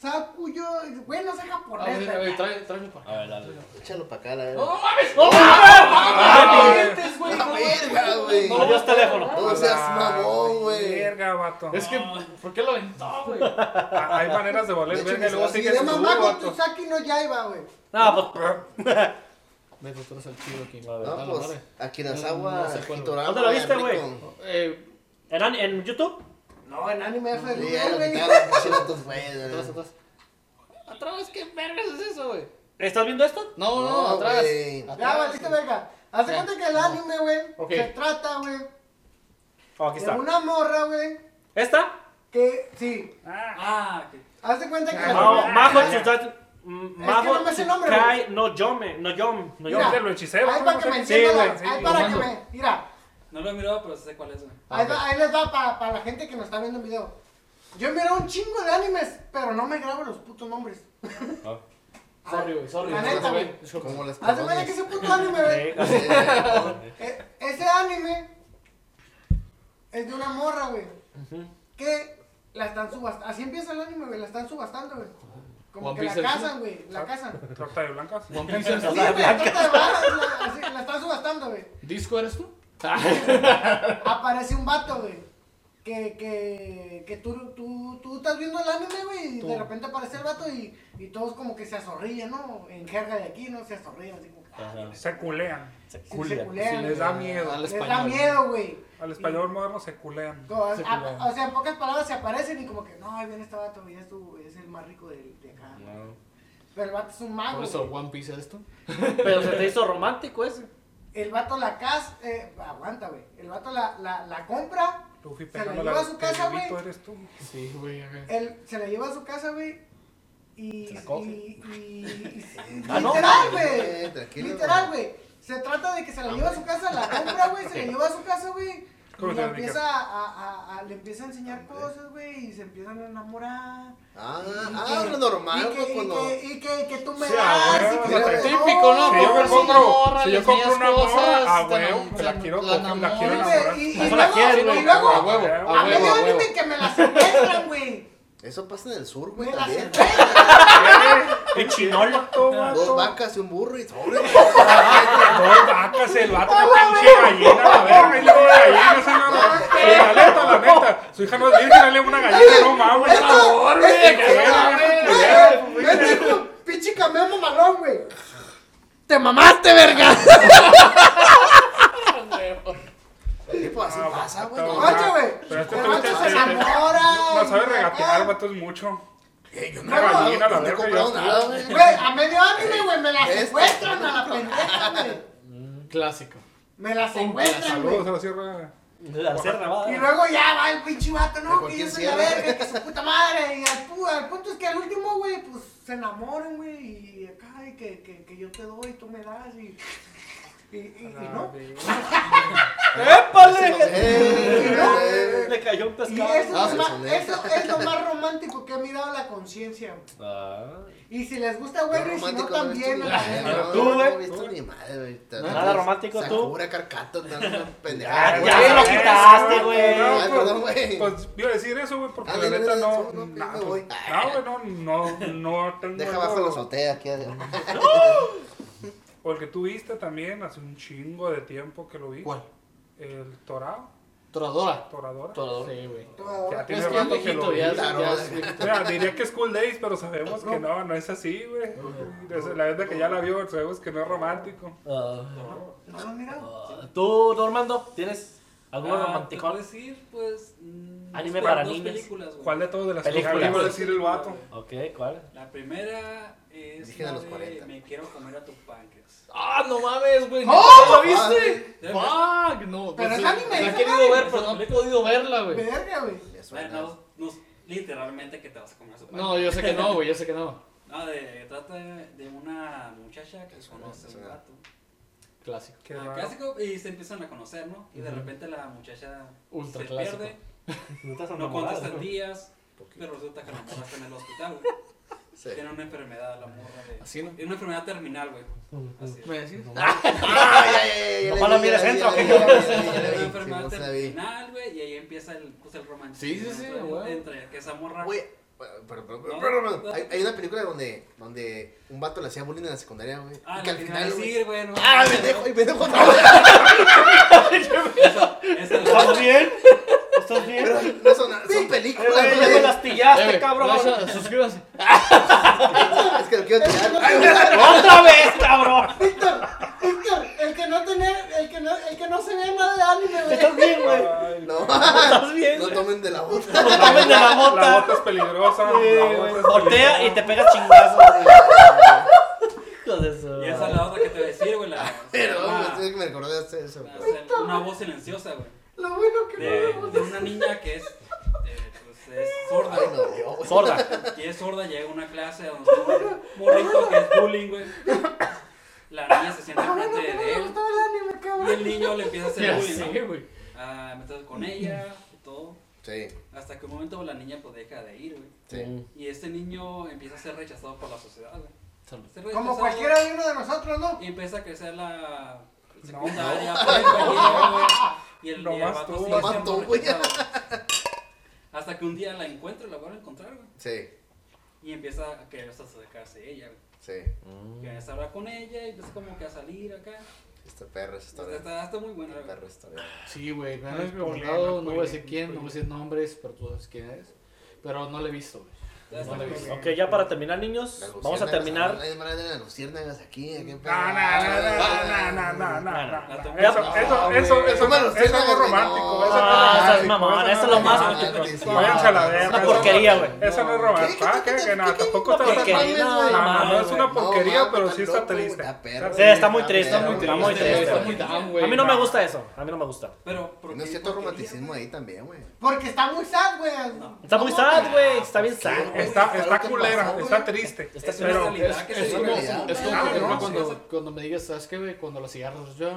Sakuyo. Güey, no sé
A ver,
japonés.
a ver,
güey.
trae- tráeme para acá.
A ver, dale.
Échalo para acá, la
¡No
verga.
mames!
¡No, mames!
¡Dientes, güey!
La
no
verga,
mames!
güey.
No,
Adiós, teléfono.
No seas
A la
mamón, güey.
Ah, Verga, vato.
Es que, ¿por qué lo aventó, güey?
Ah, Hay maneras de valer
De hecho,
verga y
ni
luego
se va a
sigues
Se
tú,
llama Majo
vato.
Tusaki no Yaiba, güey.
No, pues.
Me doctor Salchido aquí. Ah,
A ver.
Dale,
No, pues,
dale.
aquí
No, no
Kurosawa,
sé cuál,
Hitorama,
¿Dónde lo viste,
Rico.
güey?
Eh,
¿En, an- en YouTube?
No, en anime F.
Sí, ya lo
güey.
quitaron, pinche vatos, güey, de
atrás,
verdad.
atrás. Atrás, ¿qué vergas es eso, güey?
¿Estás viendo esto?
No, no,
No,
atrás.
güey.
atrás.
Ya, valiste verga. Hace
Ya.
cuenta que el anime, güey,
Ok.
se trata, güey,
Oh, aquí
de
está.
una morra, güey,
¿Esta?
que, sí,
Ah, que
hace cuenta que... la
Ah, No,
primera-
Majo
Mira,
Tsukai-
que
Majo
no me sé el nombre,
Tsukai no Yome, no Yom, no
Yo
Yome.
te lo hechicero.
Ahí
¿no?
para
No
que
sé
me
qué-
entiendan,
güey,
la-
sí,
ahí
sí.
para que
Mando.
me... Mira,
no lo he mirado, pero sí sé cuál es, güey.
Ahí,
Ok.
va- ahí les va para la gente que nos está viendo el video. Yo miro un chingo de animes, pero no me grabo los putos nombres.
Sorry, güey, sorry.
La
no se
neta,
ve.
güey.
Como las
Hace cuenta
coronas.
que ese puto anime, güey.
Sí,
e- Ese anime es de una morra, güey.
Ujú.
Que la están subastando. Así empieza el anime, güey. La están subastando, güey. Como
One
que
Piece
la
el
cazan, güey. La cazan.
Torta de blancas.
One Piece
Sí,
eres tú.
güey. trata de balas, la- así, La están subastando, güey.
¿Disco eres tú?
aparece un vato, güey. Que, que, que tú, tú, tú estás viendo el anime, güey, y de repente aparece el vato y, y todos como que se azorrillan, ¿no? En jerga de aquí, ¿no? Se azorrillan, así como que "Ah,
Ajá.
Se culean.
Se
sí, se
culia.
culean,
Sí, les da miedo.
Al
Les da
español.
miedo, güey.
Al español moderno se culean.
Como,
Se
a-
culean.
Ah, o sea, en pocas palabras se aparecen y como que, no, ahí viene este vato, güey, es, tu- es el más rico de, de acá.
No.
Pero el vato es un mago.
Por eso
güey.
One Piece eres tú.
Pero se te hizo romántico ese.
El vato la casa, eh, aguanta, güey. El vato la, la, la compra,
Luffy
Se la
pegando
lleva a su casa, güey.
Yubito eres tú.
Sí, güey. acá.
Él se la lleva a su casa, güey. Y.
Se la coge.
y- y- y-
Ah, no.
literal, güey.
Eh, tranquilo,
literal, güey. Se trata de que
Ah,
se la lleva a su casa, la compra, güey. Se la lleva a su casa, güey.
¿Cómo
Y
se
la
llama,
empieza a, a- a- le empieza a enseñar cosas, güey. Y se empiezan a enamorar.
Ah,
Y- y
ah,
que-
lo normal,
y
güey,
que, y,
cuando-
que, y que- que tú me
Sí, a
das. y
huevo,
que
lo
te doy.
típico, ¿no?
Si yo me
Compras una
compro-
morra,
si
le
yo compro
enseñas
una morra,
cosas,
ah,
te
güey,
enam-
me la
te
quiero
enam-
coger, la quiero
enamoras.
enamorar.
Sí, güey, y- y
Eso la
luego-
quieres,
Y
güey.
A
luego,
huevo, a
a
huevo,
medio
a huevo.
anime que me la secuestran, güey.
Eso pasa en el sur, güey,
Me la
también.
secuestran.
El chinolo.
Dos vacas y un burro y sobre.
Dos vacas, el vato, una pinche gallina, la verga, y luego una gallina, señora. Sí, la neta, la neta. Su hija no es virgen, dale una gallina, no mames. Por favor, güey, que verga, güey, que verga.
Güey, me dijo, pinche cameo mamalón, güey. Te mamaste, verga.
Tipo, así
Ah,
pasa, güey.
está
no,
bueno.
Oye, güey.
Pero este
el
tú
vato
te-
se
te-
enamora.
No sabe
y
regatear,
acá.
vato, es mucho.
Eh, yo no
Una
he comprado-
gallina, la
no he
verga,
comprado
ya está.
nada, güey.
Güey, a medio anime, güey, me la
Este.
secuestran a la pendeja, güey.
Clásico.
Me la secuestran,
Saludos a
güey.
la sierra.
La cerda va.
Y luego ya va el pinche vato,
De
no, que yo
cualquier
soy la
sierra.
verga, que su puta madre. Y al, pu- al punto es que al último, güey, pues se enamoran, güey. Y acá, y que, que, que yo te doy, tú me das. Y, y, y- y no.
Eh,
Le cayó un
Y
pescado.
eso,
Ah,
es lo más-
sensonete.
eso es lo más romántico que ha mirado la conciencia. güey.
Ah.
Y si les gusta, güey, y si no,
romántico no ¿eh? he visto
también.
ni
a la
madre,
verga.
Pero
no,
tú,
no
güey.
he visto ni madre, güey. Te-
Nada romántico, tú.
Sakura, Carcato, tal, una pendejada,
Ya,
güey.
ya se lo
Ah, güey,
quitaste,
güey,
güey.
no.
Ay, perdón, güey.
Pues iba a decir eso, güey, porque
Ah,
la
dile,
neta
dile,
no.
dile,
nah,
me
pues,
voy.
No, güey, no, no, no tengo.
Deja
algo-
abajo la azotea aquí.
O el que tú viste también hace un chingo de tiempo que lo vi.
¿Cuál?
El Torado,
Toradora.
Toradora.
Toradora. Sí, güey.
Ya tiene
Es que es
rato que lo
viejito,
vi.
ya,
claro,
ya
güey.
es viejito.
Mira, diría que es Cool Days, pero sabemos que no, no es así, güey. Desde La vez que ya la vio, sabemos que no es romántico.
Ah.
No lo he mirado.
Ah, ¿Tú, don Armando, tienes algún
Ah,
romanticón?
te puedo decir, pues. mm,
Anime
dos-
para
dos
niños.
películas, güey.
¿Cuál de todas de las
Película.
películas iba a decir el vato?
Ok, ¿cuál?
La primera es.
Dije de
la
los
de
40.
Me quiero comer a tu páncreas.
Ah, no mames, güey. ¿No
¡Oh!
la viste? Fuck, no. pues
Pero es anime,
La
es
he querido
anime.
ver, pero no he podido verla, güey.
Verga, güey.
Bueno, no, no, literalmente que te vas a comer a su
No, yo sé que no, güey, yo sé que no.
No, de, trata de, de una muchacha que conoce a un gato.
Clásico.
Qué
Ah,
raro.
clásico, y se empiezan a conocer, ¿no? Y de
Ujú.
repente la muchacha
Ultra
se
clásico.
pierde,
No estás
no contesta en días, pero resulta que la morra está en el hospital, güey. Tiene una enfermedad, la morra de...
Así, ¿no?
Tiene una enfermedad terminal, güey. Así es.
¿Me decís?
Ah,
Nomás la mira centro, ¿qué?
Una enfermedad
Güey,
terminal, güey, y ahí empieza el, pues, el
Sí,
romanticismo
sí, sí,
entre,
güey.
entre que esa morra...
pero- pero- pero- pero- pero- pero- hay hay una película donde, donde un vato le hacía bullying en la secundaria, güey.
Ah,
y que al final, güey,
sí, güey, no.
Ah, me dejo, y me dejo otra
Esa es la-
¿Estás bien? ¿Estás bien?
Pero no son, son
Eh,
películas,
güey, ya me
güey.
Eh,
lastillaste,
güey,
cabrón.
raza, Suscríbanse.
Es que lo quiero tirar.
¡Otra vez, cabrón!
Víctor, no se vea nada de anime, güey.
Estás bien, güey.
Ay,
No,
Estás bien.
no
güey.
tomen de la bota.
Tomen de la
La
mota.
bota es peligrosa. la bota es
Voltea y
peligrosa.
te pega chingazo. Hijos de su-
Y esa es la otra que te voy a decir, güey. La,
Pero, güey,
una,
es que me recordé de eso. güey.
una- una voz silenciosa, güey.
Lo bueno que no
De,
vemos
de una niña que es, eh, pues, es sorda.
Ay, me dolió, güey.
Sorda.
Y es sorda, llega a una clase donde está un morrito que es bullying, güey. La niña se sienta
Lo bueno
enfrente
que no
de
me
él.
gustaba el anime,
Y el
cabrón.
niño le empieza a hacer
Ya
bullying,
sé,
¿no?
güey.
A meterse Ah, con ella y todo.
Sí,
Hasta que un momento la niña pues deja de ir, güey.
Mm.
sí.
Y este niño empieza a ser rechazado por la sociedad, güey.
Salud.
Ser rechazado
Como cualquiera de uno de nosotros, ¿no?
Y empieza a crecer la secundaria, prepa, güey. Y el, y el
Nomás
vato
tú.
sigue
Nomás
siendo
tú, güey.
rechazado. Hasta que un día la encuentra, la vuelve a encontrar, güey.
Sí,
Y empieza a querer acercarse a ella, güey.
sí.
Que
Mm.
empieza a hablar con ella y empieza como que a salir acá.
Este perro es
Está,
historia.
está, está muy buena,
Este
güey.
perro es historia.
Sí, güey, me
No
han
es problema,
recomendado, no voy a
güey,
decir quién,
güey.
no voy a decir nombres, pero tú sabes quién es. Pero no lo he visto, güey.
Está, está
No la he
muy
visto.
buena.
Ok, ya para terminar, niños,
Las
vamos a
luciérnagas,
terminar.
Nadie me de las luciérnagas aquí. ¿a qué pedo?
No, no, no, no,
Bueno,
no, no, no, no.
la
Eso,
tomé.
eso,
No,
eso,
güey.
eso,
Toma los
eso es algo
celos, güey,
romántico.
no.
Eso no es
Ah,
romántico,
esas mamadas,
eso
eso es
no
lo más
no,
bonito.
no, no, no.
Váyanse a la
Es
verga.
una
eso no-
porquería, güey.
Eso no es romántico.
¿Qué?
Ah, que- que no, tampoco te
Una
vas a
porquería,
mames,
no,
güey.
No, no,
mames,
es una
güey.
porquería,
No,
pero
mames,
sí
está
está
loco,
triste.
está perro.
Está
Sí,
triste.
está muy triste.
Está muy
Está muy triste, está muy down, güey.
A mí no me gusta eso. A mí no me gusta.
Pero, pero
No es
qué
cierto
porquería,
romanticismo
güey.
ahí también, güey.
Porque está muy sad, güey.
No.
Está muy sad, güey. Está bien sad.
¿Qué?
Está,
Pero
está
¿qué
culera,
pasó, güey?
está triste.
Está
Es una
Pero
realidad
es,
que
es
se
como,
vive.
es como,
es como,
Ah,
por ejemplo,
no,
sí,
cuando, cuando me digas, ¿sabes qué, güey? Cuando los cigarros yo,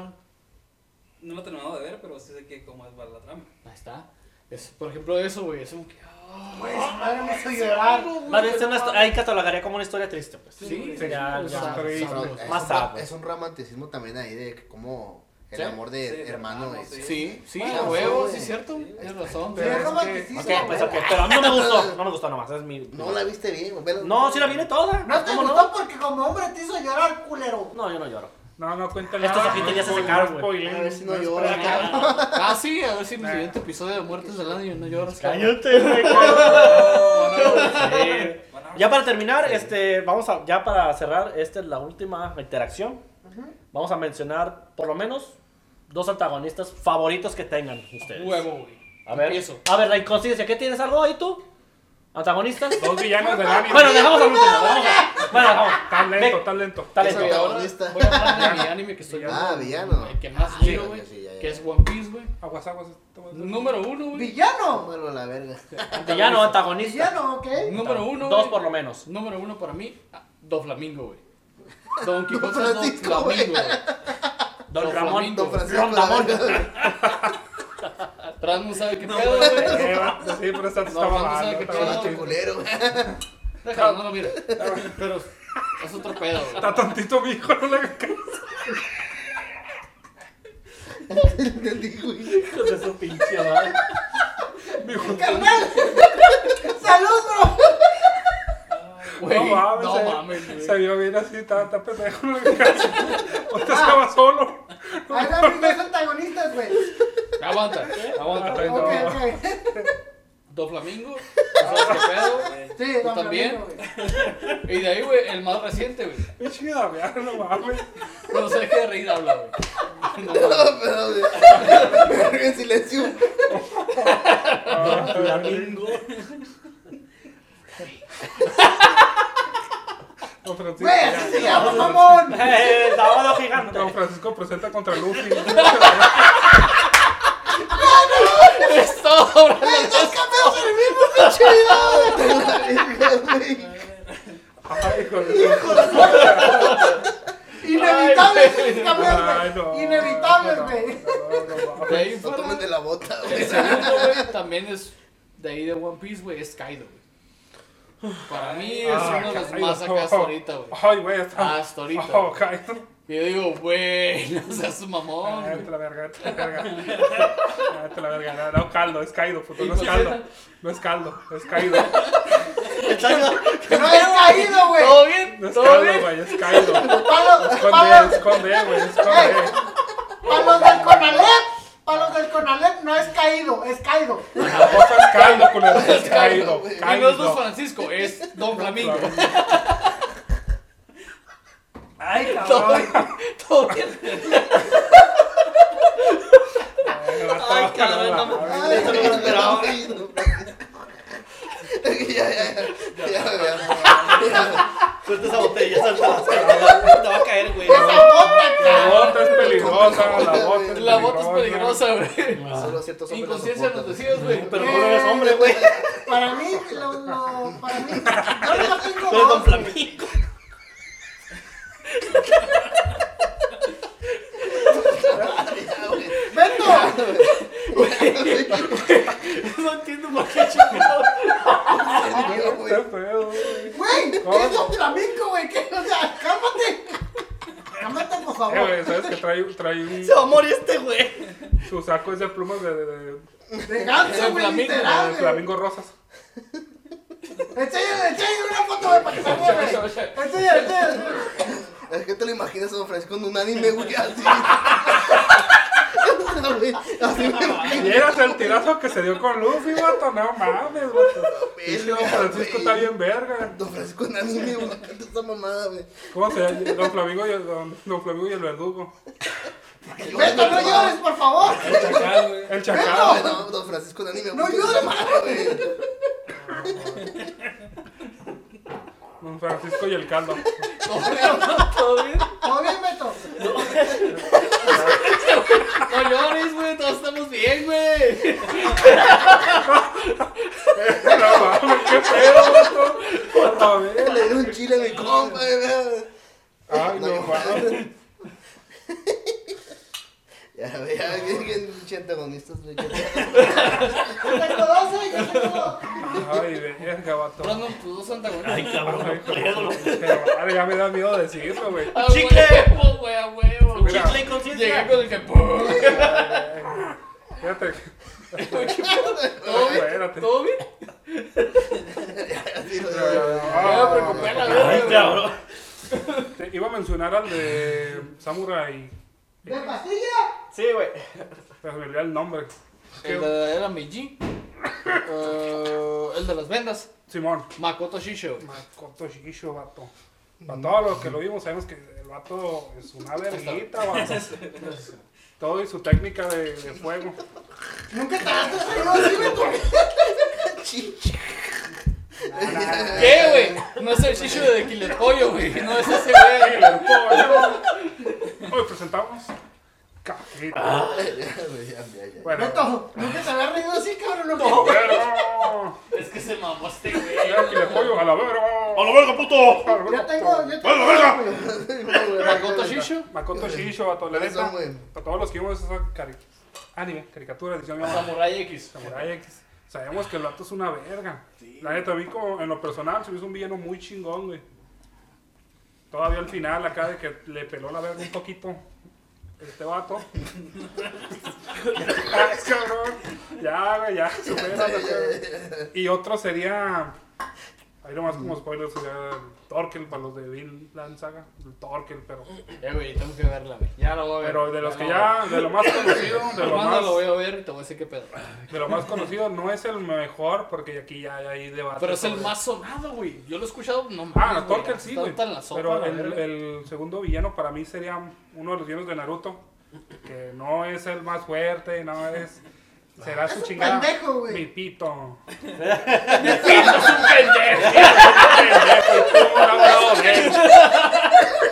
No lo he terminado de ver, pero sí sé que cómo es para la trama.
ahí está. Es, por ejemplo, eso, güey, es como que... ah,
Güey, su madre me Pues, hizo llorar.
Más bien, es una histo- ahí catalogaría como una historia triste, pues.
Sí,
sí,
ya,
o
ya.
sea,
Pero-
sabemos.
Pero es
Más
un-
sad, güey.
Es un romanticismo también ahí de que como el
pues. Sí,
amor de
sí, de
hermano,
hermano,
güey.
sí.
Sí, sí,
Bueno,
a huevo,
sí,
sí es cierto, tienes razón.
Sí, es
pero-
romanticismo,
Ok,
güey.
pues ok. Pero a mí no me gustó. No me gustó nomás. Es mi.
No la viste bien, güey. vela.
No, sí la viene toda.
No te
¿Cómo
gustó porque como hombre te hizo llorar, culero.
no? No, yo no lloro.
No, no cuenta nada.
Estos ojitos ya se
no
secaron, güey.
spoil- spoileen,
A ver si no
no
llora,
spoileen.
Ah, sí, a ver si en el siguiente episodio de Muertes del Año no lloras. cabrón.
güey.
Van a-
Ya para terminar, este, vamos a, ya para cerrar, esta es la última interacción. Vamos a mencionar por lo menos dos antagonistas favoritos que tengan ustedes.
Huevo, güey.
A ver,
Empiezo.
a ver, la inconsistencia, ¿qué tienes algo ahí tú? ¿Antagonistas?
Dos villanos del anime.
bueno, dejamos al último. vamos a- bueno, vamos.
Tan lento, tan lento.
Está
Güey,
lento.
ahora
Protagonista.
Voy a hablar de mi anime que estoy
Ah,
güey,
villano.
El que más
Ah,
quiero,
sí,
güey.
sí, ya, ya.
Que es One Piece, güey.
Aguas, aguas. te voy a hacer-
Número uno, güey.
Villano.
Tómalo a la verga.
Villano, antagonista.
Villano, ¿ok?
Número uno.
Dos
güey.
por lo menos.
Número uno para mí, ah, Doflamingo, güey. Don Quijote
Don
es
Francisco,
Doflamingo,
güey.
güey.
Don
Don
Ramón.
Flamingo.
Don Francisco.
Ronda
la
Monte.
verga.
Tras no sabe qué pedo, güey.
Eh, va, Sí, pero esta
No,
te está
no sabe
mamando.
qué
está
pedo.
mamando.
Pinche culero, güey.
Déjalo, no lo mire. Pero es otro pedo, güey.
Está tontito mi hijo, no le hagas caso.
Entendí, güey.
Hijos de su pinche madre.
Mi hijo.
Carnal. Saludos.
Güey,
no mames, eh.
no
se-
mames, güey.
Se vio bien así, está está pendejo, no le hagas caso. Ahorita estaba solo.
Ahí van mis dos antagonistas, güey.
Aguanta, aguanta.
Ok, ok.
Doflamingo, no sabes qué pedo.
Sí,
¿Tú
don
también?
Ramiro,
Y
güey.
de ahí, güey, el más reciente, güey.
Pinche Damián, no mames.
No sé qué de reír habla, güey. No,
No,
no,
pero, güey. Verga, en silencio.
Flamingo.
Don Francisco.
Güey,
ya.
así se llama, mamón.
Eh, El sábado gigante.
Don Francisco presenta contra Luffy.
Es todo, ahora lo
Güey, dos cameos en el mismo pinche video, güey.
La verga, güey.
Ay, hijo de su-
Inevitables
Ay,
esos cameos,
Ay,
güey.
no.
Inevitables,
No,
güey.
no, no,
De ahí
No
fuera,
tomen de la bota,
El
güey.
segundo, güey, también es de ahí de One Piece, güey, es Kaido, güey. Para mí es
Ah,
uno de los
Kaido.
más acá hasta ahorita, güey.
Ay, güey, está.
Hasta ahorita.
Oh,
güey.
Kaido.
Y yo digo, güey, no seas un mamón,
Ah,
güey.
vete a la verga, vete a la verga. Ah, vete a la verga. No, no, caldo, es caído, puto.
Y
No es
pues,
caldo.
neta.
No es caldo, es caído.
No es caído, güey.
¿Todo bien?
No es
¿Todo
caldo,
bien?
güey, es caído.
Palos,
Esconde,
palos,
esconde, güey, esconde.
palos del Conalep. Palos del Conalep no es caído, es caído.
La cosa es caldo, culero. Es caído,
güey.
Y no es Don
caído.
Francisco, es Don Flamingo.
Ay, cabrón.
Todo bien.
Ay, cabrón, no
Eso no me lo esperaba. Ya, ya, ya. Ya, ya, ya.
Suelta esa botella, salta la salta. Te va a caer, güey.
La bota es peligrosa, la bota es
La bota es peligrosa, güey.
Ah. Solo ciertos hombres
Inconsciencia de
soportan.
los vecinos, güey.
Pero tú no eres hombre, güey.
Eh, Para mí, lo, lo, para mí, yo no tengo
Tú eres
dos,
don
güey.
Flamenco.
Ya, güey.
Beto,
No entiendo por qué chingados.
Ya, güey.
Qué pedo, güey.
güey, ¿qué es Don Flamenco, güey? ¿Qué? O sea, cálmate. Cálmate, por
Eh,
favor.
güey, ¿sabes que trae, trae un,
Se va a morir este, güey.
su saco es de plumas de, de, de-
De ganso,
Don
güey,
Flamenco,
de
literal, güey.
flamingos rosas?
Enséñale, enséñale una foto, güey, para que se vea, güey. Enséñale, enséñale.
Es que te lo imaginas a Don Francisco en un anime, güey, así. Así me imagino.
Vieras el tirazo que se dio con Luffy, vato, no mames, vato. Pinche Don Francisco está bien verga.
Don Francisco en anime, güey, canta esa mamada, güey.
¿Cómo se llama? Don Flamingo y el, don, don Flamingo y el verdugo.
Beto, no llores, por favor.
El chacal.
Ay, no, Don Francisco en anime,
No
güey,
llores.
esa mamada, güey.
Don Francisco y el caldo.
¿Todo bien?
¿Todo bien, Beto?
No llores, güey. Todos estamos bien, güey.
No mames, qué pedo, vato. A ver.
Le dio un chile a mi compa, güey, vea.
Ay, no mames.
Ya, güey, ya, que- que pinche antagonistas, güey.
Yo tengo dos, güey, yo tengo dos.
Ay, verga, vato.
Brandon, tus dos antagonistas.
Ay, cabrón,
Ay,
no Ah. puedo.
cabrón, Ya me da miedo decirlo, güey.
A
Chicle.
huevo, Ah, güey, a huevo.
Mira.
Chicle y
Llegué
conciencia.
con el que. ¡pum!
Fíjate. que-
¿Todo
Espérate.
bien? ¿Todo bien?
Así, güey.
Ya me
Ah,
preocupé a la
Ay,
verga, güey.
cabrón.
te iba a mencionar al de Samurai.
¿De pastilla?
Sí, güey.
Se me olvidó el nombre.
El de era Meiji. Eh, el de las vendas.
Simón.
Makoto Shisho.
Makoto Shigisho, vato. Para todos los que lo vimos, sabemos que el vato es una verguita, vato. Todo y su técnica de, de fuego.
Nunca te has traído así, Beto.
¿Qué, güey? No es el Shisho de Killer Pollo, güey. No es ese, güey.
Hoy presentamos. Cajito.
Ya, güey, ya, ya, ya.
Bueno,
Beto, nunca te había reído así, cabrón. ¿no?
pero.
Es que se mamó este, güey.
Mira que le pollo a la verga.
¡A la verga, puto!
Yo tengo, yo tengo.
Bueno, verga.
dos, güey.
Makoto Shisho.
Makoto Shisho, vato. La
Eso,
neta,
güey.
a todos los que vimos esa cari- anime, caricatura, edición llamada
Samurai X.
Samurai X. Sabemos que el vato es una verga. La neta, a mí como en lo personal se me hizo un villano muy chingón, güey. Todavía al final, acá de que le peló la verga un poquito. Este vato. Ay, cabrón. Ya, güey, ya, supera, Y otro sería. Ahí nomás como spoiler sería Torkel para los de Vinland Saga. El Torkel, pero.
Eh, güey, tengo que verla, güey. Ya lo voy a ver.
Pero de los que
lo voy a ver.
ya, de lo más conocido, de lo
Armando
más, Ah,
lo voy a ver y te voy a decir qué pedo.
de lo más conocido, no es el mejor, porque aquí ya hay ahí debate.
Pero es el
sobre-
más sonado, güey. Yo lo he escuchado, no mames.
Ah,
güey.
Torkel sí, güey.
Está en la sopa,
Pero
la
el,
verga.
el segundo villano para mí sería uno de los villanos de Naruto, que no es el más fuerte, no es... Será su chingada.
pendejo, güey.
Mi pito.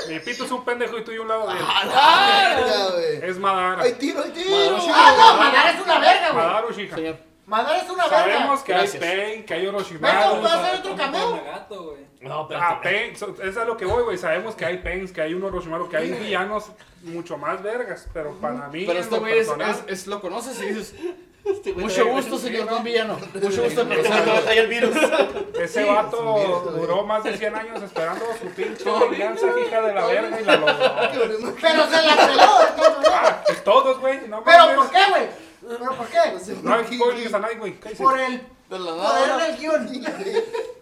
Mi pito es un pendejo y tú y un lado de él.
Ya, güey.
Es Madara.
¡Ay, tiro, ay, tiro!
Madara,
Ah, no, Madara es una verga, güey.
Madara Uchiha.
Señor.
Madara es una verga.
Sabemos que
Gracias.
hay Pain, que hay
Beto,
Orochimaru.
¿puedo hacer otro cameo?
gato, güey.
No, pero.
Ah, Pain, so- es a lo que voy, güey. Sabemos que hay Pains, que hay un Orochimaru, que hay villanos mucho más vergas, pero para mí.
Pero
en
este
lo
güey es,
personal,
es- es- lo conoces y dices.
Este
Mucho gusto, señor Don Villano. Mucho gusto,
Este
profesor.
vato va a traer el virus.
Ese
Sí, es un
vato
virus, güey.
duró más de 100 años esperando su pinche
Todo
venganza hija de la verga y la logró.
Pero se la peló, de todas maneras.
Ah, pues todos, güey. No,
¿Pero
mames.
por qué, güey? ¿Pero por qué?
No hay spoilers a nadie, güey. cállese.
Por el
De la
poder
nada.
del guión.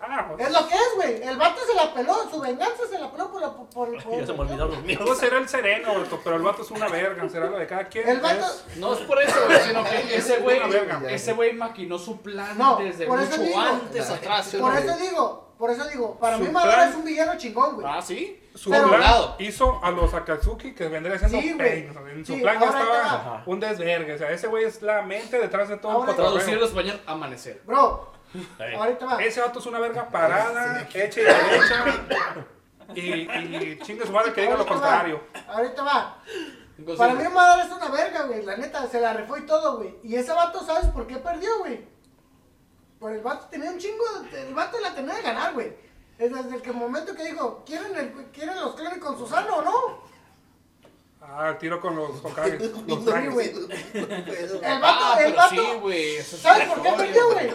Ah, güey.
Es lo que es, güey. El vato se la peló, su venganza se la peló por, la, por el
Ya
poder.
se me olvidaron los míos.
Todo será el sereno, vato, pero el vato es una verga. Será lo de cada quien.
El vato.
es-
No es por eso, güey, sino que ese güey.
Una verga.
Ese güey maquinó su plan
No,
desde
por eso
mucho
digo.
antes atrás.
Por eso digo, Por eso digo, para
Su
mí Madara
plan-
es un villano chingón, güey.
Ah, sí.
Su
Pero-
plan
Lado.
hizo a los Akatsuki que vendría siendo
Sí, güey.
Pain. o sea, En su
Sí,
plan ya
ahora
estaba
está.
un desvergue. O sea, ese güey es la mente detrás de todo
Ahora-
el
Traducirlo
cotorreo.
a español, amanecer.
Bro, ahorita va.
Ese vato es una verga parada, hecha y derecha. Y, y chingue su madre que diga lo
Ahorita va,
contrario.
Ahorita va. Para mí Madara es una verga, güey. La neta, se la refó y todo, güey. Y ese vato, ¿sabes por qué perdió, güey? Por el vato tenía un chingo. El vato la tenía de ganar, güey. Es Desde el que- momento que dijo, ¿quieren, el- ¿quieren los clones con Susano o no?
Ah, tiro con los Hokages. Los
Sí,
trajes.
güey. El vato,
Ah,
el
pero
vato.
sí, güey. eso es
¿Sabes por qué
historia,
perdió, güey?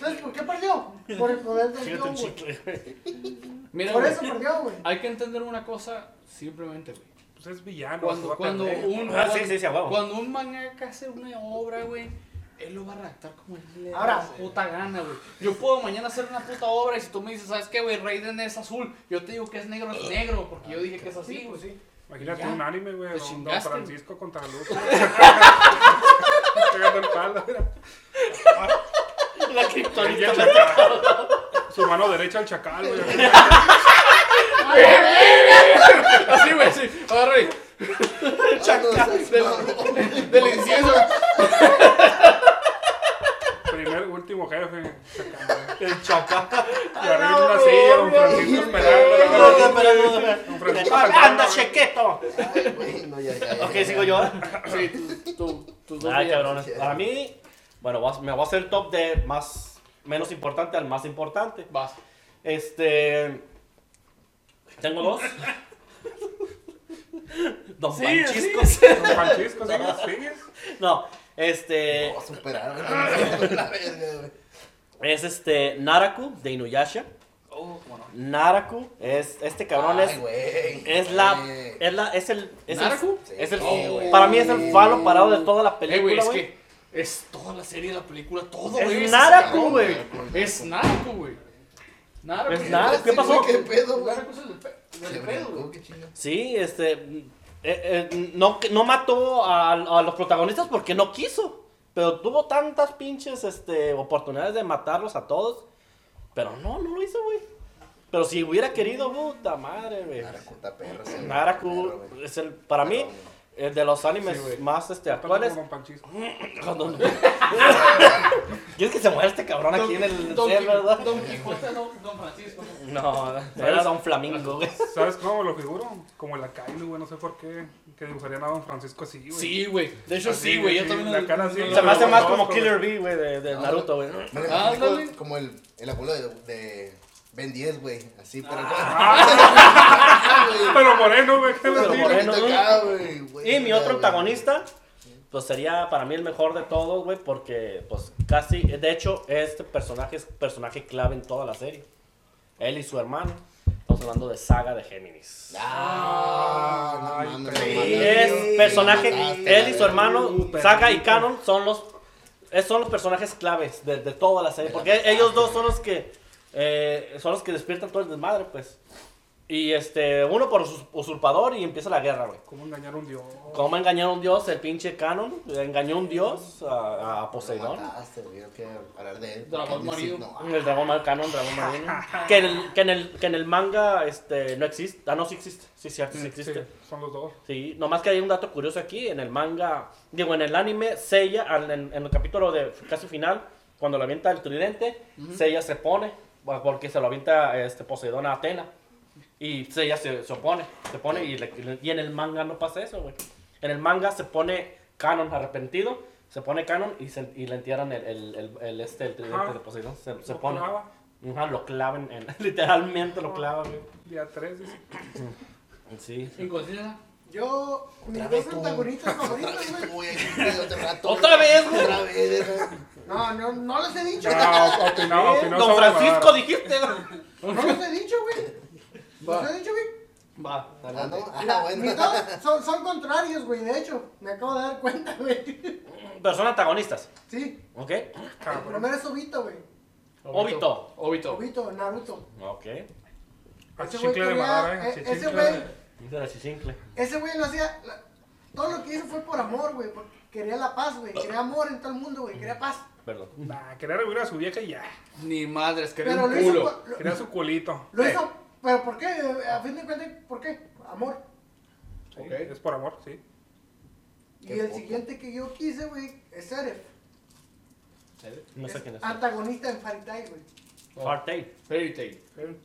¿Sabes por qué perdió? Por el poder del
Chígate un
Dios, güey.
chicle, güey.
Mira,
Por
güey,
eso perdió, güey.
hay que entender una cosa simplemente, güey.
Pues es villano. se va
Cuando,
a
cuando
perder.
un
Ah, sí, sí, sí, a huevo.
cuando un mangaka hace una obra, güey, él lo va a redactar como él le da
Ahora.
la puta gana, güey. Yo puedo mañana hacer una puta obra y si tú me dices, ¿sabes qué, güey? Raiden es azul. Yo te digo que es negro, es negro, porque yo dije que es así, güey.
Imagínate
Ya.
un anime, güey.
Te
Don, don
chingaste.
Francisco contra Luz. Pegando el palo, mira.
La criptonita.
Y el chacal. Su mano derecha al chacal, güey.
Así, güey, sí. Agarra y- del incienso.
Primer, último jefe. Chacal.
El chaca.
Y arriba una silla, don Francisco esperando. Don Francisco
¡Anda,
saltando, güey.
chequeto! Ok, sigo yo.
Sí, tú, tú, tus dos
Ay,
villanos.
cabrones. Para mí, bueno, vas- me voy a hacer el top de más menos importante al más importante.
Vas.
Este. Tengo dos. Don
Sí,
Francisco.
Don Francisco, ¿sigues? ¿Sigues?
No, este.
Oh,
Es este. Naraku de Inuyasha.
Oh, cómo no.
Naraku es. Este cabrón es. Es la.
Eh,
Es la. Es el. Es el-
¿Naraku?
es el-
Sí, güey.
para mí es el falo parado de toda la
Eh, güey,
película,
es
güey.
que es toda la serie, la película, todo,
Es
güey. ese
Naraku,
cabrón,
güey.
Es Naraku, güey. Naraku.
Es Naraku, ¿qué pasó?
¿Qué pedo, güey?
Naraku es el pe- el pedo, güey.
Sí, este. mm, eh, eh, no, no mató a, a los protagonistas porque no quiso. Pero tuvo tantas pinches este, oportunidades de matarlos a todos. Pero no, no lo hizo, güey. Pero si hubiera querido, puta madre, güey. Naraku es el, para mí, el de los animes
Sí, güey.
más este,
Saltando
actuales.
como Don Francisco.
Cuando- ¿Quieres que se muera este cabrón aquí en el
Don,
cel,
Qui-
verdad?
Don Quijote, don, don Francisco.
No, era
¿Sabes?
Don Flamingo, güey.
¿Sabes cómo lo figuro? Como el Akainu, güey, no sé por qué. Que dibujarían a Don Francisco así, güey.
Sí, güey. De hecho,
Así,
sí, güey. Yo
sí,
también.
la cara así.
no-
Se me hace más como
Conozco,
Killer B, güey, de, de
No.
Naruto, güey.
Me lo
Ah,
imagino
ándale.
como el, el abuelo de, de Ben 10, güey. Así, pero. Ah,
Pero moreno, güey. ¿qué les
Ah. Pero
digo?
moreno.
Acá, güey, güey,
Y mi
acá,
otro
güey.
antagonista, pues sería para mí el mejor de todos, güey, porque pues casi, de hecho, este personaje es personaje clave en toda la serie. Él y su hermano. Estamos hablando de Saga de Géminis.
Ah, no mames,
Ay,
lo
sí,
mataste,
Es personaje,
lo mataste,
él y su
güey.
hermano,
Uh,
Saga y
perrito.
Canon, son los, eh, son los personajes claves de, de toda la serie. Porque ellos dos son los que, eh, son los que despiertan todo el desmadre, pues. Y este, uno por usus- usurpador y empieza la guerra, güey.
¿Cómo engañar a un dios?
¿Cómo engañó a un dios el pinche Canon? Engañó a un dios a, a
Lo
Poseidón.
mataste, güey. Yo quiero hablar de él.
Dragón
porque
marido.
no, ah,
El dragón mal Canon, dragón marino. Que en el, que en el, que en el manga este, no existe. Ah, no, sí existe. Sí, cierto, sí existe.
Sí, son los dos.
Sí, nomás que hay un dato curioso aquí. En el manga, digo, en el anime, Seiya, al- en, en el capítulo de casi final, cuando la avienta el tridente, Seiya se pone. bueno, Porque se lo avienta este, Poseidón a Atena. Y Seiya se, se opone. Se pone y, le- y le- y en el manga no pasa eso, güey. En el manga se pone Canon arrepentido. Se pone Canon y, se- y le entierran el, el, el- el- este, el tridente
Ajá.
de Poseidón. Se, se
Lo
pone.
clava,
Ajá, lo clavan. en- literalmente lo clavan, güey.
Día 3, dice.
Sí.
Inconsciencia.
Yo, mis
otra
dos
vez tú.
protagonistas
Otra
favoritos,
vez
güey.
tú, güey, aquí, otro rato,
Otra
güey.
vez, güey.
Otra vez, güey.
No, no, no los he dicho.
Ah, No, opinaba, opinaba.
Don
sobre
Francisco,
Guadalajara.
dijiste.
No los he dicho, güey. No los he dicho, güey.
Va,
Ah,
adelante.
no. Ah,
Mira,
bueno.
Mis dos son, son contrarios, güey. De hecho, me acabo de dar cuenta, güey.
Pero son antagonistas,
Sí,
¿ok?
el
Cabrón.
primero es Obito, güey.
Obito.
Obito.
Obito, Naruto.
Ok.
Ah,
Ese güey
chicle de
quería-
madera,
eh,
eh.
ese
chicle
güey-
de-
Dice la chichincle.
Ese güey no hacía. la- Todo lo que hizo fue por amor, güey. porque Quería la paz, güey. Quería amor en todo el mundo, güey. Quería paz.
Perdón.
Nah, quería reunir a su vieja y ya.
Ni madres, quería
Pero
un
lo hizo
culo.
por-
Quería su culito.
Lo
Sí.
hizo, pero ¿por qué? A fin de cuentas, ¿por qué? Amor.
Sí,
Ok.
Es por amor, sí.
Y
Qué
el
poco.
siguiente que yo quise, güey, es Seref.
No sé
Es
quién es.
Antagonista en Fairy Tail, güey.
Far Tail.
Fairy Tail.
Fairy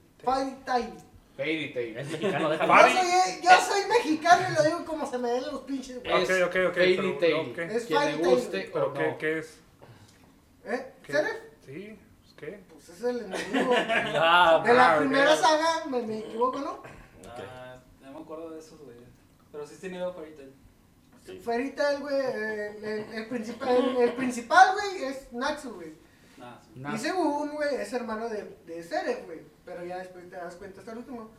Tail.
Fairy Tail.
Es mexicano,
Yo
déjalo.
Fairy-
soy, eh,
Eh.
yo soy mexicano y lo digo como se me den los pinches, güey.
Es
Ok, ok, ok,
Fairy
pero-
Tail.
ok.
Es
Quien le
Fairy Tail.
guste o
¿Pero qué,
no.
qué es?
¿Eh?
¿Qué?
¿Seref?
Sí, pues qué.
Pues es el enemigo. De
Ah,
la
Ah, ok.
primera saga, me, me equivoco, ¿no?
Ah, no me acuerdo de esos, güey. Pero sí se me dio ahorita.
Sí.
Fairy Tail, güey, eh, el, el, principal, el, el principal, güey, es Naxu, güey.
Nada, Ah, sí.
Nah.
Y según, güey, es hermano de, de Seref, güey. Pero ya después te das cuenta hasta el último.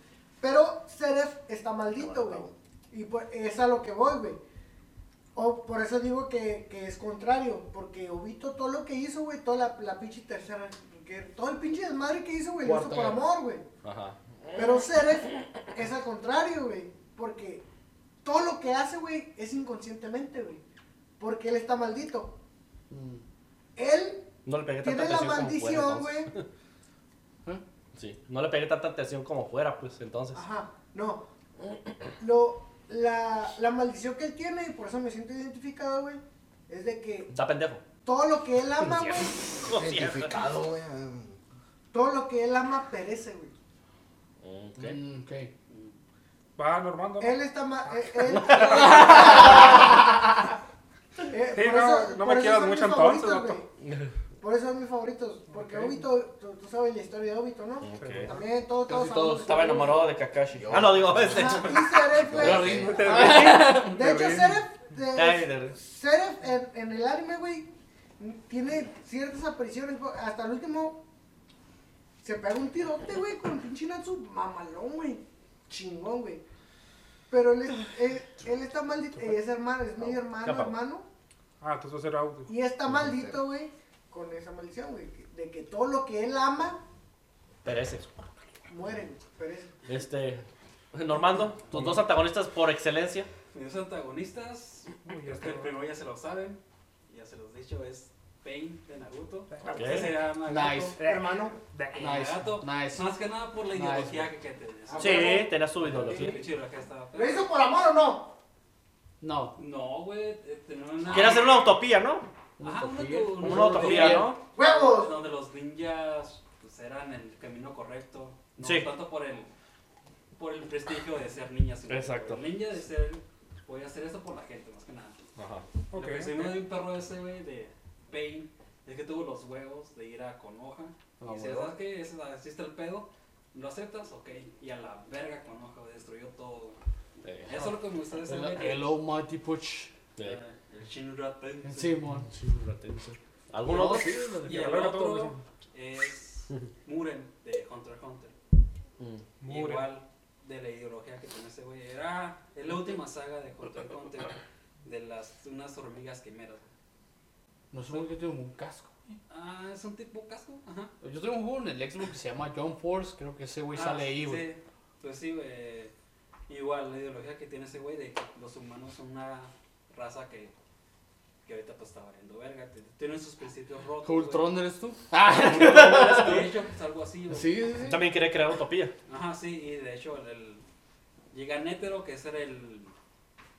Pero Seref está maldito, güey. Y por- es a lo que voy, güey. O por eso digo que, que es contrario. Porque Obito todo lo que hizo, güey, toda la, la pinche tercera. que- todo el pinche desmadre que hizo, güey, lo hizo
Cuarta
por
guerra.
amor, güey.
Ajá.
Pero Seref es al contrario, güey. Porque todo lo que hace, güey, es inconscientemente, güey. Porque él está maldito.
Mm.
Él
No le pegué tanta
tiene la
atención como fuera.
maldición,
entonces.
güey.
Sí. No le pegué tanta atención como fuera, pues entonces.
Ajá, no. Lo, la, la maldición que él tiene, y por eso me siento identificado, güey, es de que
Está pendejo.
todo lo que él ama, güey,
No es cierto.
Identificado, güey. Ah, mm.
todo lo que él ama perece, güey.
Ok.
Mm, ok.
Va, Normando.
Él está más.
Ah.
Él, Eh,
Sí,
por
no,
eso-
no me
por eso
quieras
son
mucho
mis
entonces,
favoritos,
vato.
güey. Por eso son mis favoritos. Porque
Ok.
Obito, tú, tú sabes la historia de Obito, ¿no?
Ok.
También todo,
Casi
todos.
todos.
Estaba enamorado de Kakashi.
Yo.
Ah, no, digo,
Ajá,
este.
y Seref, güey,
Yo rindo.
De hecho, Seref.
Ay,
de-
de-
Seref en, en el anime, güey, tiene ciertas apariciones. güey. Hasta el último se pega un tirote, güey, con pinche Natsu mamalón, güey. Chingón, güey. Pero él, es- él, él está maldito, eh, es hermano, es medio hermano,
Capa.
hermano.
Ah, entonces va a ser audio.
Y está maldito, güey, con esa maldición, güey. que- De que todo lo que él ama,
Perece.
muere, pero es
Este. Normando, tus dos antagonistas por excelencia.
Mis dos antagonistas,
Uy, ya
es
Este,
está.
que el primero ya se lo saben, ya se los he dicho, es Pain de Naruto.
Ok.
Ese era Nagato.
Nice.
hermano.
Nice,
Nagato,
nice.
Más que nada por la
Nice.
ideología que- Ah, que tenía.
Ah,
Sí, tenía su ideología.
Sí, Ichiro acá estaba.
¿Lo hizo por amor o no?
No.
No, güey, eh, tenía una...
Quiere hacer una utopía, ¿no?
Ajá, una
Utopía.
tu-
Una utopía, ¿no?
¡Huevos!
Donde los ninjas pues, eran el camino correcto. No
Sí.
tanto por el, por el prestigio de ser ninja, sino
Exacto.
por el ninja de ser. Voy a hacer esto por la gente, más que nada.
Ajá.
Lo
Ok.
que se me dio un perro ese, güey, de Pain, es que tuvo los huevos de ir a Konoha.
Ah,
y si
huevo.
sabes que ese- así está el pedo, ¿lo aceptas? Ok. Y a la verga Konoha, güey, destruyó todo. Eso es lo que me gustó de ese,
El,
güey. que-
el Almighty Puch.
eh, El Shinra Pain.
Sí, mon.
¿Alguno otro?
Y
Ya
el
hablaba todo
otro
eso.
es Muren de Hunter x Hunter.
Mm.
Muren.
Igual de la ideología que tiene ese güey. Era es la última saga de Hunter x Hunter de las unas hormigas quimeras.
No sé por qué tengo un casco.
Ah, es un tipo casco. Ajá.
Yo tengo un juego en el Xbox que se llama John Force. Creo que ese güey
Ah,
sale ahí, güey.
Sí, pues sí, güey. Igual la ideología que tiene ese güey de que los humanos son una raza que, que ahorita pues está valiendo verga. que Tienen sus principios rotos. güey.
¿Ultron eres tú? Ah,
De hecho, pues algo así, güey.
sí, sí, sí.
También quiere crear utopía.
Ajá, sí, y de hecho el, el- llega Nétero, que es el,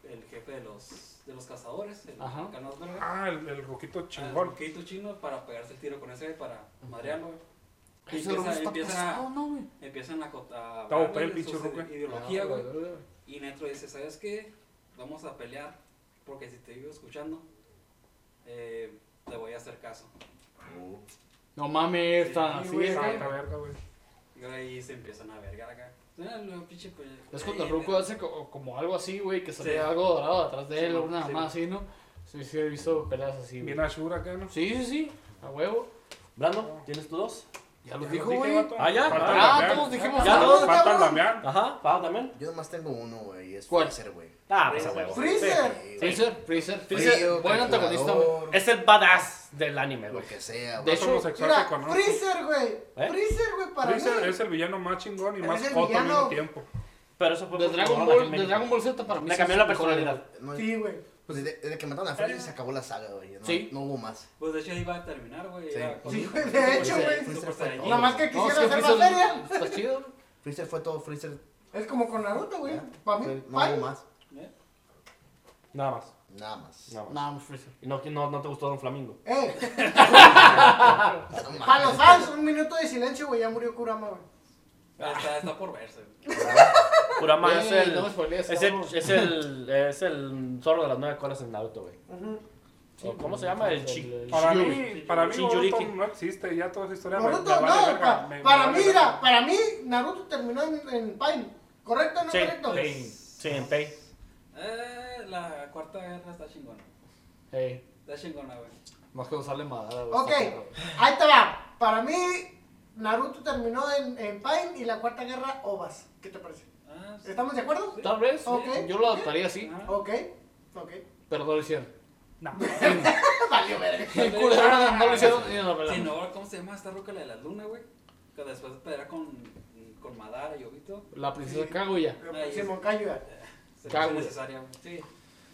el jefe de los, de los cazadores, el
Ajá.
Canas Verga.
Ah, el, el roquito
Al
chingón.
quito chino para pegarse el tiro con ese güey, para madrearlo, güey. Y
Ese
empieza-
robo está
empieza-
pesado, ¿no, güey?
Empiezan a cotar
Está OP el pinche ruco.
ideología, güey.
Ah, güey.
Y Netro dice, ¿sabes qué? Vamos a pelear, porque si te vivo escuchando, eh, te voy a hacer caso.
No mames,
Sí,
están así, güey.
güey,
Santa verga, güey.
Y ahí se empiezan a vergar acá. Ah, no, pinche, pues,
Es cuando
ahí,
el Ruco hace co- como algo así, güey, que sale
Sí.
algo dorado atrás de él
Sí,
o una
sí.
más así, ¿no? Sí, sí, he visto peleas así, güey.
Bien Ashura acá, ¿no?
Sí, sí, sí, a huevo.
Brando, ¿tienes tú dos?
Ya lo
Ya
dijo,
dije,
güey.
vato.
Ah, ya.
Falta el
Ah,
Damián.
todos dijimos
Ya
algo.
todos.
Falta el
cabrón.
Damián.
Ajá, Pau también.
Yo nomás tengo uno, güey. y Es
¿Cuál?
Freezer, güey.
Ah, pues a huevo.
¡Freezer!
Freezer, Freezer.
Freezer,
Freezer, buen antagonista, güey. Eh,
Es el badass del anime,
Lo
güey.
que sea,
De
güey.
Es
hecho,
homosexual
Mira,
que conozco.
Freezer, güey.
¿Eh?
Freezer, güey, para
Freezer
mí.
es el villano más chingón y
Es
más
el
joto al mismo
villano.
tiempo.
Pero eso fue
De
porque
Dragon
borraron aquí
Ball,
en
de
México.
Dragon Ball Z para mí
Le
se
cambió
hace
la
mejor
personalidad.
Sí, güey.
Pues desde, desde que mataron a Freddy se acabó la saga, güey. No,
Sí.
no hubo más.
Pues de hecho ahí va a terminar, güey.
Sí.
ya con-
Sí, güey, de hecho,
Super-
güey.
Fue
Super Saiyajin.
todo.
Nomás que
No, es
quisiera hacer
Freezer-
más feria.
Está chido.
Freezer fue todo, Freezer.
Es como con Naruto, güey.
ya.
Para mí,
Fue- No
bye.
hubo más.
¿Eh?
Nada más.
Nada más.
Nada más.
No, no, Freezer.
¿Y no, no, no te gustó Don Flamingo?
Eh,
No mames.
Ah,
para los fans, un minuto de silencio, güey. Ya murió Kurama, güey.
Está, está por verse, güey.
Kurama es
Ey,
el.
no me spoilees,
es, el
cabrón.
es el. Es el zorro de las nueve colas en Naruto, güey. ¿O ¿Cómo se llama? El chi.
Para
Shiyori.
mí, para mí
Shinjuriki.
Boruto no existe, ya toda esa historia me-
Naruto,
me vale
no,
verga,
pa-
me- me
para
vale
mí,
verga.
mira, para mí, Naruto terminó en, en Pain. ¿Correcto o no
Sí,
correcto?
sí, en Pei.
Eh, la cuarta guerra está chingona.
Ey,
Está chingona, güey.
más que usarle madera, güey.
Ok,
está perro, güey.
ahí te va. Para mí, Naruto terminó en, en Pain y la cuarta guerra, Ovas. ¿Qué te parece?
Ah, sí. Ah,
¿Estamos de acuerdo?
Tal vez,
Ok.
yo lo adaptaría así,
Ajá.
Ok, ok.
pero no lo hicieron.
Valió verga.
El culero no, no lo hicieron ni en la
Sí,
pelada.
no, ¿cómo se llama esta roca la de la luna, güey? Que después pelea con, con Madara y Obito.
La princesa Kaguya.
Pero Simón Cayuga.
Se
Cago,
es
güey.
necesaria, güey. Sí.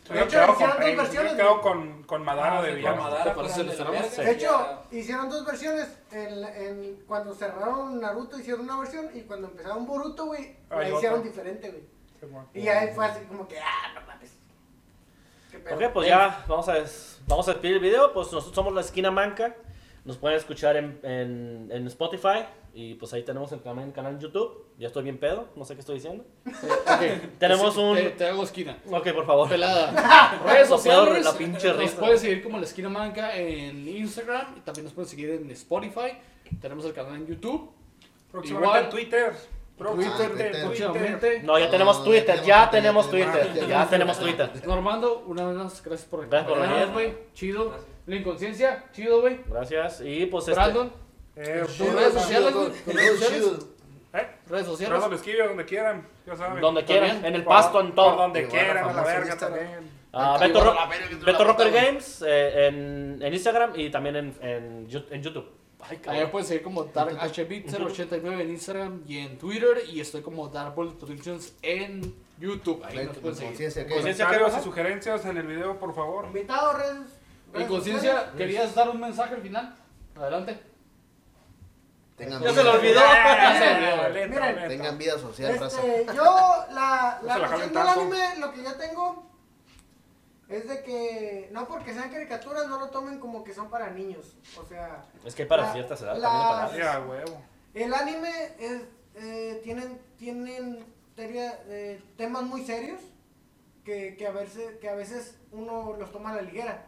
Yo
De hecho,
quedo
hicieron
con
dos
Pain,
versiones,
Yo quedo
güey.
con, con Madara de
Ah, con
villano.
Madara,
¿Te parece
fuera
el
de la
Cerramos?
verga,
De hecho,
ya.
hicieron dos versiones. En, en- cuando cerraron Naruto hicieron una versión y cuando empezaron Boruto, güey, la
Hay otra. Mm.
hicieron diferente, güey.
Simón.
Y ahí fue así como que, ah, no mames. Qué pedo.
Ok, pues ya vamos a, des- vamos a despedir el video. Pues nosotros somos la esquina manca. Nos pueden escuchar en, en, en Spotify. Y pues ahí tenemos el canal, canal en YouTube. Ya estoy bien pedo, no sé qué estoy diciendo.
Ok,
Tenemos
te-
un-
Te, te hago esquina.
Ok, por favor.
Pelada. Redes
No puedo
sociales.
la pinche
nos
risa.
pueden seguir como la esquina manca en Instagram. Y también nos pueden seguir en Spotify. Tenemos el canal en YouTube.
Próximamente
Igual.
en Twitter. Próximamente en
Twitter.
Próximamente.
No, ya tenemos
No,
Twitter, ya tenemos Twitter,
tenemos-
ya tenemos Twitter.
Normando, una vez más, gracias por
Gracias por
acompañarnos,
venir. Este-
güey. Chido.
Gracias.
La inconsciencia, chido, güey.
Gracias. Y pues este.
Brandon,
Eh,
tus redes
Chido,
sociales,
chido,
güey, tus redes
chido.
sociales.
eh,
redes sociales.
Brandon Esquivia, donde quieran, ya saben.
Donde quieran,
También.
en el
Por-
pasto, en
por
todo.
Donde
Igual,
quieran, a la
famoso
verga Pues
Instagram.
también.
Ah,
Ahí
Beto,
va
Ro-
la verga, que tú
Beto
la
Rocker
botas, güey.
Games eh, en, en Instagram y también en, en, Yu- en YouTube. Ay,
A mí me
cabrón.
pueden seguir como DarkHBit089 en Instagram y en Twitter. Y estoy como Dark Bullet Productions en YouTube. Ahí
Ahí
nos
tu
pueden seguir.
Pues, conciencia, ¿qué?
Conciencia, ¿qué
Comentarios
pasa?
y sugerencias en el video, por favor.
Invitado, redes.
Y
redes sociales.
conciencia, ¿querías dar un mensaje al final? Adelante.
Tengan
Ya
vida.
se lo olvidó.
Ah, lento,
Miren,
lento.
Tengan vida social, raza.
Este, yo, la,
No se la
la cuestión
jalen
del
tanto.
anime, lo que yo tengo es de que, no porque sean caricaturas, no lo tomen como que son para niños. O sea,
Es que hay para
La-
ciertas edades
la-
también para
Ya, huevo.
el anime es, eh, tienen, tienen teoría- eh, temas muy serios que, que, a veces, que a veces uno los toma a la ligera.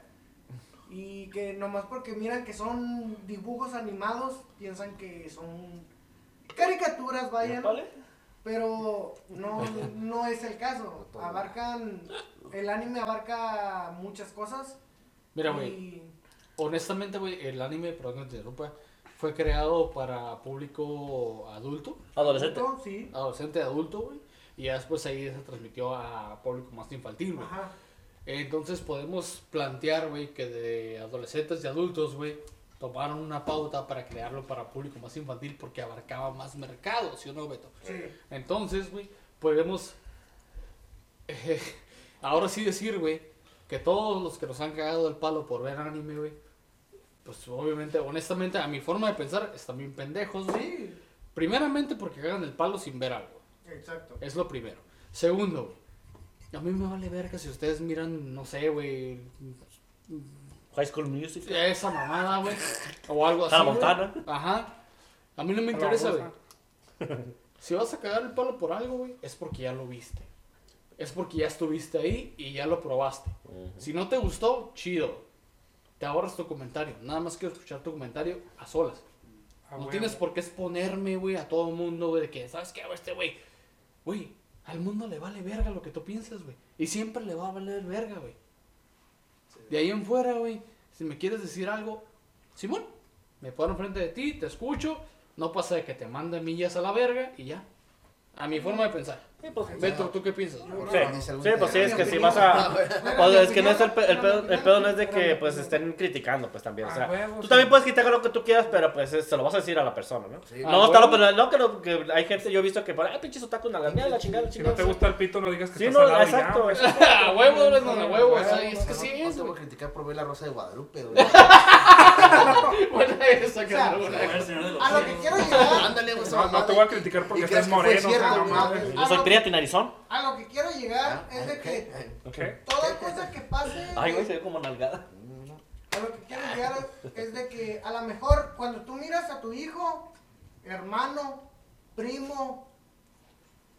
Y que nomás porque miran que son dibujos animados, piensan que son caricaturas, vayan.
¿Vale?
Pero no, no es el caso. Abarcan. El anime abarca muchas cosas.
Mira, güey.
y-
Honestamente, güey, el anime, perdón que te interrumpa, fue creado para público adulto,
Adolescente.
Sí.
adolescente adulto, güey. Y ya después ahí se transmitió a público más infantil, güey.
Ajá.
Entonces podemos plantear, güey, que de adolescentes y adultos, güey, tomaron una pauta para crearlo para público más infantil porque abarcaba más mercado, ¿sí o no, Beto?
Sí.
Entonces, güey, podemos eh, ahora sí decir, güey, que todos los que nos han cagado el palo por ver anime, güey, pues obviamente, honestamente, a mi forma de pensar, están bien pendejos, güey.
Sí.
Primeramente porque cagan el palo sin ver algo.
Exacto.
Es lo primero. Segundo, güey, a mí me vale verga si ustedes miran, no sé, güey,
High School Music.
esa mamada, güey, o algo así.
Hannah
güey.
Montana.
Ajá. A mí no me
A la
interesa, güey.
bolsa.
Si vas a cagar el palo por algo, güey, es porque ya lo viste. Es porque ya estuviste ahí y ya lo probaste. Si no te gustó, chido. Te ahorras tu comentario. Nada más quiero escuchar tu comentario a solas.
A
No
huevo.
tienes por qué exponerme, güey, a todo mundo, güey, de que, ¿sabes qué hago este güey? Güey, al mundo le vale verga lo que tú piensas, güey. Y siempre le va a valer verga, güey. De ahí en fuera, güey, si me quieres decir algo, Simón, me paro enfrente de ti, te escucho, no pasa de que te mande millas a la verga y ya. A mi forma de pensar.
Sí, pues, sí,
Beto, ¿tú qué piensas?
sí, pues sí, es que si vas a... o sea, es que no es el, pe- el pedo, el pedo no es de que pues estén criticando, pues también. O
Ah,
sea,
huevo,
tú
sí.
también puedes criticar lo que tú quieras, pero pues es- se lo vas a decir a la persona, ¿no?
Sí.
No,
Ah,
está lo
huevo.
penal- no, que, lo- que hay gente, yo he visto que por ah, pinches otakus, nalgas, mira la chingada, la
Si
chingada.
no te gusta el pito, no digas que
Sí,
estás
no,
salado y ya,
exacto.
güey.
eso.
A huevo, no, a huevo.
Bueno,
eso- Es que sí
No
es,
te voy a
güey.
criticar por ver la Rosa de Guadalupe, güey.
Buena esa,
O sea,
cabrón.
Como el Señor de los
A lo que
Cielos.
quiero llegar,
Ándale, güey. esa
No, no
mamada.
te voy a criticar porque
¿Y crees
estás
que fue
moreno,
cierto,
no
güey?
mames.
Yo soy prieta y narizón.
a lo que quiero llegar
Ah,
es de que
¿Qué?
toda cosa que pase,
Eh, Ay, güey, se ve como nalgada.
a lo que quiero llegar es de que a lo mejor cuando tú miras a tu hijo, hermano, primo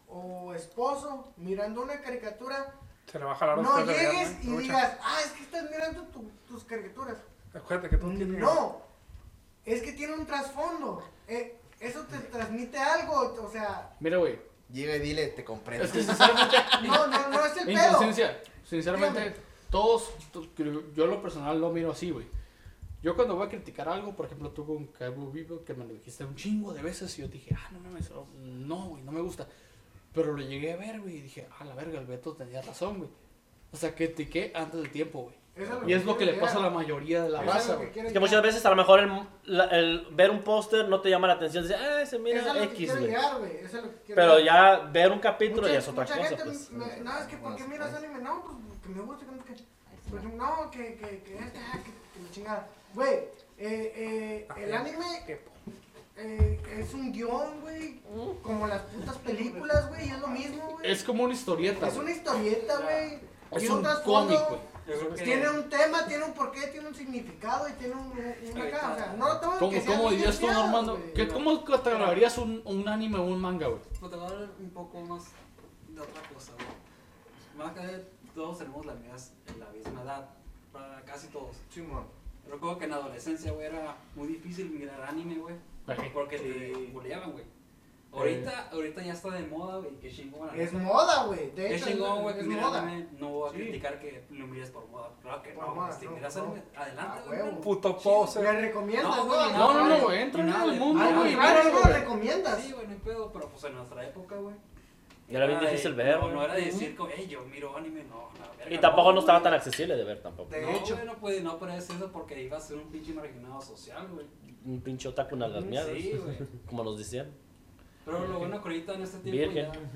o esposo mirando una caricatura,
Se le va a jalar a
no
usted de verga,
llegues y
güey.
digas, ah, es que estás mirando tu- tus caricaturas.
Acuérdate que tú tienes...
"Mm, No, es que tiene un trasfondo. Eh, eso te transmite algo, o sea,
Mira, güey.
Llega y dile, te comprendo.
Es que sinceramente,
no, no, no es el
mi
pedo.
conciencia, sinceramente,
Dígame.
todos, to- creo- yo en lo personal lo miro así, güey. Yo cuando voy a criticar algo, por ejemplo, tú con Cabo Vivo, que me lo dijiste un chingo de veces, y yo dije, ah, no mames, oh, no, güey, no me gusta. Pero lo llegué a ver, güey, y dije, ah, la verga, el Beto tenía razón, güey. O sea, critiqué antes del tiempo, güey.
Eso
Y es lo que le pasa a la
quiero
mayoría de la
llegar. Eso
raza,
es lo
güey.
que quiero
Es que
llegar.
muchas veces a lo mejor el, la- el ver un póster no te llama la atención. Dices, ah, se
Eso es
mira
lo que
X,
quiero
güey.
llegar, güey. Eso es lo que quiero
Pero
llegar.
ya ver un capítulo
Mucha-
ya es otra
mucha
cosa,
gente
pues.
me- me- no, es que
Bueno,
porque
sí,
miras
pues.
anime, no, pues que me gusta, que, que, pues, no, que, que, que, esta, que, que la chingada. Güey, eh, eh, el
Ah,
anime eh, es un guión, güey, como las putas películas, güey, es lo mismo, güey.
Es como una historieta,
Es una historieta, güey.
güey. Es
Tiene
un
trasfondo,
cómic, güey.
Yo creo que-
Tiene un tema, tiene un porqué, tiene un significado y tiene un, un una acá, O sea, no lo tomen que
¿Cómo,
sea
cómo
bien
dirías tú,
desviado,
Normando?
güey.
¿Qué- ¿Cómo catalogarías un, un anime o un manga, güey?
Pues te voy a hablar un poco más de otra cosa, güey. Más que todos tenemos la, misma- la misma edad, para casi todos.
Simón.
Yo Recuerdo que en la adolescencia, güey, era muy difícil mirar anime, güey.
Ajá.
Porque te buleaban, güey. Ahorita, ahorita ya está de moda, güey, qué chingón. la
Es
neta.
moda, güey. De
Qué
hecho,
chingón, güey, que
es
mira
moda.
anime. No voy a
Sí.
criticar que lo mires por moda. Claro que
Por
no,
moda,
güey. Si
no,
miras
no.
anime, adelante,
A
güey.
huevo.
Puto
Le
pose.
recomiendas,
No,
güey.
güey,
al
No, no, no,
contrario.
güey, entra
Nada
en
de-
el mundo,
Al
güey.
contrario,
míralo,
no
güey.
lo recomiendas.
Sí, güey, no hay pedo, pero pues en nuestra época, güey.
Y era bien
de-
difícil ver,
No,
güey.
no era de decir, como, hey, yo miro anime, no, la verga.
Y tampoco no estaba
güey.
tan accesible de ver tampoco.
De
no,
hecho.
güey, no puede, no puede ser eso porque iba a ser un pinche marginado social, güey.
Un pinche otaku nalgas miadas.
Sí, güey.
Como nos decían.
Pero lo bueno que ahorita en este tiempo
Virgen.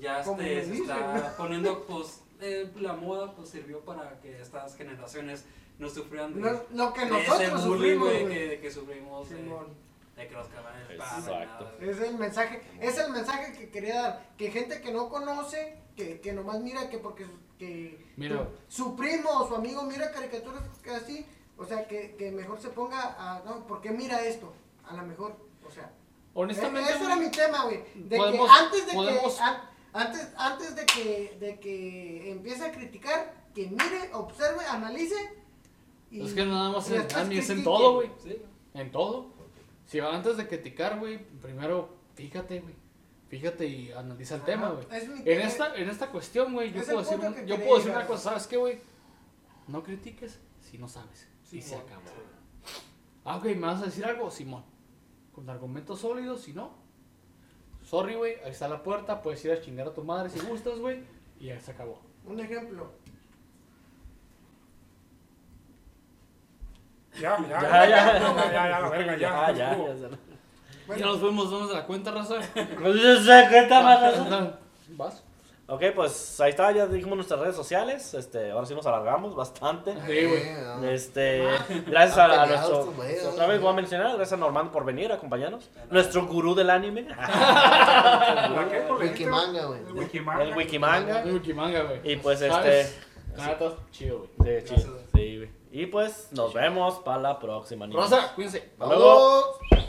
ya, ya
Como
este,
me
se
dicen.
está poniendo, pues, eh, la moda pues sirvió para que estas generaciones no sufrieran de,
No- Lo que
de ese
nosotros
bullying,
sufrimos,
güey,
güey.
que, que sufrimos de,
Simón.
de que nos cagaban el pan.
Exacto.
Es el mensaje, es el mensaje que quería dar, que gente que no conoce, que, que nomás mira que porque su- que
Mira.
su, su primo o su amigo mira caricaturas que así, o sea, que, que mejor se ponga a, no, ¿por qué mira esto? A lo mejor, o sea,
Honestamente,
eh, ese era mi tema, güey, de
podemos-
que antes de
podemos-
que an- antes antes de que de que empiece a criticar, que mire, observe, analice y-
pues es que nada más
y
en
después
anime es en
critique.
todo, güey.
Sí.
En todo. Si antes de criticar, güey, primero fíjate, güey. Fíjate y analiza el
Ajá,
tema, güey.
es mi
En
tema.
esta, en esta cuestión, güey, yo
Es el
puedo decir,
punto
un-
que
yo
quería
puedo decir
llegar.
una cosa, ¿sabes qué, güey? No critiques si no sabes. y se
Simón.
acabó. Ah, ok, ¿me vas a decir algo, Simón? Con argumentos sólidos, si no. Sorry, güey, ahí está la puerta, puedes ir a chingar a tu madre si gustas, güey. Y ya se acabó.
Un ejemplo.
Ya, ya, ya,
Ya,
ya,
ya.
ya, ya, la verga, ya.
Ah, ya. ya,
Ya nos vemos, vamos a la cuenta, raza.
ya. cuenta más
¿Vas?
Ok, pues ahí está, ya dijimos nuestras redes sociales. Este, ahora sí nos alargamos bastante.
Sí, güey.
Eh,
Este,
Ah.
gracias a, a nuestro.
Peleados,
pues,
güey.
Otra vez voy a mencionar, gracias a Normando por venir a acompañarnos. Nuestro gurú del anime,
¿La qué? ¿Por la
Wikimanga, güey.
gente? El Wikimanga.
el Wikimanga.
Un Wikimanga, güey.
Y pues este.
¿Sabes? Nada, está chido, güey.
Sí, chido. Sí, güey. Y pues nos vemos para la próxima. niños.
Rosa, cuídense.
Hasta luego.